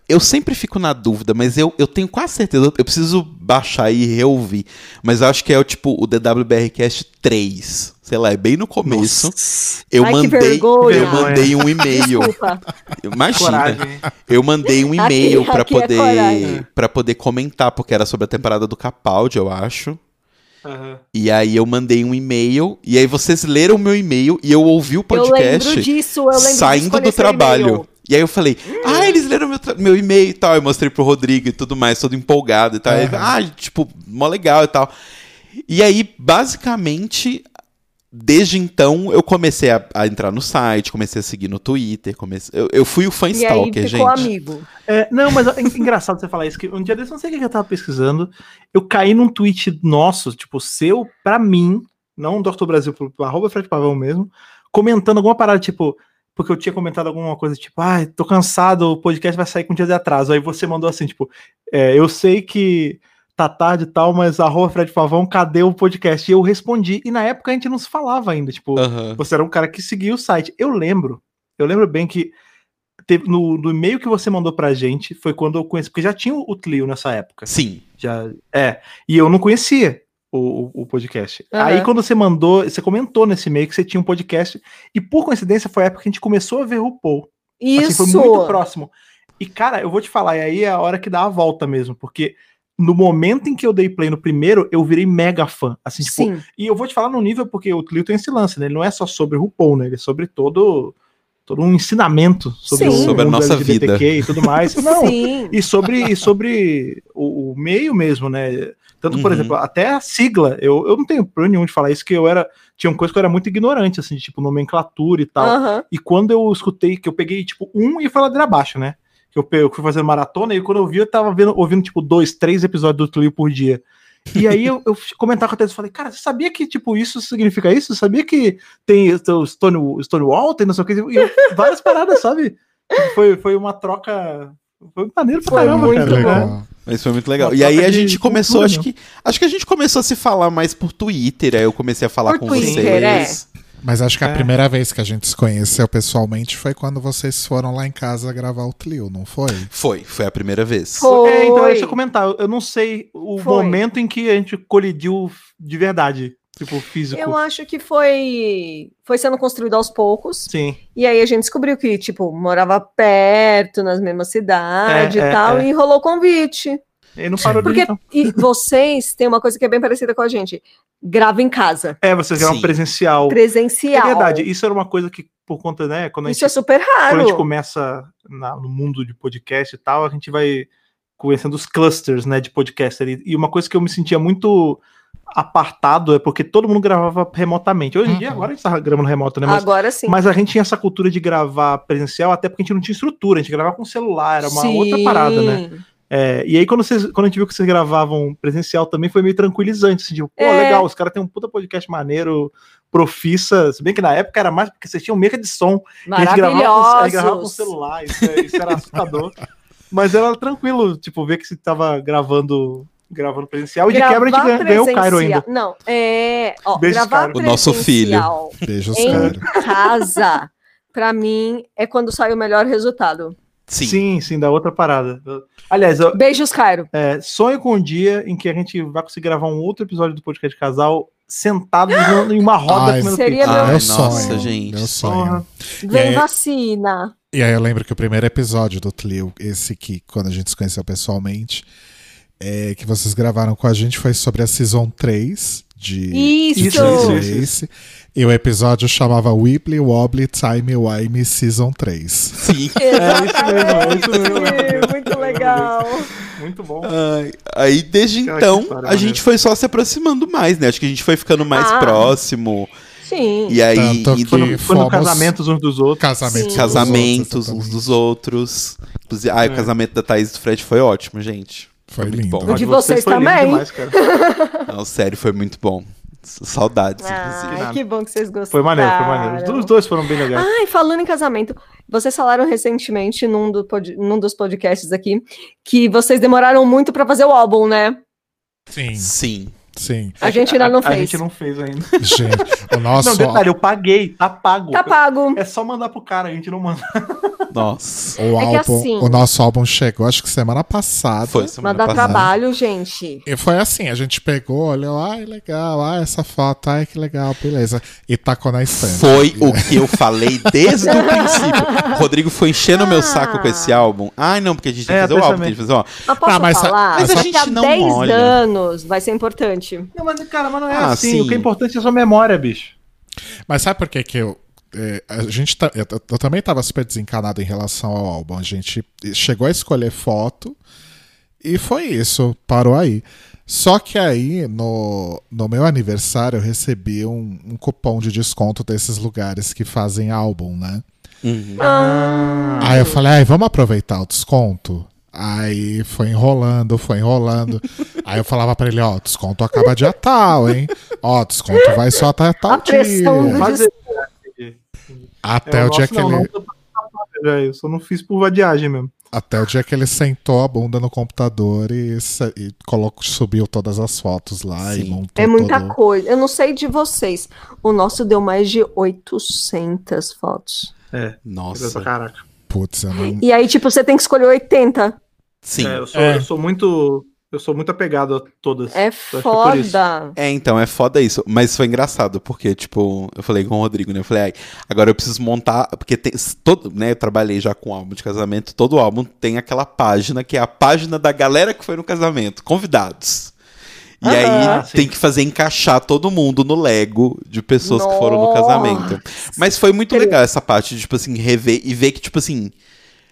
S1: eu sempre fico na dúvida, mas eu, eu tenho quase certeza, eu- eu preciso baixar e reouvir. Mas eu acho que é o tipo o DWBRcast 3, sei lá, é bem no começo. Eu
S3: Ai, que
S1: mandei,
S3: vergonha.
S1: eu mandei um e-mail.
S3: Desculpa.
S1: Imagina.
S4: Coragem.
S1: Eu mandei um e-mail
S3: Aqui-
S1: pra
S3: aqui é
S1: poder
S3: coragem.
S1: para poder comentar, porque era sobre a temporada do Capaldi, eu acho.
S4: Aham.
S1: E aí eu mandei um e-mail, e aí vocês leram o meu e-mail e eu ouvi o
S3: eu lembro
S1: podcast
S3: disso, eu lembro de
S1: saindo
S3: escolher
S1: do
S3: esse
S1: trabalho.
S3: e-mail.
S1: E aí eu falei, ah, eles leram meu, tra- meu e-mail e tal. Eu mostrei pro Rodrigo e tudo mais, todo empolgado e tal. Ele, ah, tipo, mó legal e tal. E aí, basicamente, desde então, eu comecei a, a entrar no site, comecei a seguir no Twitter, comecei... eu, eu fui o fã
S3: E aí ficou
S1: stalker, gente.
S3: amigo.
S4: É, não, mas é engraçado você falar isso, que um dia desse, eu não sei o que que eu tava pesquisando, eu caí num tweet nosso, tipo, seu, pra mim, não do Dr. Brasil, pro, pro arroba Fred Pavão mesmo, comentando alguma parada, tipo, porque eu tinha comentado alguma coisa, tipo, ai, tô cansado, o podcast vai sair com um dia de atraso, aí você mandou assim, tipo, é, eu sei que tá tarde e tal, mas arroba Fred Pavão, cadê o podcast? E eu respondi, e na época a gente não se falava ainda, tipo,
S1: Aham.
S4: você era um cara que seguia o site. Eu lembro, eu lembro bem que teve no, no e-mail que você mandou pra gente foi quando eu conheci, porque já tinha o Tlio nessa época.
S1: Sim.
S4: Já, é, e eu não conhecia o, o- o podcast.
S3: Aham.
S4: Aí quando você mandou, você comentou nesse e-mail que você tinha um podcast, e por coincidência foi a época que a gente começou a ver RuPaul. Assim,
S3: Isso.
S4: foi muito próximo. E cara, eu vou te falar, e aí é a hora que dá a volta mesmo, porque no momento em que eu dei play no primeiro, eu virei mega fã. Assim, tipo,
S3: Sim.
S4: e eu vou te falar no nível, porque o Tlio tem esse lance, né? Ele não é só sobre RuPaul, né? Ele é sobre todo, todo um ensinamento sobre,
S3: Sim.
S4: o
S1: Sobre a
S4: mundo
S1: nossa
S4: LGBTQ e tudo mais. Não,
S3: Sim.
S4: é e sobre, e sobre o, o meio mesmo, né? Tanto, por
S1: Uhum.
S4: exemplo, até a sigla, eu, eu não tenho problema nenhum de falar isso, que eu era. Tinha uma coisa que eu era muito ignorante, assim, de, tipo, nomenclatura e tal.
S3: Aham.
S4: E quando eu escutei, que eu peguei, tipo, um e foi ladeira abaixo, né? Que eu, pe- eu fui fazendo maratona e quando eu vi, eu tava vendo, ouvindo, tipo, dois, três episódios do Tlio por dia. E aí eu, eu fui comentar com a Tess e falei, cara, você sabia que, tipo, isso significa isso? Você sabia que tem o Stone, Stonewall, tem não sei o que? E eu- várias paradas, sabe? Foi, foi uma troca... Foi maneiro pra
S3: Foi
S4: caramba,
S3: muito
S4: cara.
S3: bom.
S4: né?
S1: Mas foi muito legal.
S4: Uma
S1: E aí
S4: troca
S1: a
S4: de
S1: gente começou,
S4: cultura,
S1: acho
S4: né?
S1: que. Acho que a gente começou a se falar mais por Twitter. Aí eu comecei a falar
S3: Por
S1: com
S3: Twitter,
S1: vocês.
S2: Mas acho que a
S4: É.
S2: primeira vez que a gente se conheceu pessoalmente foi quando vocês foram lá em casa gravar o Tlio, não foi?
S1: Foi, foi a primeira vez.
S3: Foi.
S4: É, então, deixa eu comentar. Eu- Eu não sei o
S3: Foi.
S4: momento em que a gente colidiu de verdade, tipo, físico.
S3: Eu acho que foi foi sendo construído aos poucos.
S4: Sim.
S3: E aí a gente descobriu que, tipo, morava perto, nas mesmas cidades
S4: É,
S3: e
S4: é,
S3: tal,
S4: é.
S3: e rolou convite.
S4: Ele não parou
S3: É, Porque
S4: de
S3: e vocês têm uma coisa que é bem parecida com a gente. Grava em casa,
S4: É, vocês é
S1: Sim.
S4: uma presencial.
S3: presencial.
S4: É verdade, isso era uma coisa que, por conta, né, quando a
S3: Isso
S4: gente,
S3: é super
S4: quando a gente
S3: raro.
S4: começa na- no mundo de podcast e tal, a gente vai conhecendo os clusters, né, de podcaster. E uma coisa que eu me sentia muito apartado é porque todo mundo gravava remotamente. Hoje em dia, agora a gente tá gravando remoto, né? Mas,
S3: Agora sim.
S4: mas a gente tinha essa cultura de gravar presencial, até porque a gente não tinha estrutura, a gente gravava com celular, era uma outra parada, né?
S3: Sim.
S4: É, e aí, quando, vocês, quando a gente viu que vocês gravavam presencial também, foi meio tranquilizante. Assim, tipo, pô,
S3: É.
S4: legal, os caras têm um puta podcast maneiro, profissa. Se bem que na época era mais porque vocês tinham meca de som. e A gente gravava, com- a gente gravava com o
S3: Maravilhosos.
S4: celular, isso, é- isso era assustador. Mas era tranquilo, tipo, ver que você tava gravando, gravando presencial. E de quebra a gente
S3: Gravar
S4: ganha- ganhou o Cairo ainda.
S3: presencial- Não, é. Ó,
S4: Beijos,
S3: gravar
S4: Cairo.
S1: O nosso filho.
S3: presencial
S2: Beijos,
S3: Em
S2: cara.
S3: casa, pra mim, é quando sai o melhor resultado.
S1: Sim.
S4: sim, sim, da outra parada. Aliás, eu,
S3: Beijos, Cairo.
S4: É, sonho com um dia em que a gente vai conseguir gravar um outro episódio do podcast casal sentado no- em uma roda
S2: Ai,
S4: comendo
S3: Seria
S4: pizza.
S3: meu
S1: Ai,
S2: Meu
S1: nossa,
S2: sonho.
S1: gente.
S2: Meu sonho.
S3: Vem
S1: É.
S2: aí-
S3: vacina.
S2: E aí eu lembro que o primeiro episódio do Tlio, esse que quando a gente se conheceu pessoalmente, é, que vocês gravaram com a gente foi sobre a Season 3 de
S3: Isso!
S2: de
S4: Isso,
S2: Drag Race. E o episódio chamava Weebly Wobbly Time Wime Season 3.
S1: Sim.
S4: isso mesmo, é isso mesmo.
S3: Muito legal.
S4: Muito bom.
S1: Ai, aí desde
S4: Cara, que
S1: então
S4: história
S1: a gente
S4: maneira.
S1: foi só se aproximando mais, né? Acho que a gente foi ficando mais
S3: Ah.
S1: próximo.
S3: Sim.
S2: Tá,
S1: E aí
S2: Tanto
S1: indo
S2: que
S1: em
S4: Quando,
S2: fomos-
S4: quando casamentos uns dos outros.
S2: Casamentos.
S3: Sim.
S2: uns dos
S1: casamentos
S2: outros,
S1: uns
S2: exatamente.
S1: dos outros. Inclusive, ai, o
S4: É.
S1: casamento da Thaís e do Fred foi ótimo, gente.
S2: Foi
S1: muito
S2: lindo.
S1: bom.
S3: O de
S4: Mas
S3: vocês
S4: foi lindo
S3: também.
S4: demais, cara.
S1: Não, sério, foi muito bom. S- Saudades, inclusive.
S3: Ai, que bom que vocês gostaram.
S4: Foi maneiro, foi maneiro. Os dois foram bem legais.
S3: Ai, falando em casamento, vocês falaram recentemente num, do pod- num dos podcasts aqui que vocês demoraram muito pra fazer o álbum, né?
S2: Sim,
S1: Sim.
S2: sim.
S3: A gente ainda não
S4: a,
S3: fez.
S4: A gente não fez ainda.
S1: Tá
S2: Gente, o nosso.
S4: não, detalhe, eu paguei, tá pago.
S3: Tá pago.
S4: É só mandar pro cara, a gente não manda.
S1: Nossa.
S2: O,
S3: É que
S2: álbum,
S3: assim-
S2: o nosso álbum chegou, acho que semana passada.
S1: Foi semana
S3: Mas dá
S1: passada.
S3: trabalho, gente.
S2: E foi assim, a gente pegou, olhou, ai, legal, ah, essa foto, ai, que legal, beleza. E tacou na estante.
S1: Foi o que eu falei desde o princípio. O Rodrigo foi enchendo o meu saco com esse álbum. Ai, não, porque a gente tem que
S4: É,
S1: fazer o álbum, tem
S4: pensamento.
S1: que fazer o álbum.
S3: Mas posso
S2: Ah, mas a-
S3: falar?
S1: mas a
S3: Daqui
S1: gente não
S3: 10
S1: olha.
S3: anos vai ser importante.
S4: Não, mas cara, mas não é
S1: Ah,
S4: assim.
S1: sim.
S4: O que é importante é a sua memória, bicho.
S2: Mas sabe por que que eu... é, a gente tá- eu, eu também tava super desencanado em relação ao álbum. A gente chegou a escolher foto e foi isso, parou aí. Só que aí, no, no meu aniversário, eu recebi um, um cupom de desconto desses lugares que fazem álbum, né?
S1: Uhum.
S4: Ah,
S3: Ah,
S2: Aí eu falei, ai, vamos aproveitar o desconto? Aí foi enrolando, foi enrolando. Aí eu falava pra ele, ó, desconto acaba dia tal, hein? Ó, desconto vai só até
S3: A
S2: tal
S3: pressão É, do
S2: dia.
S4: Fazer.
S2: Até o
S4: nosso,
S2: dia que
S4: não,
S2: ele...
S3: né?
S4: não, eu só não fiz por vadiagem mesmo.
S2: Até o dia que ele sentou a bunda no computador e, sa- e colocou, subiu todas as fotos lá e
S1: Sim.
S2: montou
S3: É muita
S2: todo.
S3: coisa. Eu não sei de vocês. O nosso deu mais de 800 fotos.
S1: Nossa.
S4: Caraca.
S2: Putz, eu não...
S3: E aí, tipo, você tem que escolher 80.
S1: Sim.
S4: É, eu sou,
S2: É.
S4: eu sou muito. Eu sou muito apegado a todas.
S3: É
S4: que por isso.
S3: foda.
S1: É, então, é foda isso. Mas foi engraçado, porque, tipo, eu falei com o Rodrigo, né? Eu falei, ai, agora eu preciso montar. Porque tem. s- Todo, né, eu trabalhei já com álbum de casamento. Todo álbum tem aquela página, que é a página da galera que foi no casamento, convidados. E
S4: Ah,
S1: aí
S4: sim.
S1: tem que fazer encaixar todo mundo no Lego de pessoas que foram no
S3: Nossa.
S1: casamento. Mas foi muito
S3: Ele-
S1: legal essa parte, de, tipo assim, rever e ver que, tipo assim,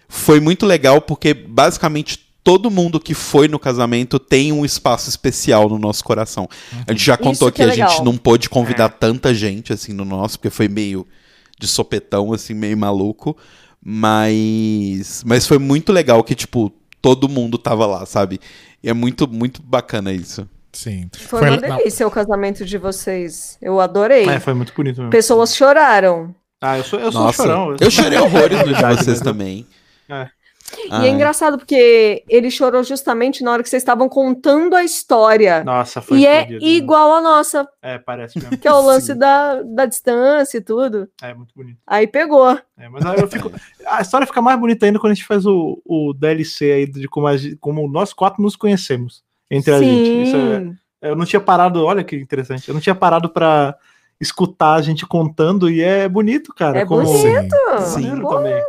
S1: foi muito legal porque basicamente todo mundo que foi no casamento tem um espaço especial no nosso coração. A gente já contou
S3: Isso que
S1: aqui,
S3: é
S1: a gente
S3: legal. É.
S1: não pôde convidar tanta gente assim no nosso, porque foi meio de sopetão, assim, meio maluco. Mas. Mas foi muito legal que, tipo, todo mundo tava lá, sabe? E é muito, muito bacana isso.
S2: Sim.
S3: Foi,
S2: Foi
S3: uma
S2: le- não.
S3: delícia o casamento de vocês. Eu adorei.
S4: É, foi muito bonito mesmo.
S3: Pessoas choraram.
S4: Ah, eu sou, eu sou um chorão.
S1: eu chorei horrores no de
S4: Verdade,
S1: vocês
S4: né?
S1: também.
S4: É.
S3: E
S1: Ai.
S3: é engraçado porque ele chorou justamente na hora que vocês estavam contando a história.
S4: Nossa, foi
S3: E é
S4: fodido, né?
S3: igual a nossa,
S4: É, parece mesmo.
S3: que é o
S2: Sim.
S3: lance da, da distância e tudo.
S4: É muito bonito.
S3: Aí pegou.
S4: É, mas aí eu fico. A história fica mais bonita ainda quando a gente faz o, o DLC aí de como, a gente- como nós quatro nos conhecemos entre a gente. Isso é-
S3: Sim.
S4: eu não tinha parado, olha que interessante. Eu não tinha parado pra escutar a gente contando e é bonito, cara.
S3: É
S4: como,
S3: bonito.
S4: É
S1: Sim.
S4: maneiro
S3: Pô,
S4: também.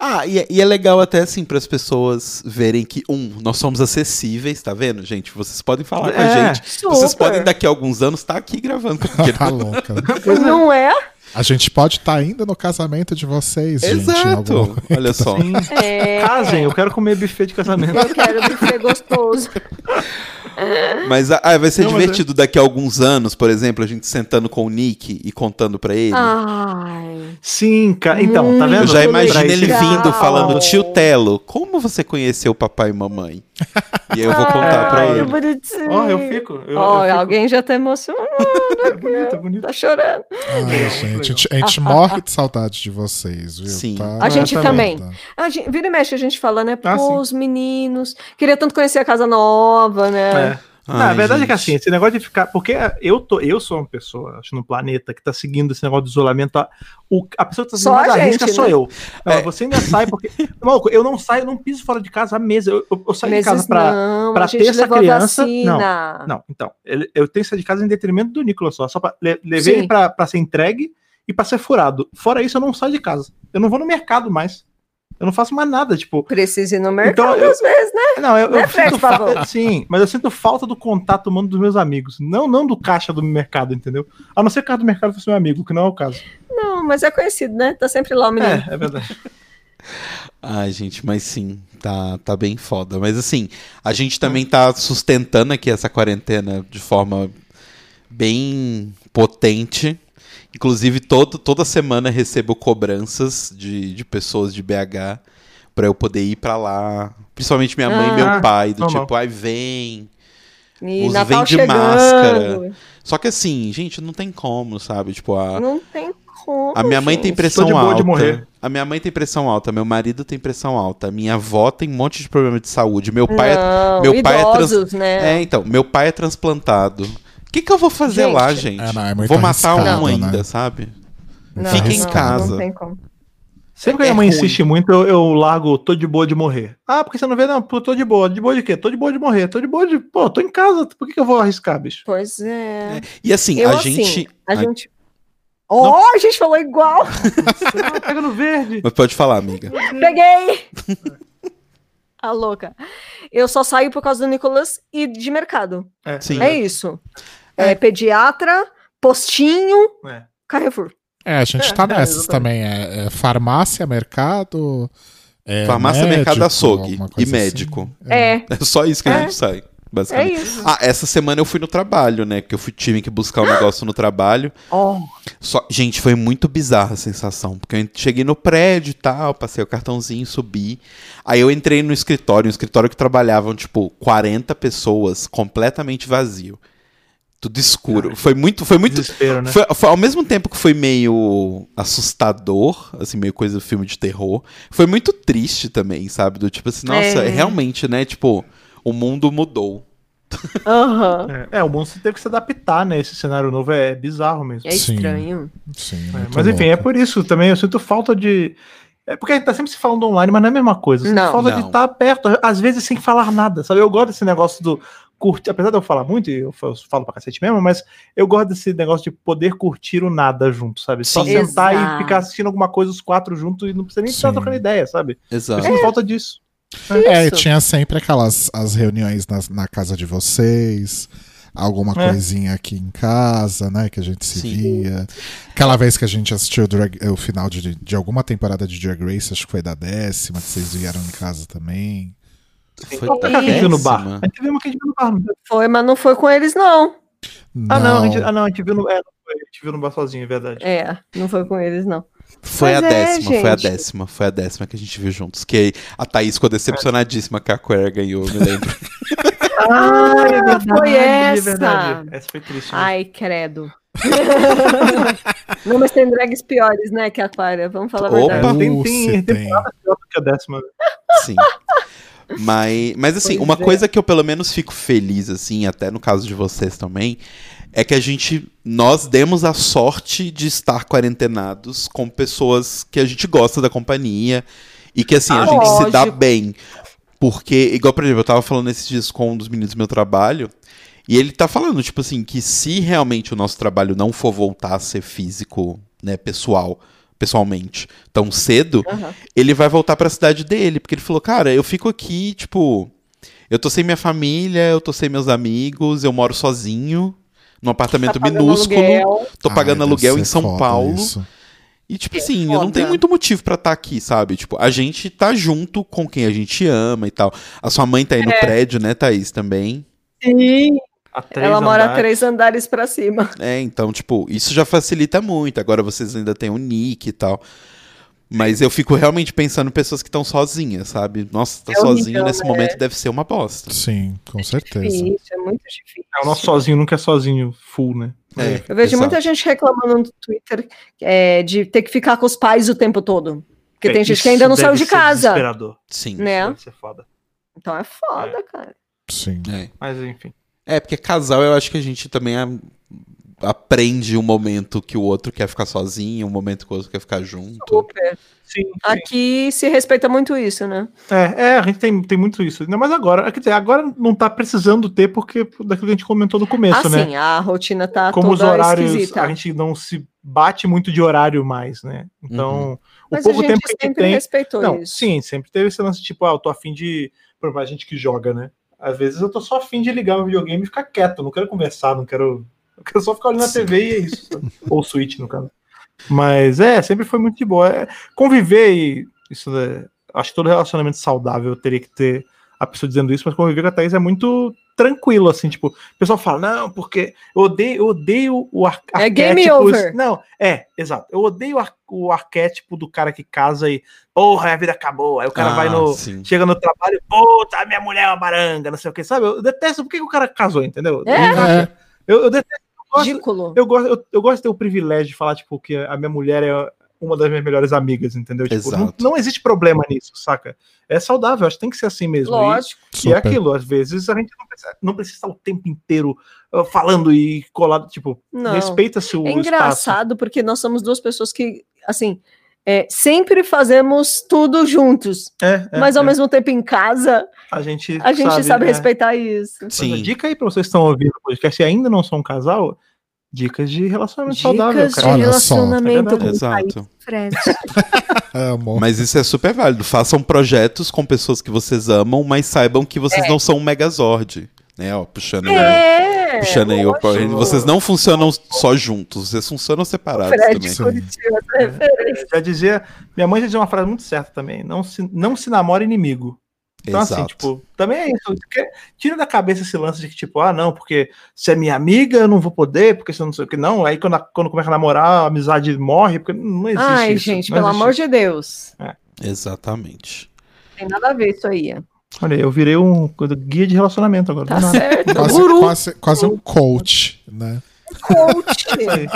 S1: Ah, e, é- e é legal até assim para as pessoas verem que um, nós somos acessíveis, tá vendo, gente? Vocês podem falar com a
S4: É.
S1: gente.
S3: super.
S1: tá Vocês podem daqui a alguns anos estar aqui gravando. com a gente.
S2: tá louca.
S4: Pois é.
S3: Não é?
S2: A gente pode estar ainda no casamento de vocês, gente. em algum
S1: Exato.
S2: momento.
S1: Olha só.
S4: Sim.
S3: É,
S4: Casem, eu quero comer buffet de casamento.
S3: eu quero um buffet gostoso.
S1: Mas ah, vai ser
S4: Não, mas é
S1: divertido daqui a alguns anos, por exemplo, a gente sentando com o Nick e contando pra ele.
S3: Ai.
S4: Sim, cara. Então, tá vendo?
S1: Eu já
S3: Muito
S1: imagino
S4: Pra
S1: ele
S4: esse-
S3: Ah, legal.
S1: vindo falando, tio Telo, como você conheceu papai e mamãe? E aí eu vou contar pra
S3: Ai, que
S1: ele.
S3: bonitinho.
S4: Ó, eu fico. Eu,
S3: Ó,
S4: eu fico.
S3: alguém já tá emocionado
S4: É
S3: aqui.
S4: bonito, é bonito.
S3: Tá chorando.
S2: Ai, gente, a gente, a gente morre de saudade de vocês, viu?
S1: Sim.
S2: Tá
S3: A gente
S2: uma
S3: também.
S2: merda.
S3: A gente, vira e mexe, a gente fala, né? Pô,
S4: Ah, sim.
S3: os meninos. Queria tanto conhecer a casa nova, né?
S4: É. Na
S1: Ai,
S4: verdade é que
S1: gente.
S4: assim, esse negócio de ficar. Porque eu, tô, eu sou uma pessoa, acho, no planeta, que tá seguindo esse negócio de isolamento. A, o- a pessoa que tá
S3: Só
S4: seguindo mais
S3: a
S4: a
S3: gente,
S4: risca sou
S3: né?
S4: eu. Não,
S1: É.
S4: Você ainda sai porque. Maluco, eu não saio, eu não piso fora de casa há meses. Eu, eu, eu saio
S3: Meses
S4: de casa pra.
S3: não,
S4: pra
S3: a gente
S4: ter essa
S3: levou a
S4: criança,
S3: vacina.
S4: Não, então. ele- Eu tenho que sair de casa em detrimento do Nicolas só. Só pra, le- levei
S3: Sim.
S4: ele pra, pra ser entregue e pra ser furado. Fora isso, eu não saio de casa. Eu não vou no mercado mais. Eu não faço mais nada, tipo.
S3: Precisa ir no mercado
S4: Então, eu-
S3: às vezes, né?
S4: Não, é eu, eu
S3: Né, Fred,
S4: sinto
S3: por favor?
S4: falta. Sim, mas eu sinto falta do contato humano dos meus amigos. Não, não do caixa do mercado, entendeu? A não ser que o caixa do mercado fosse meu amigo, que não é o caso.
S3: Não, mas é conhecido, né? Tá sempre lá o menino.
S4: É, é verdade.
S1: Ai, gente, mas sim, tá, tá bem foda. Mas assim, a gente também tá sustentando aqui essa quarentena de forma bem potente. Inclusive, todo, toda semana recebo cobranças de, de pessoas de BH pra eu poder ir pra lá. Principalmente minha mãe e
S4: Ah,
S1: meu pai, do
S4: normal.
S1: tipo, ai, vem.
S3: E
S1: Os
S3: Natal
S1: vende
S3: chegando.
S1: máscara. Só que assim, gente, não tem como, sabe? Tipo, a,
S3: Não tem como.
S1: a minha mãe tem
S3: gente.
S1: pressão
S4: Tô de boa
S1: alta.
S4: de morrer.
S1: A minha mãe tem pressão alta, meu marido tem pressão alta, minha avó tem um monte de problema de saúde, meu pai é...
S3: Não,
S1: meu pai é trans-
S3: idosos, né?
S1: É, então, meu pai é transplantado. O que, que eu vou fazer
S3: Gente.
S1: lá, gente?
S2: É, não, é muito
S1: vou matar
S2: arriscado,
S1: um
S2: né?
S1: ainda, sabe?
S2: Muito
S1: Fica em
S2: arriscado.
S1: casa.
S3: Não tem como.
S4: Sempre que a
S1: É
S4: minha mãe
S1: ruim.
S4: insiste muito, eu, eu largo, tô de boa de morrer. Ah, porque você não vê, não, pô, tô de boa. De boa de quê? Tô de boa de morrer. Tô de boa de. Pô, tô em casa, por que, que eu vou arriscar, bicho?
S3: Pois é.
S1: E assim,
S3: Eu,
S1: a
S3: assim,
S1: gente.
S3: A
S1: a-
S3: gente. Ó, a gente falou igual.
S4: Ah, pega no verde.
S1: Mas pode falar, amiga.
S3: Peguei! A louca. Eu só saio por causa do Nicolas e de mercado.
S4: É,
S1: Sim.
S3: É isso. É, pediatra, postinho,
S4: É.
S3: Carrefour.
S2: É, a gente
S4: É,
S2: tá
S4: é,
S2: nessas
S4: exatamente.
S2: também. É, é farmácia, mercado. é
S1: Farmácia,
S2: médico,
S1: mercado, açougue
S2: alguma
S1: e
S2: coisa
S1: médico.
S2: assim.
S3: É,
S1: É só isso que a
S3: É.
S1: gente sai,
S3: é
S1: basicamente.
S3: isso.
S1: ah, essa semana eu fui no trabalho, né? Porque eu fui, tive que buscar um negócio no trabalho.
S3: Ó,
S1: Só- gente, foi muito bizarra a sensação, porque eu en- cheguei no prédio e tal, passei o cartãozinho, subi. Aí eu entrei no escritório, um escritório que trabalhavam, tipo, 40 pessoas, completamente vazio. Tudo escuro. Foi muito, foi muito.
S4: Desespero, né?
S1: Foi, foi ao mesmo tempo que foi meio assustador, assim, meio coisa do filme de terror, foi muito triste também, sabe? Do tipo assim, nossa,
S3: É.
S1: realmente, né? Tipo, o mundo mudou.
S3: aham.
S4: É, é, o mundo teve que se adaptar, né? Esse cenário novo é bizarro mesmo.
S3: É
S2: Sim.
S3: estranho.
S2: Sim,
S4: É,
S2: muito
S4: mas enfim, é
S2: louco.
S4: por isso também. Eu sinto falta de. É porque a gente tá sempre se falando online, mas não é a mesma coisa. Eu sinto
S3: Não.
S4: falta
S1: Não.
S4: de estar perto, às vezes sem falar nada, sabe? Eu gosto desse negócio do curtir. Apesar de eu falar muito, e eu fa- eu falo pra cacete mesmo, mas eu gosto desse negócio de poder curtir o nada junto, sabe? Só
S1: Sim.
S4: sentar
S3: Exato.
S4: e ficar assistindo alguma coisa os quatro juntos e não precisa nem estar
S2: Sim.
S4: trocando ideia, sabe? Eu
S1: Exato.
S4: sinto falta disso.
S2: É,
S3: Isso.
S2: tinha sempre aquelas as reuniões nas- na, casa de vocês, alguma
S4: É.
S2: coisinha aqui em casa, né? Que a gente se
S1: Sim.
S2: via. Aquela vez que a gente assistiu o drag- eh, o final de, de alguma temporada de Drag Race, acho que foi da décima, que vocês vieram em casa também.
S1: Foi
S4: Qual foi tá a gente viu no bar?
S1: Tá péssima.
S4: A gente viu uma que a gente viu no bar. não foi?
S3: Foi, mas não foi com eles, não.
S4: Ah, não, a gente, ah, não, a gente viu no. É, não foi, a gente viu no bar sozinho, é verdade.
S3: É, não foi com eles, não.
S1: Foi
S3: Mas
S1: a
S3: é,
S1: décima, foi a
S3: gente.
S1: décima, foi a décima que a gente viu juntos. Que a Thaís ficou decepcionadíssima que a Queer ganhou, eu me lembro.
S3: Ah, foi
S4: é
S3: essa.
S4: Essa foi triste. né?
S3: Ai, credo. não, mas tem drags piores, né, que a Clara? Vamos falar a verdade.
S1: Opa!
S4: Tem-
S2: Uh,
S4: tem-
S2: se
S4: tem-
S2: tem.
S4: Pior do que a décima.
S1: Sim. Mas, mas assim,
S3: Pois
S1: uma
S3: é.
S1: coisa que eu pelo menos fico feliz, assim, até no caso de vocês também, é que a gente, nós demos a sorte de estar quarentenados com pessoas que a gente gosta da companhia e que, assim, a
S4: Ah,
S1: gente se dá
S3: lógico.
S1: bem. Porque, igual, por exemplo, eu tava falando esses dias com um dos meninos do meu trabalho, E ele tá falando, tipo assim, que se realmente o nosso trabalho não for voltar a ser físico, né, pessoal, pessoalmente, tão cedo,
S3: Aham.
S1: ele vai voltar pra cidade dele, porque ele falou, cara, eu fico aqui, tipo, eu tô sem minha família, eu tô sem meus amigos, eu moro sozinho, num apartamento
S3: Tá pagando
S1: minúsculo,
S3: aluguel.
S1: tô
S2: Ai,
S1: pagando
S2: deve
S1: aluguel
S2: ser
S1: em São
S2: foda
S1: Paulo.
S2: isso.
S1: E, tipo assim, eu não
S3: É foda.
S1: tenho muito motivo pra estar aqui, sabe? Tipo, a gente tá junto com quem a gente ama e tal. A sua mãe tá aí no
S3: É.
S1: prédio, né, Thaís, também.
S3: Sim,
S4: A três
S3: ela mora
S4: andares.
S3: três andares pra cima.
S1: É, então, tipo, isso já facilita muito. Agora vocês ainda têm o nick e tal. Mas eu fico realmente pensando em pessoas que estão sozinhas, sabe? Nossa, tá
S3: É horrível,
S1: sozinho nesse
S3: né?
S1: momento deve ser uma bosta.
S2: Sim, com certeza.
S3: Difícil, é muito difícil.
S4: É, o nosso sozinho nunca é sozinho, full, né?
S1: É,
S3: Eu vejo
S1: exato.
S3: muita gente reclamando no Twitter é, de ter que ficar com os pais o tempo todo. Porque
S4: É,
S3: tem gente que ainda não saiu de casa.
S4: Desesperador.
S1: Sim.
S3: Né?
S4: Deve ser foda.
S3: Então é foda, cara.
S2: Sim.
S1: É.
S4: Mas enfim.
S1: É, porque casal eu acho que a gente também a- aprende um momento que o outro quer ficar sozinho, um momento que o outro quer ficar junto.
S3: Super.
S4: Sim.
S3: Aqui se respeita muito isso, né?
S4: É, é, a gente tem, tem muito isso. Ainda mais agora. Quer dizer, agora não tá precisando ter, porque daquilo que a gente comentou no começo, né?
S3: assim, a rotina tá
S4: Como os
S3: toda
S4: horários,
S3: esquisita.
S4: a gente não se bate muito de horário mais, né? Então, o
S3: Mas a
S4: pouco
S3: gente
S4: tempo que a gente
S3: sempre
S4: tem.
S3: respeitou
S4: Não,
S3: isso.
S4: sim, sempre teve esse lance, tipo, ah, eu tô afim de. Por exemplo, a gente que joga, né? Às vezes eu tô só afim de ligar o videogame e ficar quieto, não quero conversar, não quero. Eu quero só ficar olhando
S1: Sim.
S4: a TV e é isso. sabe? Ou Switch, no caso. Mas é, sempre foi muito de boa. É, conviver e. Isso é- Acho que todo relacionamento saudável teria que ter a pessoa dizendo isso, mas conviver com a Thaís é muito tranquilo, assim, tipo, o pessoal fala, não, porque eu odeio, eu odeio o ar
S3: É game
S4: arquétipos-
S3: over.
S4: Não, é, exato. Eu odeio o ar- o arquétipo do cara que casa e, porra, a vida acabou. Aí o cara
S1: Ah,
S4: vai no.
S1: sim.
S4: Chega no trabalho, e, puta, minha mulher é uma baranga, não sei o que, sabe? Eu detesto, por que que o cara casou, entendeu?
S3: É.
S4: Eu, eu detesto. Eu gosto,
S3: Ridículo.
S4: eu, gosto, eu, eu gosto de ter o privilégio de falar, tipo, que a minha mulher é uma das minhas melhores amigas, entendeu? Tipo, não,
S1: Exato.
S4: não existe problema nisso, saca? É saudável, acho que tem que ser assim mesmo. E-
S3: Lógico.
S4: que é
S2: Super.
S4: aquilo, às vezes a gente não precisa, não precisa estar o tempo inteiro uh, falando e colado, tipo,
S3: Não.
S4: respeita-se o
S3: É
S4: espaço.
S3: engraçado porque nós somos duas pessoas que, assim, é, sempre fazemos tudo juntos.
S4: É, é,
S3: mas ao
S4: é.
S3: mesmo tempo em casa,
S4: a gente,
S3: a gente sabe,
S4: é.
S3: respeitar isso.
S4: Mas a
S1: Sim.
S4: Dica aí pra vocês que estão ouvindo o podcast e ainda não são um casal, dicas de relacionamento saudável,
S3: Dicas de
S4: cara.
S2: Olha só.
S3: relacionamento
S4: É
S3: com o país,
S1: Exato.
S3: Fred.
S2: Amo.
S1: Mas isso é super válido. Façam projetos com pessoas que vocês amam, mas saibam que vocês não são um megazord. Né, ó, puxando aí.
S3: É,
S1: Puxando aí o-
S3: lógico.
S1: Vocês não funcionam só juntos, vocês funcionam separados também.
S3: Fred tipo,
S2: Sim.
S3: Curitiba, essa referência.
S4: Já dizia, minha mãe já dizia uma frase muito certa também, não se, não se namora inimigo. Então,
S1: Exato.
S4: assim, tipo, também é isso. Que- Tira da cabeça esse lance de que, tipo, ah, não, porque você é minha amiga, eu não vou poder, porque você não sei o que. Não, aí quando, a- quando começa a namorar, a amizade morre, porque não existe.
S3: Ai,
S4: isso,
S3: gente,
S4: não
S3: pelo
S4: existe
S3: amor de Deus.
S1: Exatamente.
S3: Não tem nada a ver isso aí.
S4: isso. Olha, eu virei um guia de relacionamento agora.
S3: Tá
S4: do nada.
S3: certo.
S2: Quase,
S3: Guru,
S2: quase, quase um coach, né?
S3: coach.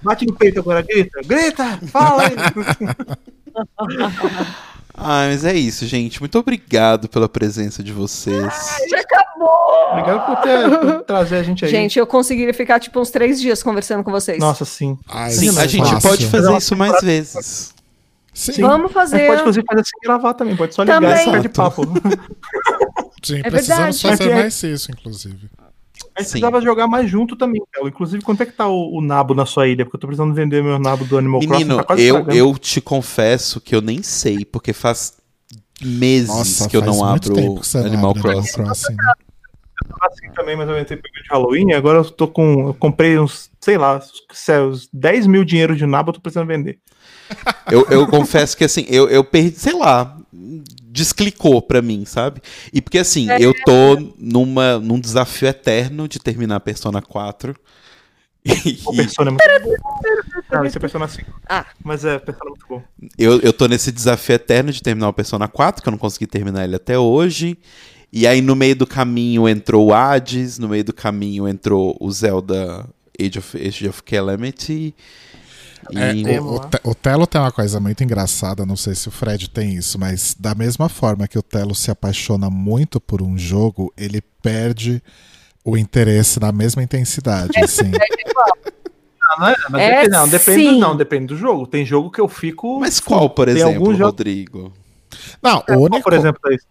S4: Bate no peito agora, grita, grita, fala aí.
S1: Ah, mas é isso, gente. Muito obrigado pela presença de vocês.
S3: Já acabou.
S4: Obrigado por, ter, por trazer a gente aí.
S3: Gente, eu conseguiria ficar tipo uns três dias conversando com vocês.
S4: Nossa, sim.
S2: Ai,
S1: Sim,
S2: isso
S1: a
S2: é
S1: gente
S2: fácil.
S1: pode fazer
S4: Fazer
S1: isso mais vezes.
S2: Sim,
S3: Vamos
S4: Mas
S3: fazer. um
S4: pode fazer, fazer sem gravar também, pode só ligar
S3: Também.
S4: e ficar de papo.
S2: sim,
S3: É
S2: precisamos
S3: verdade.
S2: fazer mais isso, inclusive.
S4: A gente
S1: Sim.
S4: precisava jogar mais junto também, Telo. Inclusive, quanto é que tá o, o nabo na sua ilha? Porque eu tô precisando vender meu nabo do Animal Crossing.
S1: Menino,
S4: tá quase
S1: eu,
S4: estragando.
S1: eu te confesso que eu nem sei, porque faz meses
S2: Nossa,
S1: que eu
S2: faz
S1: não
S2: muito
S1: abro
S2: tempo que você não
S1: Animal
S2: abre né?
S1: Crossing.
S2: Crossing.
S4: assim também, mas eu entrei período de Halloween. Agora eu tô com. Eu comprei uns, sei lá, se é uns 10 mil dinheiro de nabo, eu tô precisando vender.
S1: Eu, eu confesso que assim, eu, eu perdi, sei lá, desclicou pra mim, sabe? E porque assim,
S4: É.
S1: eu tô numa, num desafio eterno de terminar Persona 4. E
S4: O Persona é muito bom. Não, esse é Persona 5.
S3: Ah.
S4: Mas é, Persona é muito bom.
S1: eu, eu tô nesse desafio eterno de terminar o Persona 4, que eu não consegui terminar ele até hoje. E aí no meio do caminho entrou o Hades, no meio do caminho entrou o Zelda Age of, Age of Calamity. E-
S2: É, o, o, Te- o Telo tem uma coisa muito engraçada, não sei se o Fred tem isso, mas da mesma forma que o Telo se apaixona muito por um jogo, ele perde o interesse na mesma intensidade, assim.
S4: Ah, não é? Mas
S3: É,
S4: depende, não, depende,
S3: sim.
S4: não, depende do jogo. Tem jogo que eu fico.
S1: Mas qual, por
S4: Tem
S1: exemplo,
S4: algum jogo-
S1: Rodrigo?
S2: Não, o único,
S4: Por exemplo, Thaís.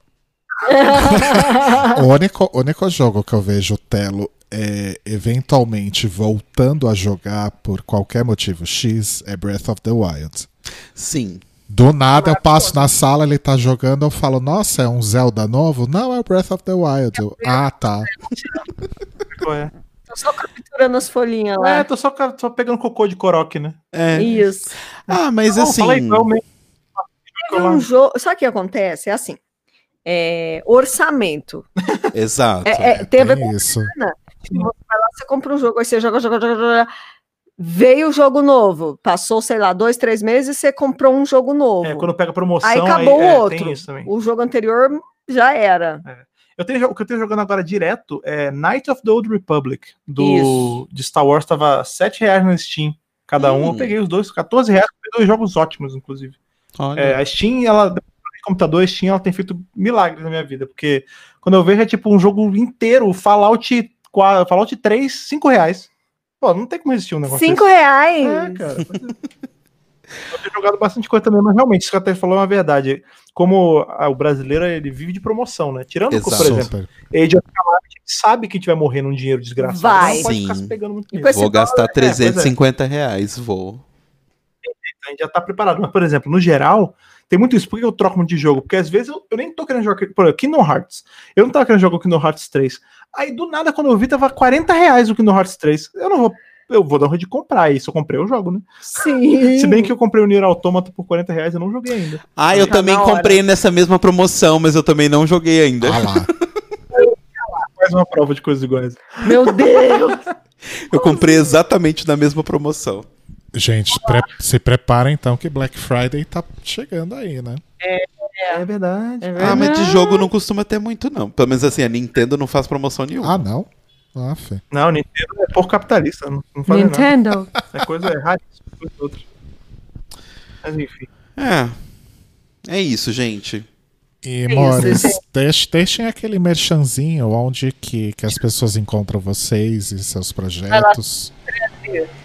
S2: o único, o único jogo que eu vejo o Telo é, eventualmente voltando a jogar por qualquer motivo X é Breath of the Wild.
S1: Sim.
S2: Do nada eu passo na sala, ele tá jogando, eu falo, nossa, é um Zelda novo? Não, é o Breath of the Wild. Eu, ah, tá.
S4: qual é?
S3: Tô só capturando as folhinhas lá.
S4: É, tô só, ca- só pegando cocô de coroque, né?
S1: É.
S3: Isso.
S1: Ah, mas
S4: Não,
S1: assim.
S4: fala aí, qual é o meio?
S3: Teve um jogo. Sabe o que acontece? É assim. é, orçamento.
S1: Exato.
S3: É, é, teve,
S2: Tem isso.
S3: você compra um jogo, aí você joga, joga, joga, joga. Veio o jogo novo. Passou, sei lá, dois, três meses, você comprou um jogo novo.
S4: É, quando pega promoção,
S3: Aí acabou
S4: é,
S3: o outro.
S4: tem isso também. É,
S3: O jogo anterior já era.
S4: Eu tenho, o que eu tenho jogando agora direto é Knight of the Old Republic, do,
S3: Isso.
S4: de Star Wars, tava R$ 7 reais na Steam. Cada um,
S1: Hum.
S4: eu peguei os dois, 14 reais, peguei dois jogos ótimos, inclusive.
S3: Hum.
S1: Olha.
S4: É, a Steam, ela, depois que eu comprei computador, a Steam, ela tem feito milagres na minha vida, porque quando eu vejo é tipo um jogo inteiro, Fallout, 4, Fallout 3, 5 reais. Pô, não tem como resistir um negócio
S3: Cinco
S4: desse.
S3: reais.
S4: É, cara. Eu tenho jogado bastante coisa também, mas realmente, isso que até falou é uma verdade. Como ah, o brasileiro, ele vive de promoção, né? Tirando, por
S1: Exato.
S4: exemplo,
S2: Super. Ah
S4: Age of Calamity sabe que a gente vai morrer num dinheiro desgraçado.
S3: Vai.
S4: Não pode
S1: Sim.
S4: ficar se pegando muito
S3: E
S4: nisso.
S3: com esse
S1: Vou gastar
S4: pois é.
S1: 350 reais, vou.
S4: A gente já tá preparado. Mas, por exemplo, no geral, tem muito isso. Por que eu troco muito de jogo? Porque às vezes eu, eu nem tô querendo jogar. Por exemplo, Kingdom Hearts. Eu não tava querendo jogar o Kingdom Hearts 3. Aí do nada, quando eu vi, tava 40 reais o Kingdom Hearts 3. Eu não vou. Eu vou dar um jeito de comprar. E se eu comprei, eu jogo, né?
S3: Sim.
S4: Se bem que eu comprei o Nier Automata por 40 reais, eu não joguei ainda.
S1: Ah, eu
S3: Tá
S1: também
S3: na hora.
S1: comprei nessa mesma promoção, mas eu também não joguei ainda.
S2: Ah lá.
S4: Mais uma prova de coisas iguais.
S3: Meu Deus.
S1: eu comprei exatamente na mesma promoção.
S2: Gente, pre- se prepara então que Black Friday tá chegando aí, né?
S4: É verdade.
S3: É
S1: Ah, mas de
S3: verdade.
S1: jogo não costuma ter muito, não. Pelo menos assim, a Nintendo não faz promoção nenhuma.
S2: Ah, não? Aff.
S4: Não, Nintendo é por capitalista. Não, não faz nada.
S3: Nintendo.
S4: É coisa errada. coisa outra. Mas enfim.
S1: É. É isso, gente.
S2: E,
S3: isso,
S2: Morris,
S3: gente.
S2: deixe- deixem aquele merchanzinho onde que, que as pessoas encontram vocês e seus projetos.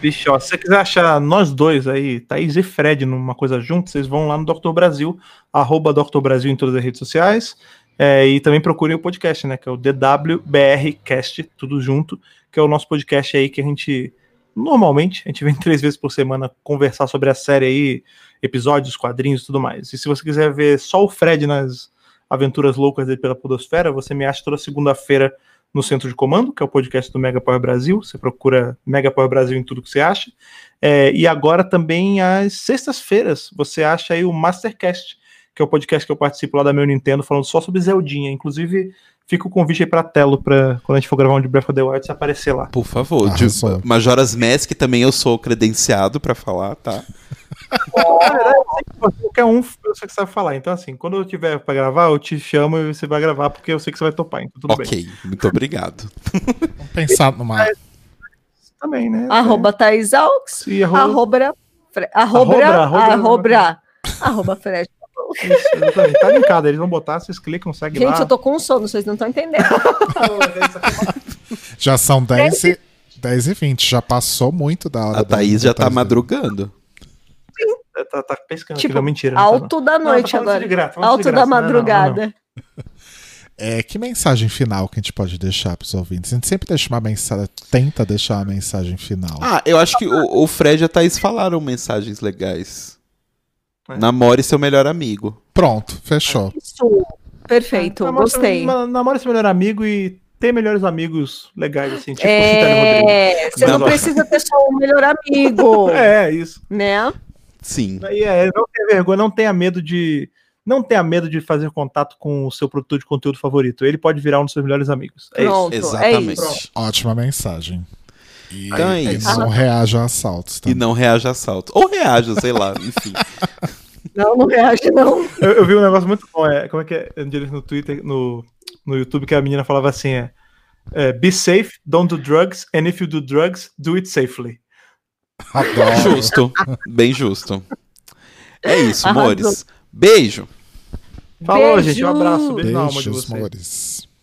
S4: Vixe, ó, se você quiser achar nós dois aí, Thaís e Fred, numa coisa junto, vocês vão lá no Dr. Brasil, arroba Dr. Brasil em todas as redes sociais. é, e também procurem o podcast, né? Que é o DWBRcast, tudo junto, que é o nosso podcast aí que a gente. Normalmente, a gente vem três vezes por semana conversar sobre a série aí, episódios, quadrinhos e tudo mais. E se você quiser ver só o Fred nas aventuras loucas dele pela Podosfera, você me acha toda segunda-feira no Centro de Comando, que é o podcast do Mega Power Brasil. Você procura Mega Power Brasil em tudo que você acha. É, e agora também às sextas-feiras você acha aí o Mastercast, que é o podcast que eu participo lá da meu Nintendo, falando só sobre Zeldinha. Inclusive, fica o convite aí pra Telo, pra quando a gente for gravar um de Breath of the Wild, você aparecer lá.
S1: Por favor,
S2: Ah,
S1: de
S2: só.
S1: Majoras Mask também eu sou credenciado pra falar, tá?
S4: Qualquer um, eu sei que sabe falar. Então, assim, quando eu tiver pra gravar, eu te chamo e você vai gravar, porque eu sei que você vai topar. Então, tudo bem.
S1: ok, muito obrigado.
S2: Vamos pensar numa.
S4: Também, né?
S3: Arroba Thaís Alks.
S4: E arroba...
S3: Arroba. Fre- Arroba.
S4: Arroba, arroba.
S3: Arroba. Arroba Fred.
S4: Isso, exatamente. Tá linkado, eles vão botar, vocês clicam, segue lá. tá
S3: Gente, eu tô com sono, vocês não estão entendendo.
S2: Já são 10 e, 10 e 20, já passou muito da hora.
S1: A
S2: da-
S1: Thaís
S2: da
S1: já tá
S2: Thaís.
S1: madrugando.
S4: Tá- Tá, tá pescando
S3: Tipo,
S4: aqui, não, mentira. não tá, não.
S3: Alto da
S4: Não,
S3: noite
S4: tá falando isso
S3: agora.
S4: de graça, falando
S3: Alto
S4: isso de
S3: da
S4: graça. Não, não, não, não.
S3: madrugada.
S2: É, que mensagem final que a gente pode deixar pros ouvintes? A gente sempre deixa uma mensagem, tenta deixar uma mensagem final.
S1: Ah, eu acho que o, o Fred e a Thaís falaram mensagens legais.
S4: É.
S1: Namore seu melhor amigo.
S2: Pronto, fechou.
S3: Isso. Perfeito,
S4: Namora-
S3: gostei.
S4: na- Namora seu melhor amigo e ter melhores amigos legais, assim, tipo o Citário Rodrigues.
S3: É, você não
S1: Não.
S3: precisa ter só um melhor amigo,
S4: É, isso.
S3: né?
S1: Sim.
S4: E é, não tenha vergonha, não tenha medo de. Não tenha medo de fazer contato com o seu produtor de conteúdo favorito. Ele pode virar um dos seus melhores amigos. É isso.
S3: Pronto, é
S1: Exatamente.
S3: isso.
S2: Ótima mensagem. E,
S1: Então é
S2: e
S1: isso.
S2: não reajam a assaltos. tá?
S1: E
S2: Também.
S1: não reaja a assalto. Ou reaja, sei lá, enfim.
S3: Não, não reage não.
S4: Eu, eu vi um negócio muito bom. É, como é que é? um dia No Twitter, no, no YouTube, que a menina falava assim: é, é, Be safe, don't do drugs, and if you do drugs, do it safely.
S2: Adoro.
S1: Justo. Bem justo. É isso,
S3: Arrasou.
S1: amores. Beijo.
S4: Falou,
S3: Beijo.
S4: gente. Um abraço. Beijo na alma de
S2: Beijos,
S4: vocês.
S2: amores.